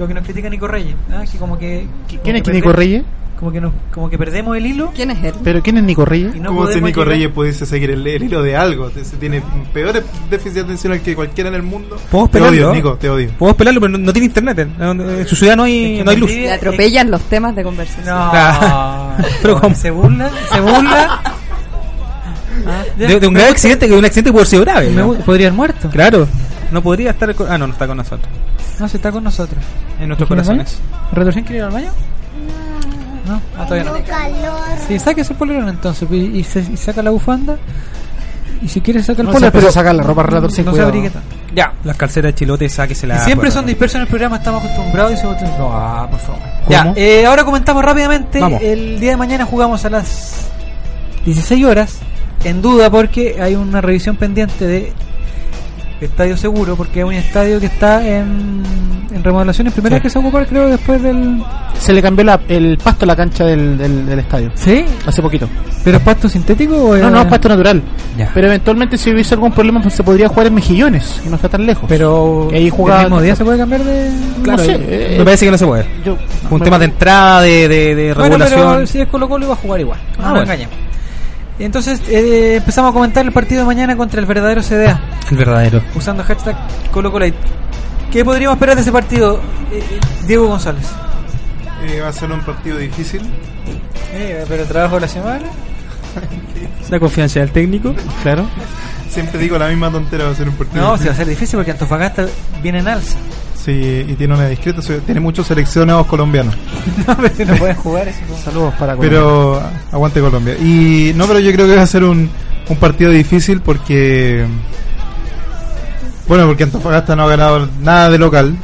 [SPEAKER 4] lo que nos critica Nico Reyes. Ah, que como que, que- como
[SPEAKER 6] ¿Quién es
[SPEAKER 4] que
[SPEAKER 6] que Nico
[SPEAKER 4] perde-
[SPEAKER 6] Reyes?
[SPEAKER 4] Como que nos, como que perdemos el hilo
[SPEAKER 8] ¿Quién es él?
[SPEAKER 6] ¿Pero quién es Nico Reyes?
[SPEAKER 4] y no
[SPEAKER 9] ¿Cómo si
[SPEAKER 4] podemos
[SPEAKER 9] Nico
[SPEAKER 4] llegar-
[SPEAKER 9] Reyes pudiese seguir el, el hilo de algo? Te- se Tiene peor déficit atencional que cualquiera en el mundo.
[SPEAKER 7] Podemos
[SPEAKER 9] Te
[SPEAKER 7] pelarlo.
[SPEAKER 9] odio, Nico, te odio.
[SPEAKER 7] Podemos pelarlo, pero no, no tiene internet. En, en su ciudad no hay,
[SPEAKER 4] Es que
[SPEAKER 7] no hay luz. [LAUGHS]
[SPEAKER 4] Bolivia-
[SPEAKER 8] Le atropellan los temas de conversación.
[SPEAKER 4] eh. No. [LAUGHS]
[SPEAKER 7] Ah. Pero ¿cómo?
[SPEAKER 4] se burla, se burla. Ah, ya.
[SPEAKER 7] De, de un grave accidente, que un accidente puede haber sido grave.
[SPEAKER 4] Me
[SPEAKER 7] ¿no?
[SPEAKER 4] bu- podría haber muerto.
[SPEAKER 7] Claro. No podría estar... con- ah, no, no está con nosotros.
[SPEAKER 4] No, se está con nosotros.
[SPEAKER 7] En nuestros
[SPEAKER 4] ¿Quiere ir al baño?
[SPEAKER 7] corazones.
[SPEAKER 4] ¿Retorsión quiere ir al baño? No. No, ah, todavía no.
[SPEAKER 5] Tengo calor.
[SPEAKER 4] Sí, saque ese polerón entonces y, y se- y saca la bufanda.
[SPEAKER 6] Y si quieres sacar el
[SPEAKER 4] No,
[SPEAKER 6] polar,
[SPEAKER 16] pues,
[SPEAKER 4] se empezó
[SPEAKER 6] pero
[SPEAKER 4] a sacar la ropa relator, sí,
[SPEAKER 6] No se
[SPEAKER 4] cuidado.
[SPEAKER 6] abrigue tanto.
[SPEAKER 4] Ya.
[SPEAKER 16] Las calceras de chilote,
[SPEAKER 7] Ah,
[SPEAKER 16] sáquesela.
[SPEAKER 4] Y siempre
[SPEAKER 16] por-
[SPEAKER 4] son dispersos en el programa, estamos acostumbrados y se botan- No, ah, por favor. Ya,
[SPEAKER 16] ¿Cómo?
[SPEAKER 4] eh, ahora comentamos rápidamente.
[SPEAKER 16] Vamos.
[SPEAKER 4] El día de mañana jugamos a las 16 horas. En duda porque hay una revisión pendiente de Estadio Seguro, porque es un estadio que está en, en remodelaciones. Primera vez que se va a ocupar, creo, después del...
[SPEAKER 6] Se le cambió la- el pasto a la cancha del, del- del estadio.
[SPEAKER 4] ¿Sí?
[SPEAKER 6] Hace poquito.
[SPEAKER 4] ¿Pero es pasto sintético o
[SPEAKER 6] No, no, es pasto natural.
[SPEAKER 4] Ya.
[SPEAKER 6] Pero eventualmente si hubiese algún problema pues, se podría jugar en Mejillones, que no está tan lejos.
[SPEAKER 4] Pero
[SPEAKER 6] ahí jugaba
[SPEAKER 4] ¿El mismo día se puede
[SPEAKER 6] [LAUGHS]
[SPEAKER 4] cambiar de...?
[SPEAKER 6] no sé, eh,
[SPEAKER 7] me parece que no se puede.
[SPEAKER 6] yo-
[SPEAKER 7] un tema de entrada, de, de, de
[SPEAKER 4] Bueno, pero
[SPEAKER 7] regulación.
[SPEAKER 4] si es Colo Colo iba a jugar igual. No
[SPEAKER 7] Ah,
[SPEAKER 4] nos
[SPEAKER 7] bueno.
[SPEAKER 4] engañemos. Entonces eh, empezamos a comentar el partido de mañana contra el verdadero CDA,
[SPEAKER 7] El verdadero.
[SPEAKER 4] usando hashtag Colo Colo. ¿Qué podríamos esperar de ese partido, eh, eh, Diego González?
[SPEAKER 9] Eh, va a ser un partido difícil.
[SPEAKER 4] Eh, pero trabajo la semana.
[SPEAKER 16] La confianza del técnico. Claro.
[SPEAKER 9] Siempre digo la misma tontera, va a ser un partido
[SPEAKER 4] No, se
[SPEAKER 9] difícil.
[SPEAKER 4] va a ser difícil porque Antofagasta viene en alza.
[SPEAKER 9] Sí, y tiene una discreta, tiene muchos seleccionados colombianos.
[SPEAKER 4] no pueden jugar eso.
[SPEAKER 6] pues. Saludos para
[SPEAKER 9] Pero aguante Colombia. Y no, pero yo creo que va a ser un, un partido difícil porque. Bueno, porque Antofagasta no ha ganado nada de local.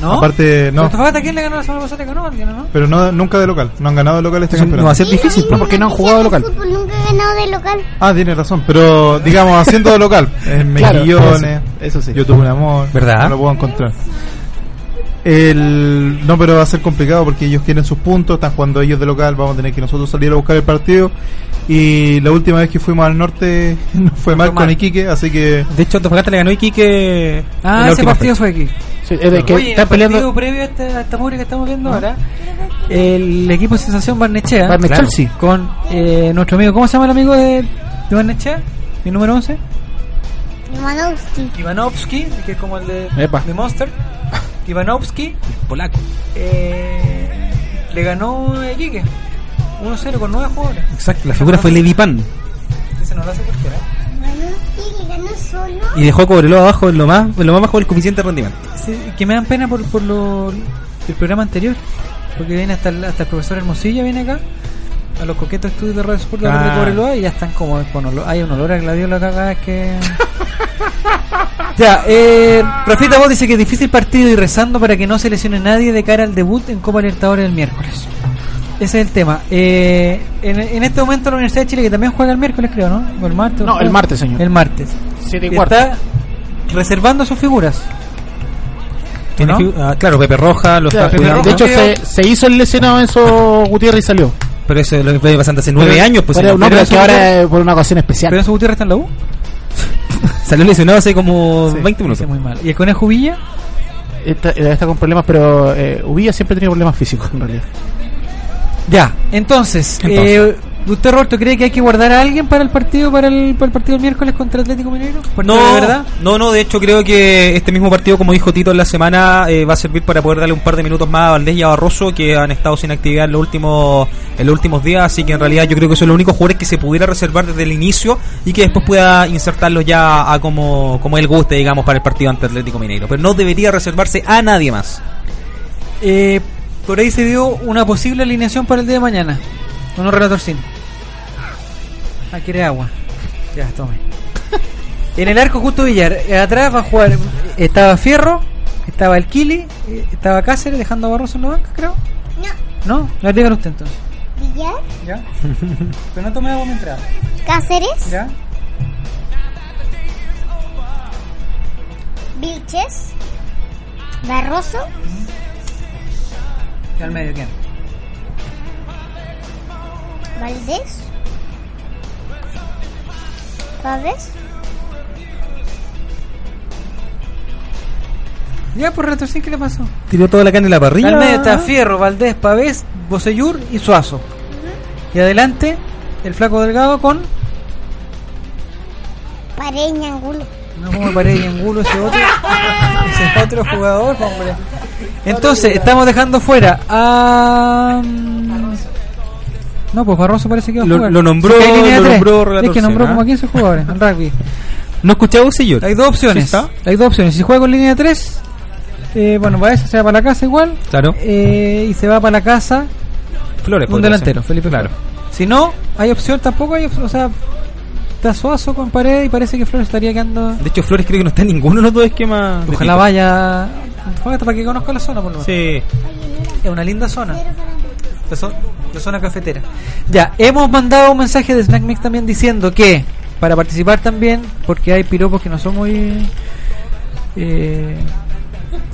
[SPEAKER 4] ¿No?
[SPEAKER 9] Aparte, no.
[SPEAKER 4] ¿Antofagasta quién le ganó la semana pasada? Le ganó a alguien, ¿no?
[SPEAKER 9] Pero no, nunca de local. No han ganado de local este campeonato.
[SPEAKER 16] va a ser
[SPEAKER 9] difícil porque no han jugado de local.
[SPEAKER 5] Fútbol nunca he ganado de local.
[SPEAKER 9] Ah, tiene razón. Pero, digamos, haciendo de local. En
[SPEAKER 6] Claro,
[SPEAKER 9] Mejillones.
[SPEAKER 6] eso sí.
[SPEAKER 9] Yo tuve un amor.
[SPEAKER 6] ¿Verdad?
[SPEAKER 9] No lo puedo encontrar. El, no, pero va a ser complicado porque ellos quieren sus puntos, están jugando ellos de local, vamos a tener que nosotros salir a buscar el partido. Y la última vez que fuimos al norte [LAUGHS] no fue mal con Iquique, así que...
[SPEAKER 16] De hecho, Antofagasta le ganó a Iquique.
[SPEAKER 4] Ah,
[SPEAKER 9] en la
[SPEAKER 4] ese
[SPEAKER 9] última
[SPEAKER 4] partido
[SPEAKER 9] fecha.
[SPEAKER 4] fue aquí.
[SPEAKER 6] Sí, es de que
[SPEAKER 4] Oye, en el
[SPEAKER 6] están peleando.
[SPEAKER 4] partido previo a esta, a esta Este, mugre que estamos viendo ahora, el equipo Sensación Barnechea,
[SPEAKER 6] Barnechea,
[SPEAKER 4] claro,
[SPEAKER 6] sí.
[SPEAKER 4] con eh, nuestro amigo, ¿cómo se llama el amigo de, de Barnechea? Mi número 11,
[SPEAKER 5] Ivanovsky.
[SPEAKER 4] Ivanovsky, que es como el de,
[SPEAKER 6] Epa. [LAUGHS]
[SPEAKER 4] de Monster. Ivanovsky, polaco, eh, le ganó a Iquique 1-0 con 9 jugadores.
[SPEAKER 16] Exacto, la figura fue Lady Pan.
[SPEAKER 4] Ese no lo hace cualquiera.
[SPEAKER 5] Ivanovsky le ganó solo.
[SPEAKER 16] Y dejó a Cobreloa abajo en lo más, en lo más bajo del coeficiente de rendimiento.
[SPEAKER 4] Sí, que me dan pena por, por lo, el programa anterior. Porque viene hasta el, hasta el profesor Hermosilla, viene acá. A los coquetos estudios de Radio Sport de,
[SPEAKER 16] Ah.
[SPEAKER 4] Cobreloa y ya están como con olor- hay un olor a gladiola acá cada vez que. [LAUGHS] ya, eh, Rafita Vos dice que difícil partido y rezando para que no se lesione nadie de cara al debut en Copa Libertadores el miércoles. Ese es el tema. Eh, en, en este momento la Universidad de Chile, que también juega el miércoles, creo, ¿no? O el martes.
[SPEAKER 6] No, el martes, señor.
[SPEAKER 4] El martes.
[SPEAKER 6] Siete y
[SPEAKER 4] Que
[SPEAKER 6] cuarto.
[SPEAKER 4] Está reservando sus figuras.
[SPEAKER 16] Tiene
[SPEAKER 4] ¿No?
[SPEAKER 16] figu- ah, claro, Pepe Roja lo
[SPEAKER 6] Claro,
[SPEAKER 16] está cuidando.
[SPEAKER 6] de hecho, se, se hizo el lesionado Enzo Gutiérrez y salió.
[SPEAKER 16] Pero eso lo fue pasando hace nueve
[SPEAKER 6] Pero-
[SPEAKER 16] años. Pues,
[SPEAKER 6] pero,
[SPEAKER 16] señor.
[SPEAKER 6] no, pero es
[SPEAKER 16] Enzo
[SPEAKER 6] que ahora
[SPEAKER 16] Gutiérrez
[SPEAKER 6] es por una ocasión especial.
[SPEAKER 4] ¿Pero su Gutiérrez está en la U?
[SPEAKER 16] Salió lesionado hace como 20 minutos.
[SPEAKER 4] Muy mal. ¿Y el Conejo Villa?
[SPEAKER 6] Está, eh, está con problemas, pero eh, Ubilla siempre tenía problemas físicos en realidad.
[SPEAKER 4] Ya, entonces,
[SPEAKER 6] Entonces.
[SPEAKER 4] eh, ¿usted Roberto cree que hay que guardar a alguien para el partido para el, para el partido del miércoles contra Atlético Mineiro? ¿Partido
[SPEAKER 16] No,
[SPEAKER 4] de verdad?
[SPEAKER 16] no, no, de hecho creo que este mismo partido, como dijo Tito en la semana, eh, va a servir para poder darle un par de minutos más a Valdés y a Barroso, que han estado sin actividad en los últimos, en los últimos días, así que en realidad yo creo que son los únicos jugadores que se pudiera reservar desde el inicio y que después pueda insertarlos ya a como, como él guste, digamos, para el partido ante Atlético Mineiro. Pero no debería reservarse a nadie más.
[SPEAKER 4] Eh, por ahí se dio una posible alineación para el día de mañana. Uno relatorcín. Ah, quiere agua. Ya, tome. En el arco Justo Villar, eh, atrás va a jugar. eh, Estaba Fierro, estaba el Kili, eh, estaba Cáceres, dejando a Barroso en la banca, creo. No. No, no dígalo usted entonces. [LAUGHS]
[SPEAKER 5] Villar.
[SPEAKER 4] Ya. Pero no tome agua mientras.
[SPEAKER 5] Cáceres.
[SPEAKER 4] Ya.
[SPEAKER 5] Vilches. Barroso.
[SPEAKER 4] Y al medio, ¿quién?
[SPEAKER 5] Valdés. Pávez.
[SPEAKER 4] Ya, por relatorcín, ¿qué le pasó?
[SPEAKER 16] Tiró toda la carne en la parrilla.
[SPEAKER 4] Al medio está Fierro, Valdés, Pavés, Bosellur y Suazo. Y adelante, el flaco delgado con.
[SPEAKER 5] Pareña Angulo.
[SPEAKER 4] No como pared y angulo ese otro. ese otro jugador, hombre. Entonces, estamos dejando fuera a. No, pues Barroso parece que va a
[SPEAKER 16] Lo-
[SPEAKER 4] jugar.
[SPEAKER 16] lo nombró-
[SPEAKER 4] Sí, que hay línea de
[SPEAKER 16] lo
[SPEAKER 4] tres.
[SPEAKER 16] nombró Relator ¿eh?
[SPEAKER 4] Es que nombró
[SPEAKER 16] Sena.
[SPEAKER 4] como a 15 jugadores
[SPEAKER 16] [LAUGHS]
[SPEAKER 4] en rugby.
[SPEAKER 16] ¿No escuchaba señor?
[SPEAKER 4] Hay dos opciones.
[SPEAKER 16] ¿Sí está?
[SPEAKER 4] Hay dos opciones. Si juega con línea de 3, eh, bueno, va se va para la casa igual.
[SPEAKER 16] Claro.
[SPEAKER 4] Eh, y se va para la casa
[SPEAKER 16] Flores.
[SPEAKER 4] un
[SPEAKER 16] podría
[SPEAKER 4] delantero,
[SPEAKER 16] ser.
[SPEAKER 4] Felipe
[SPEAKER 16] Claro.
[SPEAKER 4] Si no, hay opción, tampoco hay opción. O sea, Está Suazo con pared y parece que Flores estaría quedando.
[SPEAKER 16] De hecho, Flores creo que no está en ninguno de los dos esquemas.
[SPEAKER 4] Ojalá vaya Fagata para que conozca la zona, por lo menos.
[SPEAKER 16] Sí.
[SPEAKER 4] Es una linda zona. La, zo- la zona cafetera. Ya, hemos mandado un mensaje de Snack Mix también diciendo que para participar también, porque hay piropos que no son muy. eh,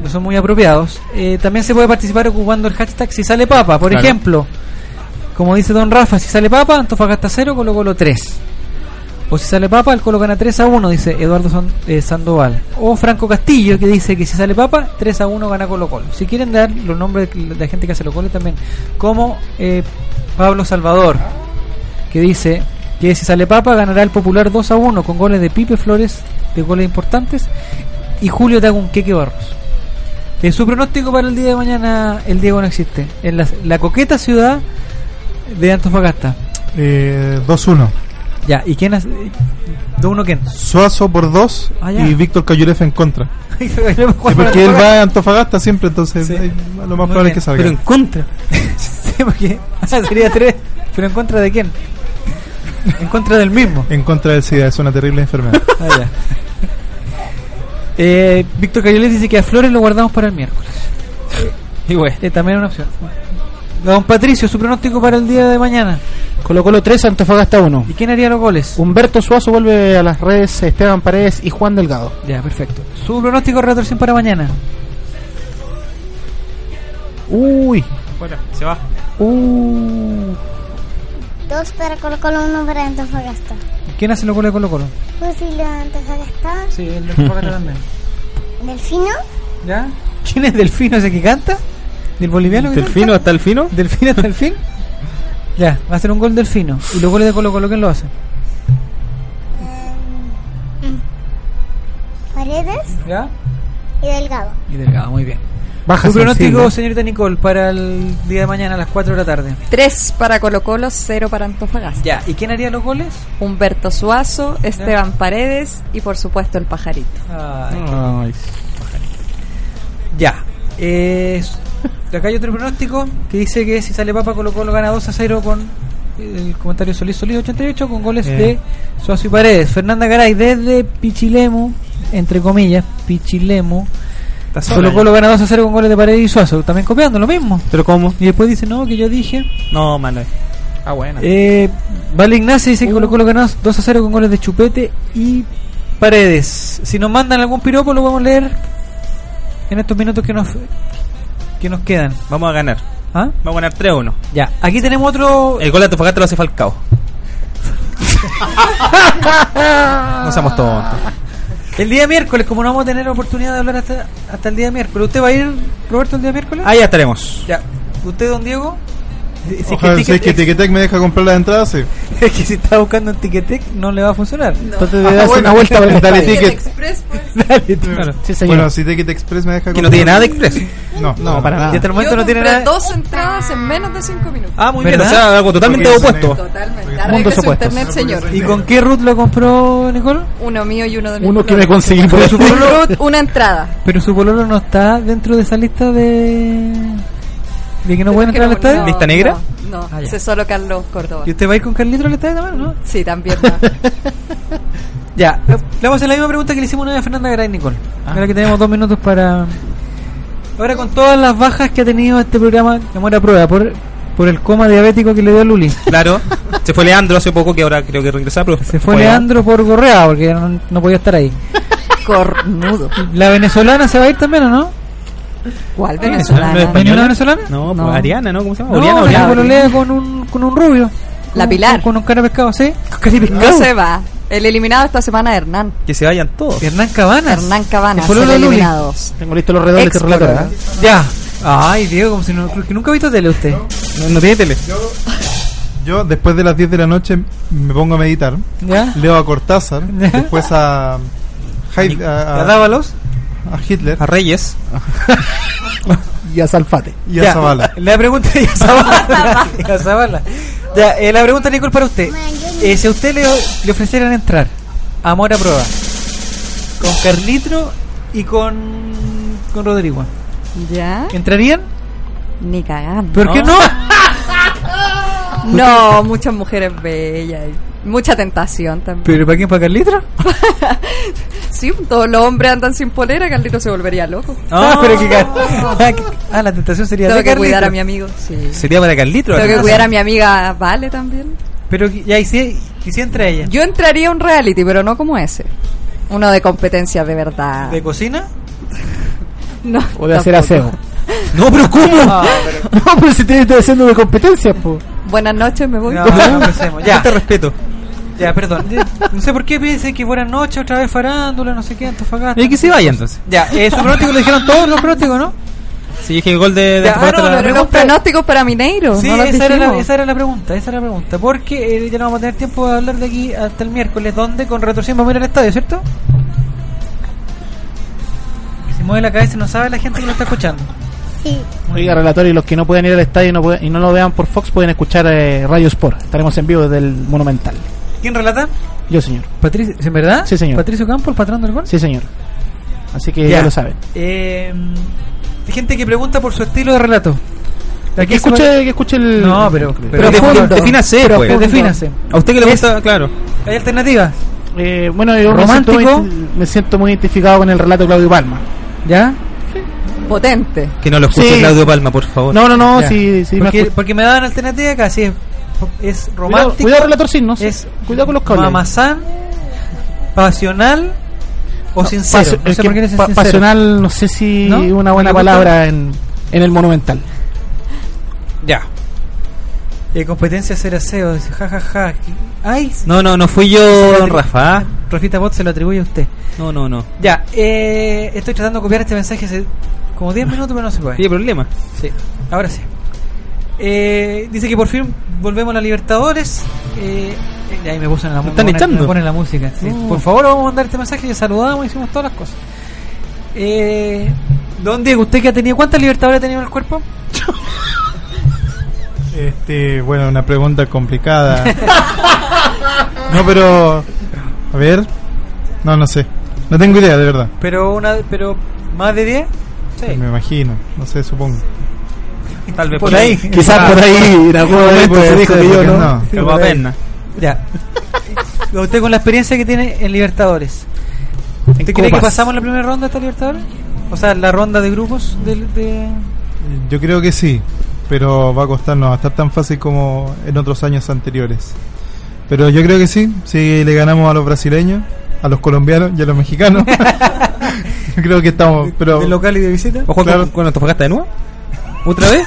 [SPEAKER 4] no son muy apropiados. eh, también se puede participar ocupando el hashtag si sale papa. Por
[SPEAKER 16] Claro.
[SPEAKER 4] ejemplo, como dice Don Rafa, si sale papa, Antofagasta 0, Colo Colo 3. O si sale papa, el Colo gana 3 a 1, dice Eduardo San- eh, Sandoval. O Franco Castillo, que dice que si sale papa, 3 a 1 gana Colo Colo. Si quieren dar los nombres de la gente que hace los goles también, como eh, Pablo Salvador, que dice que si sale papa, ganará el popular 2 a 1 con goles de Pipe Flores, de goles importantes, y Julio Tagunqueque Barros. Eh, su pronóstico para el día de mañana, el Diego no existe. En la, la coqueta ciudad de Antofagasta.
[SPEAKER 9] Eh, 2-1.
[SPEAKER 4] Ya, ¿y quién hace? ¿De uno quién? [LAUGHS]
[SPEAKER 9] Suazo por 2
[SPEAKER 4] Ah, ya.
[SPEAKER 9] y Víctor Cayulef en
[SPEAKER 4] [LAUGHS]
[SPEAKER 9] contra.
[SPEAKER 4] Sí,
[SPEAKER 9] porque él va a Antofagasta siempre, entonces eh, lo más
[SPEAKER 4] Muy
[SPEAKER 9] probable
[SPEAKER 4] bien,
[SPEAKER 9] es que salga.
[SPEAKER 4] Pero en contra. Sí, porque- ah, sería tres. ¿Pero en contra de quién? En contra del mismo.
[SPEAKER 9] En contra del SIDA, es una terrible
[SPEAKER 4] [LAUGHS]
[SPEAKER 9] enfermedad.
[SPEAKER 4] Ah, ya. Eh, Víctor Cayoles dice que a Flores lo guardamos para el miércoles.
[SPEAKER 16] Y bueno.
[SPEAKER 4] Eh, también es una opción. Don Patricio, su pronóstico para el día de mañana.
[SPEAKER 6] Colo Colo 3, Antofagasta 1.
[SPEAKER 4] ¿Y quién haría los goles?
[SPEAKER 6] Humberto Suazo vuelve a las redes, Esteban Paredes y Juan Delgado.
[SPEAKER 4] Ya, perfecto. Su pronóstico de retorsión para mañana.
[SPEAKER 6] Uy,
[SPEAKER 16] Fuera, se va.
[SPEAKER 6] uh,
[SPEAKER 5] Dos para Colo Colo, uno para Antofagasta.
[SPEAKER 4] ¿Quién hace los goles de Colo Colo?
[SPEAKER 5] Pues si lo de Antofagasta.
[SPEAKER 4] Sí, el de Antofagasta también.
[SPEAKER 5] Delfino.
[SPEAKER 4] ¿Ya? ¿Quién es Delfino ese que canta? ¿Del boliviano? que
[SPEAKER 16] ¿Delfino hasta el fino?
[SPEAKER 4] canta? ¿Delfino hasta el fin? Ya, va a ser un gol Delfino. ¿Y los goles de Colo Colo quién lo hace?
[SPEAKER 5] Mm. Paredes
[SPEAKER 4] ¿Ya?
[SPEAKER 5] y Delgado.
[SPEAKER 4] Y Delgado, muy bien.
[SPEAKER 6] Baja
[SPEAKER 4] Su pronóstico,
[SPEAKER 6] sensible.
[SPEAKER 4] señorita Nicole, para el día de mañana a las 4 de la tarde.
[SPEAKER 8] 3 para Colo Colo, 0 para Antofagasta.
[SPEAKER 4] Ya, ¿y quién haría los goles?
[SPEAKER 8] Humberto Suazo, Esteban Paredes y por supuesto el pajarito.
[SPEAKER 4] Ah. Ay. Ya. Eh, s- acá hay otro pronóstico que dice que si sale Papa Colo Colo gana 2 a 0 con el comentario Solís Solís 88 con goles
[SPEAKER 16] Eh.
[SPEAKER 4] de Suazo y Paredes. Fernanda Garay desde Pichilemu, entre comillas, Pichilemu.
[SPEAKER 16] Está sola
[SPEAKER 4] Colo
[SPEAKER 16] ya.
[SPEAKER 4] Colo gana 2 a 0 con goles de Paredes y Suazo. También copiando lo mismo.
[SPEAKER 16] ¿Pero cómo?
[SPEAKER 4] Y después dice, no, que yo dije.
[SPEAKER 16] No, mano. Ah, bueno.
[SPEAKER 4] Eh, vale Ignacio dice
[SPEAKER 9] Uh.
[SPEAKER 4] que Colo Colo ganó 2 a 0 con goles de Chupete y Paredes. Si nos mandan algún piropo lo vamos a leer en estos minutos que nos [LAUGHS] que nos quedan.
[SPEAKER 16] Vamos a ganar.
[SPEAKER 4] ¿Ah?
[SPEAKER 16] Vamos a ganar 3 a 1.
[SPEAKER 4] Ya, aquí tenemos otro
[SPEAKER 16] El gol de Antofagasta lo hace Falcao. no seamos tontos.
[SPEAKER 4] el día miércoles, como no vamos a tener oportunidad de hablar hasta, hasta el día miércoles. ¿Usted va a ir, Roberto, el día miércoles?
[SPEAKER 16] Ahí Ah, ya estaremos.
[SPEAKER 4] Ya. ¿Usted, don Diego? Si- si es que
[SPEAKER 9] Ojalá, si es
[SPEAKER 4] Ticketek-
[SPEAKER 9] que Etiquetec me deja comprar las entradas, sí.
[SPEAKER 4] es [LAUGHS] que si está buscando un tiquetec no le va a funcionar.
[SPEAKER 6] Entonces le das una vuelta por el
[SPEAKER 9] Dale
[SPEAKER 6] estadio.
[SPEAKER 9] Ah, ticket.
[SPEAKER 8] pues.
[SPEAKER 4] [LAUGHS] Dale, tú.
[SPEAKER 6] Sí, señor.
[SPEAKER 9] Bueno, si Ticket Express me deja
[SPEAKER 16] Que no tiene nada de express.
[SPEAKER 9] No, no,
[SPEAKER 6] para nada.
[SPEAKER 4] Y hasta el momento
[SPEAKER 8] Yo
[SPEAKER 4] no tiene
[SPEAKER 8] compré
[SPEAKER 4] nada.
[SPEAKER 8] dos entradas en menos de 5 minutos.
[SPEAKER 16] Ah, muy bien.
[SPEAKER 4] ¿Verdad?
[SPEAKER 16] O sea, algo totalmente
[SPEAKER 9] Porque es Ah,
[SPEAKER 16] opuesto.
[SPEAKER 8] Totalmente. La
[SPEAKER 6] Mundos
[SPEAKER 8] regla es
[SPEAKER 6] opuestos.
[SPEAKER 8] internet, señor.
[SPEAKER 4] ¿Y con qué root lo compró, Nicole?
[SPEAKER 8] Uno mío y uno de mi
[SPEAKER 6] Uno que me
[SPEAKER 8] pololo.
[SPEAKER 6] conseguí por eso.
[SPEAKER 8] Ruth, una entrada.
[SPEAKER 4] Pero su pololo no está dentro de esa lista de. de que no pueden entrar al
[SPEAKER 8] Pero que
[SPEAKER 4] estadio.
[SPEAKER 8] no-
[SPEAKER 16] ¿Lista negra?
[SPEAKER 8] No, no,
[SPEAKER 4] Ah, ya.
[SPEAKER 8] ese es solo Carlos Córdoba.
[SPEAKER 4] ¿Y usted va a ir con Carlitro al estadio también, no?
[SPEAKER 8] Sí, también
[SPEAKER 4] [LAUGHS]
[SPEAKER 8] va.
[SPEAKER 4] Ya, le vamos a hacer la misma pregunta que le hicimos una vez a Fernanda Garay Nicole. Ahora que tenemos dos minutos para. Ahora con todas las bajas que ha tenido este programa, amor a prueba, por, por el coma diabético que le dio a Luli. [LAUGHS]
[SPEAKER 16] Claro. Se fue Leandro hace poco, que ahora creo que regresa. Pero
[SPEAKER 4] Se fue Leandro por Gorrea porque no, no podía estar ahí.
[SPEAKER 8] Cornudo.
[SPEAKER 4] ¿La venezolana se va a ir también o no?
[SPEAKER 8] ¿Cuál
[SPEAKER 16] ¿No es
[SPEAKER 8] venezolana?
[SPEAKER 4] ¿Venía una
[SPEAKER 16] española?
[SPEAKER 4] venezolana?
[SPEAKER 16] No,
[SPEAKER 8] No.
[SPEAKER 16] pues Ariana, ¿no? ¿Cómo se llama?
[SPEAKER 4] No,
[SPEAKER 16] Oriana,
[SPEAKER 4] la
[SPEAKER 16] Oriana.
[SPEAKER 4] pololea con un, con un rubio.
[SPEAKER 8] La
[SPEAKER 4] Con-
[SPEAKER 8] Pilar.
[SPEAKER 4] Con, un cara de pescado, ¿sí? Con cara de
[SPEAKER 8] No se va. El eliminado esta semana Hernán.
[SPEAKER 16] Que se vayan todos.
[SPEAKER 4] Hernán Cabanas.
[SPEAKER 8] Hernán Cabanas,
[SPEAKER 4] El
[SPEAKER 8] el
[SPEAKER 4] pololo de Luli.
[SPEAKER 8] eliminado.
[SPEAKER 6] Tengo listos los redobles
[SPEAKER 8] Ex
[SPEAKER 6] de relatora. ¿eh?
[SPEAKER 4] Ya. Ay, Diego, como si no, creo que nunca ha visto tele usted.
[SPEAKER 16] No, no tiene tele.
[SPEAKER 9] Yo, después de las 10 de la noche, me pongo a meditar.
[SPEAKER 4] ¿Ya?
[SPEAKER 9] Leo a Cortázar,
[SPEAKER 4] Ya.
[SPEAKER 9] después a, Haid- a-
[SPEAKER 4] ¿La
[SPEAKER 9] a-
[SPEAKER 4] Dávalos?
[SPEAKER 9] a Hitler
[SPEAKER 16] A Reyes.
[SPEAKER 6] Y a Salfate.
[SPEAKER 9] [LAUGHS] y a
[SPEAKER 4] Ya.
[SPEAKER 9] Zavala.
[SPEAKER 4] [LAUGHS] La pregunta y a Zavala. [LAUGHS] Y a Zavala. Ya, eh, la pregunta, Nicole, para usted. Eh, si a usted le, le ofrecieran entrar, amor a prueba, con Carlitro y con, con Rodrigo,
[SPEAKER 8] ¿Ya?
[SPEAKER 4] ¿entrarían?
[SPEAKER 8] Ni cagando.
[SPEAKER 4] ¿Por qué no?
[SPEAKER 8] [LAUGHS] No, muchas mujeres bellas. Mucha tentación también.
[SPEAKER 4] ¿Pero para quién? ¿Para Carlitra?
[SPEAKER 8] sí, todos los hombres andan sin polera, Carlito se volvería loco.
[SPEAKER 4] Ah, [LAUGHS] pero que Car- [LAUGHS] ah, que- ah, la tentación sería
[SPEAKER 8] Tengo
[SPEAKER 4] de
[SPEAKER 8] que
[SPEAKER 4] Carlitro.
[SPEAKER 8] cuidar a mi amigo, sí.
[SPEAKER 7] Sería para Carlitro.
[SPEAKER 8] Tengo que
[SPEAKER 7] ¿no?
[SPEAKER 8] cuidar a mi amiga Vale también.
[SPEAKER 4] Pero que- ya, y si, y si entra ella.
[SPEAKER 8] Yo entraría a un reality, pero no como ese. Uno de competencias de verdad.
[SPEAKER 4] ¿De cocina?
[SPEAKER 8] No,
[SPEAKER 6] O de hacer
[SPEAKER 8] tampoco.
[SPEAKER 6] aseo.
[SPEAKER 7] No, pero ¿cómo?
[SPEAKER 4] Ah,
[SPEAKER 6] [LAUGHS] no, pero si te estás haciendo de competencias, po.
[SPEAKER 8] Buenas noches, me voy.
[SPEAKER 4] [LAUGHS] No, no empecemos. Ya.
[SPEAKER 7] Yo te respeto.
[SPEAKER 4] Ya, perdón. Ya, No sé por qué piensen que buenas noches, otra vez farándula, no sé qué, Antofagasta.
[SPEAKER 7] Y que se vaya entonces.
[SPEAKER 4] Ya, eh, su pronóstico lo dijeron todos los pronósticos, ¿no?
[SPEAKER 7] Si dije el gol de, de
[SPEAKER 4] Ya,
[SPEAKER 7] Antofagasta
[SPEAKER 4] ah,
[SPEAKER 7] la-
[SPEAKER 4] no, pero
[SPEAKER 8] Pero los pronósticos para Mineiro.
[SPEAKER 4] Sí,
[SPEAKER 8] no los
[SPEAKER 4] esa, era la,
[SPEAKER 8] dijimos.
[SPEAKER 4] esa era la pregunta, esa era la pregunta. Porque eh, ya no vamos a tener tiempo de hablar de aquí hasta el miércoles, donde con retorsión vamos a ir al estadio, ¿cierto? Que se mueve la cabeza y no sabe la gente que lo está escuchando.
[SPEAKER 5] Sí.
[SPEAKER 6] Oiga, relator, y los que no pueden ir al estadio y no, pueden- y no lo vean por Fox pueden escuchar eh, Radio Sport. Estaremos en vivo desde el Monumental.
[SPEAKER 4] ¿Quién relata?
[SPEAKER 6] Yo, señor.
[SPEAKER 4] Patricio, ¿En verdad?
[SPEAKER 6] Sí, señor.
[SPEAKER 4] ¿Patricio Campo, el patrón del gol?
[SPEAKER 6] Sí, señor. Así que ya, lo saben.
[SPEAKER 4] Eh, hay gente que pregunta por su estilo de relato. ¿A
[SPEAKER 6] Que
[SPEAKER 4] qué se
[SPEAKER 6] escuche,
[SPEAKER 4] pare-
[SPEAKER 6] que escuche el.
[SPEAKER 4] No, pero-
[SPEAKER 7] Pero defina- defínase,
[SPEAKER 6] Pero
[SPEAKER 7] pues.
[SPEAKER 6] profundo.
[SPEAKER 4] Defínase.
[SPEAKER 7] A usted que le gusta, claro.
[SPEAKER 4] ¿Hay alternativas?
[SPEAKER 6] Eh, bueno, yo me siento,
[SPEAKER 4] Romántico.
[SPEAKER 6] muy- me siento muy identificado con el relato de Claudio Palma.
[SPEAKER 4] ¿Ya?
[SPEAKER 8] Potente.
[SPEAKER 7] Que no lo escuche
[SPEAKER 6] Sí.
[SPEAKER 7] Claudio Palma, por favor.
[SPEAKER 6] No, no, no,
[SPEAKER 4] Ya.
[SPEAKER 6] sí, sí. me
[SPEAKER 4] porque,
[SPEAKER 6] escu-
[SPEAKER 4] porque me daban alternativa acá, sí. Es, es
[SPEAKER 6] Cuidado,
[SPEAKER 4] romántico,
[SPEAKER 6] cuidado, relator, sí, no sé.
[SPEAKER 4] es
[SPEAKER 6] Cuidado con los cables.
[SPEAKER 4] mamazán, pasional o sincero.
[SPEAKER 6] Pasio-
[SPEAKER 4] no
[SPEAKER 6] es
[SPEAKER 4] sé
[SPEAKER 6] que
[SPEAKER 4] por qué dice
[SPEAKER 6] pa-
[SPEAKER 4] sincero.
[SPEAKER 6] pasional, no sé si
[SPEAKER 4] ¿No?
[SPEAKER 6] una buena
[SPEAKER 4] ¿Le gusta?
[SPEAKER 6] palabra en, en el Monumental.
[SPEAKER 7] Ya.
[SPEAKER 4] Eh, competencia ser aseo, dice, ja, ja, ja. Ay, sí.
[SPEAKER 7] No, no, no fui yo, don Rafa. ¿ah?
[SPEAKER 4] Rafita Bot se lo atribuye a usted.
[SPEAKER 7] No, no, no.
[SPEAKER 4] Ya, eh, estoy tratando de copiar este mensaje hace como 10 minutos, pero no se puede.
[SPEAKER 7] Tiene problema.
[SPEAKER 4] Sí, ahora sí. Eh, dice que por fin volvemos a la Libertadores. Eh, eh, ahí me ponen la,
[SPEAKER 7] Lo
[SPEAKER 4] mu-
[SPEAKER 7] están
[SPEAKER 4] me ponen-
[SPEAKER 7] echando. Uh.
[SPEAKER 4] me ponen la música. sí.
[SPEAKER 7] No.
[SPEAKER 4] Por favor, vamos a mandar este mensaje. Ya saludamos, hicimos todas las cosas. Eh, don Diego, ¿usted que ha tenido? ¿Cuántas Libertadores ha tenido en el cuerpo?
[SPEAKER 7] [LAUGHS]
[SPEAKER 9] Este, bueno, una pregunta complicada. [LAUGHS] No, pero. A ver. No, no sé. No tengo idea, de verdad.
[SPEAKER 4] Pero una, pero más de 10. Sí.
[SPEAKER 9] Me imagino. No sé, supongo.
[SPEAKER 7] Tal vez
[SPEAKER 4] Por ahí.
[SPEAKER 6] Quizás por ahí en algún momento
[SPEAKER 9] puede
[SPEAKER 6] se dijo
[SPEAKER 9] ser,
[SPEAKER 6] que yo
[SPEAKER 9] porque
[SPEAKER 6] no.
[SPEAKER 9] no.
[SPEAKER 6] Sí,
[SPEAKER 7] Como
[SPEAKER 6] por ahí.
[SPEAKER 7] pena.
[SPEAKER 4] Ya. [LAUGHS] Usted con la experiencia que tiene en Libertadores.
[SPEAKER 6] En
[SPEAKER 4] ¿Usted cree que
[SPEAKER 6] copas.
[SPEAKER 4] pasamos la primera ronda de esta Libertadores? O sea, la ronda de grupos del- de,
[SPEAKER 9] Yo creo que sí, pero va a costarnos va a estar tan fácil como en otros años anteriores. Pero yo creo que sí, si le ganamos a los brasileños, a los colombianos y a los
[SPEAKER 4] [LAUGHS]
[SPEAKER 9] mexicanos. yo creo que estamos, pero
[SPEAKER 4] del local y de visita.
[SPEAKER 7] ¿O juega
[SPEAKER 9] Claro.
[SPEAKER 7] con, con Antofagasta de nuevo? ¿Otra vez?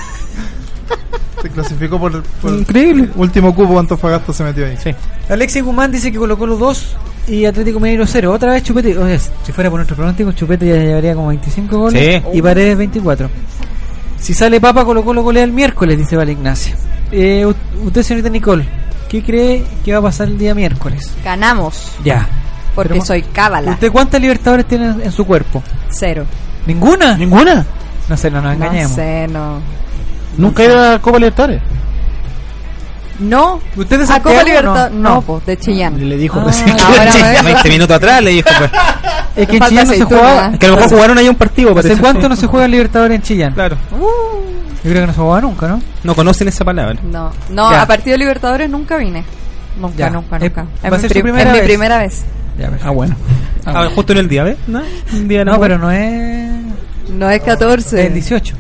[SPEAKER 9] se clasificó por, por
[SPEAKER 7] Increíble.
[SPEAKER 9] último cupo Antofagasta se metió ahí.
[SPEAKER 4] Alexis Guzmán dice que colocó los dos y Atlético Mineiro 0. Otra vez Chupete. O sea, si fuera por nuestro pronóstico, Chupete ya llevaría como 25 goles
[SPEAKER 7] Sí.
[SPEAKER 4] y Paredes 24. Si sale Papa, colocó los goles el miércoles, dice Vale Ignacio. Eh, u- usted, señorita Nicole, ¿qué cree que va a pasar el día miércoles?
[SPEAKER 8] Ganamos.
[SPEAKER 4] Ya.
[SPEAKER 8] Porque
[SPEAKER 4] Pero-
[SPEAKER 8] soy cábala.
[SPEAKER 4] ¿Usted cuántas libertadores tiene en su cuerpo?
[SPEAKER 8] Cero.
[SPEAKER 4] ¿Ninguna?
[SPEAKER 6] ¿Ninguna?
[SPEAKER 4] No sé, no nos engañemos. [LAUGHS]
[SPEAKER 8] No sé, no.
[SPEAKER 6] ¿Nunca he ido a la Copa Libertadores?
[SPEAKER 8] No.
[SPEAKER 4] ¿Usted es
[SPEAKER 8] ¿A Copa
[SPEAKER 4] Santiago o
[SPEAKER 8] Libertadores?
[SPEAKER 4] no?
[SPEAKER 8] No, po, de Chillán.
[SPEAKER 6] Le dijo
[SPEAKER 4] Ah,
[SPEAKER 6] recién.
[SPEAKER 7] [LAUGHS]
[SPEAKER 8] ahora
[SPEAKER 7] Veinte
[SPEAKER 8] me-
[SPEAKER 7] 20 minutos atrás le dijo. pues.
[SPEAKER 4] Es que en
[SPEAKER 8] Falta
[SPEAKER 4] Chillán no se
[SPEAKER 8] aceituna.
[SPEAKER 4] jugaba.
[SPEAKER 7] Es que a lo mejor jugaron ahí un partido,
[SPEAKER 4] ¿Hace
[SPEAKER 7] parece.
[SPEAKER 4] cuánto no se juega el Libertadores en Chillán?
[SPEAKER 7] Claro.
[SPEAKER 4] Yo creo que no se jugaba nunca, ¿no?
[SPEAKER 7] No conocen esa palabra.
[SPEAKER 8] No, no
[SPEAKER 4] Ya.
[SPEAKER 8] a partido de Libertadores nunca vine. Nunca,
[SPEAKER 4] Ya.
[SPEAKER 8] nunca,
[SPEAKER 4] Eh,
[SPEAKER 8] nunca.
[SPEAKER 4] va a ser su
[SPEAKER 8] pri-
[SPEAKER 4] primera
[SPEAKER 8] es mi
[SPEAKER 4] vez.
[SPEAKER 8] primera vez.
[SPEAKER 4] Ya,
[SPEAKER 6] Ah, bueno.
[SPEAKER 7] Ah, justo en el día, ¿ves? No, un día
[SPEAKER 4] No, pero no es.
[SPEAKER 8] No es 14.
[SPEAKER 4] Es 18.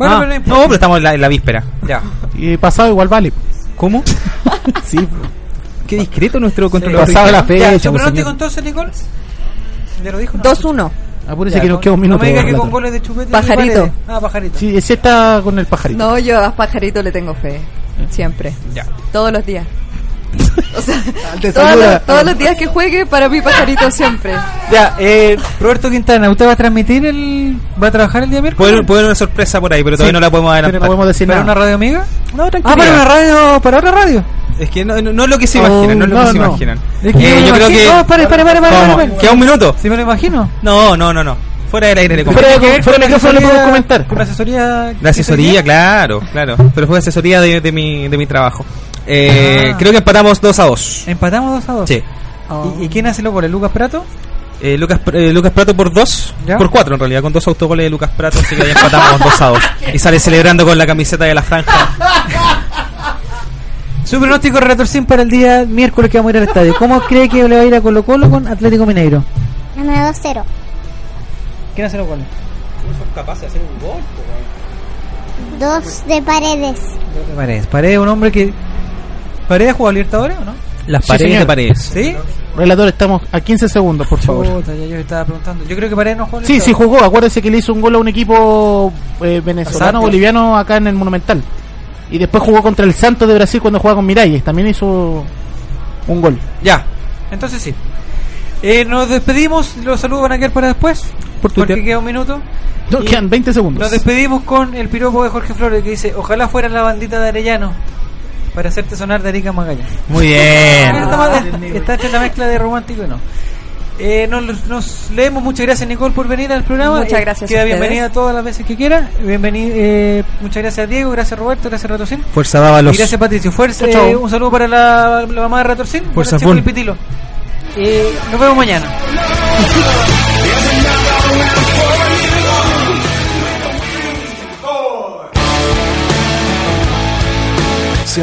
[SPEAKER 7] Ah,
[SPEAKER 4] no importa.
[SPEAKER 7] no, pero estamos en la, en la víspera.
[SPEAKER 4] Ya.
[SPEAKER 6] Y pasado igual vale.
[SPEAKER 7] ¿Cómo?
[SPEAKER 6] Sí,
[SPEAKER 7] Qué discreto nuestro controlador.
[SPEAKER 6] pasado la fecha.
[SPEAKER 4] Ya, ¿su
[SPEAKER 6] pues,
[SPEAKER 4] pronóstico
[SPEAKER 6] señor.
[SPEAKER 4] entonces, Nicole? ¿Ya lo dijo? no?
[SPEAKER 8] 2-1.
[SPEAKER 6] Apúrese
[SPEAKER 4] Ya,
[SPEAKER 6] que nos
[SPEAKER 4] con-
[SPEAKER 6] queda un minuto.
[SPEAKER 4] No me diga que con
[SPEAKER 6] relator.
[SPEAKER 4] goles de chupete. y
[SPEAKER 8] Pajarito.
[SPEAKER 4] Paredes. Ah, pajarito.
[SPEAKER 6] Sí, ese está con el pajarito.
[SPEAKER 8] No, yo a Pajarito le tengo fe.
[SPEAKER 4] Eh.
[SPEAKER 8] Siempre.
[SPEAKER 7] Ya.
[SPEAKER 8] Todos los días. O sea,
[SPEAKER 6] Te
[SPEAKER 8] todos,
[SPEAKER 6] saluda.
[SPEAKER 8] los, todos los días que juegue, para mí Pajarito siempre.
[SPEAKER 4] Ya, eh, Roberto Quintana, ¿usted va a transmitir el. ¿Va a trabajar el día miércoles?
[SPEAKER 7] Puede, puede haber una sorpresa por ahí, pero todavía
[SPEAKER 6] Sí,
[SPEAKER 7] no la podemos
[SPEAKER 6] Pero
[SPEAKER 7] adelantar.
[SPEAKER 6] no podemos decir
[SPEAKER 4] ¿Para una
[SPEAKER 6] nada.
[SPEAKER 4] radio amiga?
[SPEAKER 7] No,
[SPEAKER 4] Ah, para una radio. ¿Para otra radio?
[SPEAKER 7] Es que no, no, no es lo que se imaginan, no es lo
[SPEAKER 6] Oh,
[SPEAKER 7] que se
[SPEAKER 6] no, no.
[SPEAKER 7] imaginan.
[SPEAKER 4] Es que
[SPEAKER 7] Eh,
[SPEAKER 4] me
[SPEAKER 7] yo
[SPEAKER 4] lo
[SPEAKER 7] creo
[SPEAKER 4] imagino-
[SPEAKER 7] que.
[SPEAKER 4] No, pare, pare, pare, pare.
[SPEAKER 7] Vamos,
[SPEAKER 4] pare, pare.
[SPEAKER 7] ¿Queda un minuto?
[SPEAKER 4] Si me lo imagino.
[SPEAKER 7] No, no, no, no. Fuera del aire le comento.
[SPEAKER 6] Fuera de-
[SPEAKER 4] Tiene que ver
[SPEAKER 6] fuera
[SPEAKER 4] con
[SPEAKER 6] de micrófono le podemos
[SPEAKER 4] asesoría-
[SPEAKER 6] comentar.
[SPEAKER 4] Con la asesoría. que
[SPEAKER 7] La asesoría,
[SPEAKER 4] tenía.
[SPEAKER 7] claro, claro. Pero fue asesoría de, de mi, de mi trabajo. Eh, Creo que empatamos 2 a 2.
[SPEAKER 4] Ah. Empatamos 2 a 2.
[SPEAKER 7] Sí.
[SPEAKER 4] ¿Y, y quién hace los goles? ¿Lucas Prato?
[SPEAKER 7] Eh, Lucas, eh, Lucas Prato por 2,
[SPEAKER 4] ¿Ya?
[SPEAKER 7] por 4 en realidad, con dos autogoles de Lucas Prato, así que ahí empatamos 2 a 2. Y sale celebrando con la camiseta de la franja.
[SPEAKER 4] Su pronóstico Relator Sim para el día miércoles que vamos a ir al estadio. ¿Cómo cree que le va a ir a Colo Colo con Atlético Mineiro?
[SPEAKER 5] Gana 2-0.
[SPEAKER 4] ¿Quién hace los goles?
[SPEAKER 16] son capaces de hacer un gol?
[SPEAKER 5] Dos de paredes.
[SPEAKER 4] Dos de paredes. Paredes es un hombre que. ¿Paredes juega Libertadores o no?
[SPEAKER 7] Las
[SPEAKER 6] Sí,
[SPEAKER 7] paredes
[SPEAKER 6] señor.
[SPEAKER 7] de paredes.
[SPEAKER 4] ¿Sí?
[SPEAKER 6] Relator, estamos a 15 segundos, por favor.
[SPEAKER 4] Puta, ya yo estaba preguntando. Yo creo que Paredes no juega
[SPEAKER 6] Sí, sí
[SPEAKER 4] Libertadores.
[SPEAKER 6] jugó. Acuérdese que le hizo un gol a un equipo eh, venezolano,
[SPEAKER 4] Santos.
[SPEAKER 6] boliviano, acá en el Monumental. Y después jugó contra el Santos de Brasil cuando jugaba con Miralles. También hizo un gol.
[SPEAKER 4] Ya. Entonces sí. Eh, nos despedimos. Los saludos van a quedar para después. Por Porque queda un minuto.
[SPEAKER 6] No, quedan 20 segundos.
[SPEAKER 4] Nos despedimos con el piropo de Jorge Flores que dice: Ojalá fuera la bandita de Arellano para hacerte sonar de Arica Magallanes.
[SPEAKER 7] Muy bien.
[SPEAKER 4] [LAUGHS] Está, está entre la mezcla de romántico y no. Eh, nos, nos leemos. Muchas gracias, Nicole, por venir al programa.
[SPEAKER 8] Muchas
[SPEAKER 4] Eh,
[SPEAKER 8] gracias
[SPEAKER 4] Queda
[SPEAKER 8] a ustedes.
[SPEAKER 4] bienvenida todas las veces que quiera. Bienveni- eh, muchas gracias, Diego. Gracias, Roberto. Gracias, Ratorcín.
[SPEAKER 16] Fuerza Dávalos.
[SPEAKER 4] Y gracias, Patricio. Fuerza,
[SPEAKER 16] Chau, chau.
[SPEAKER 4] eh, un saludo para la, la mamá de Ratorcín.
[SPEAKER 16] Fuerza,
[SPEAKER 4] Para el
[SPEAKER 16] full.
[SPEAKER 4] chico del Pitilo. Eh, nos vemos mañana.
[SPEAKER 1] Se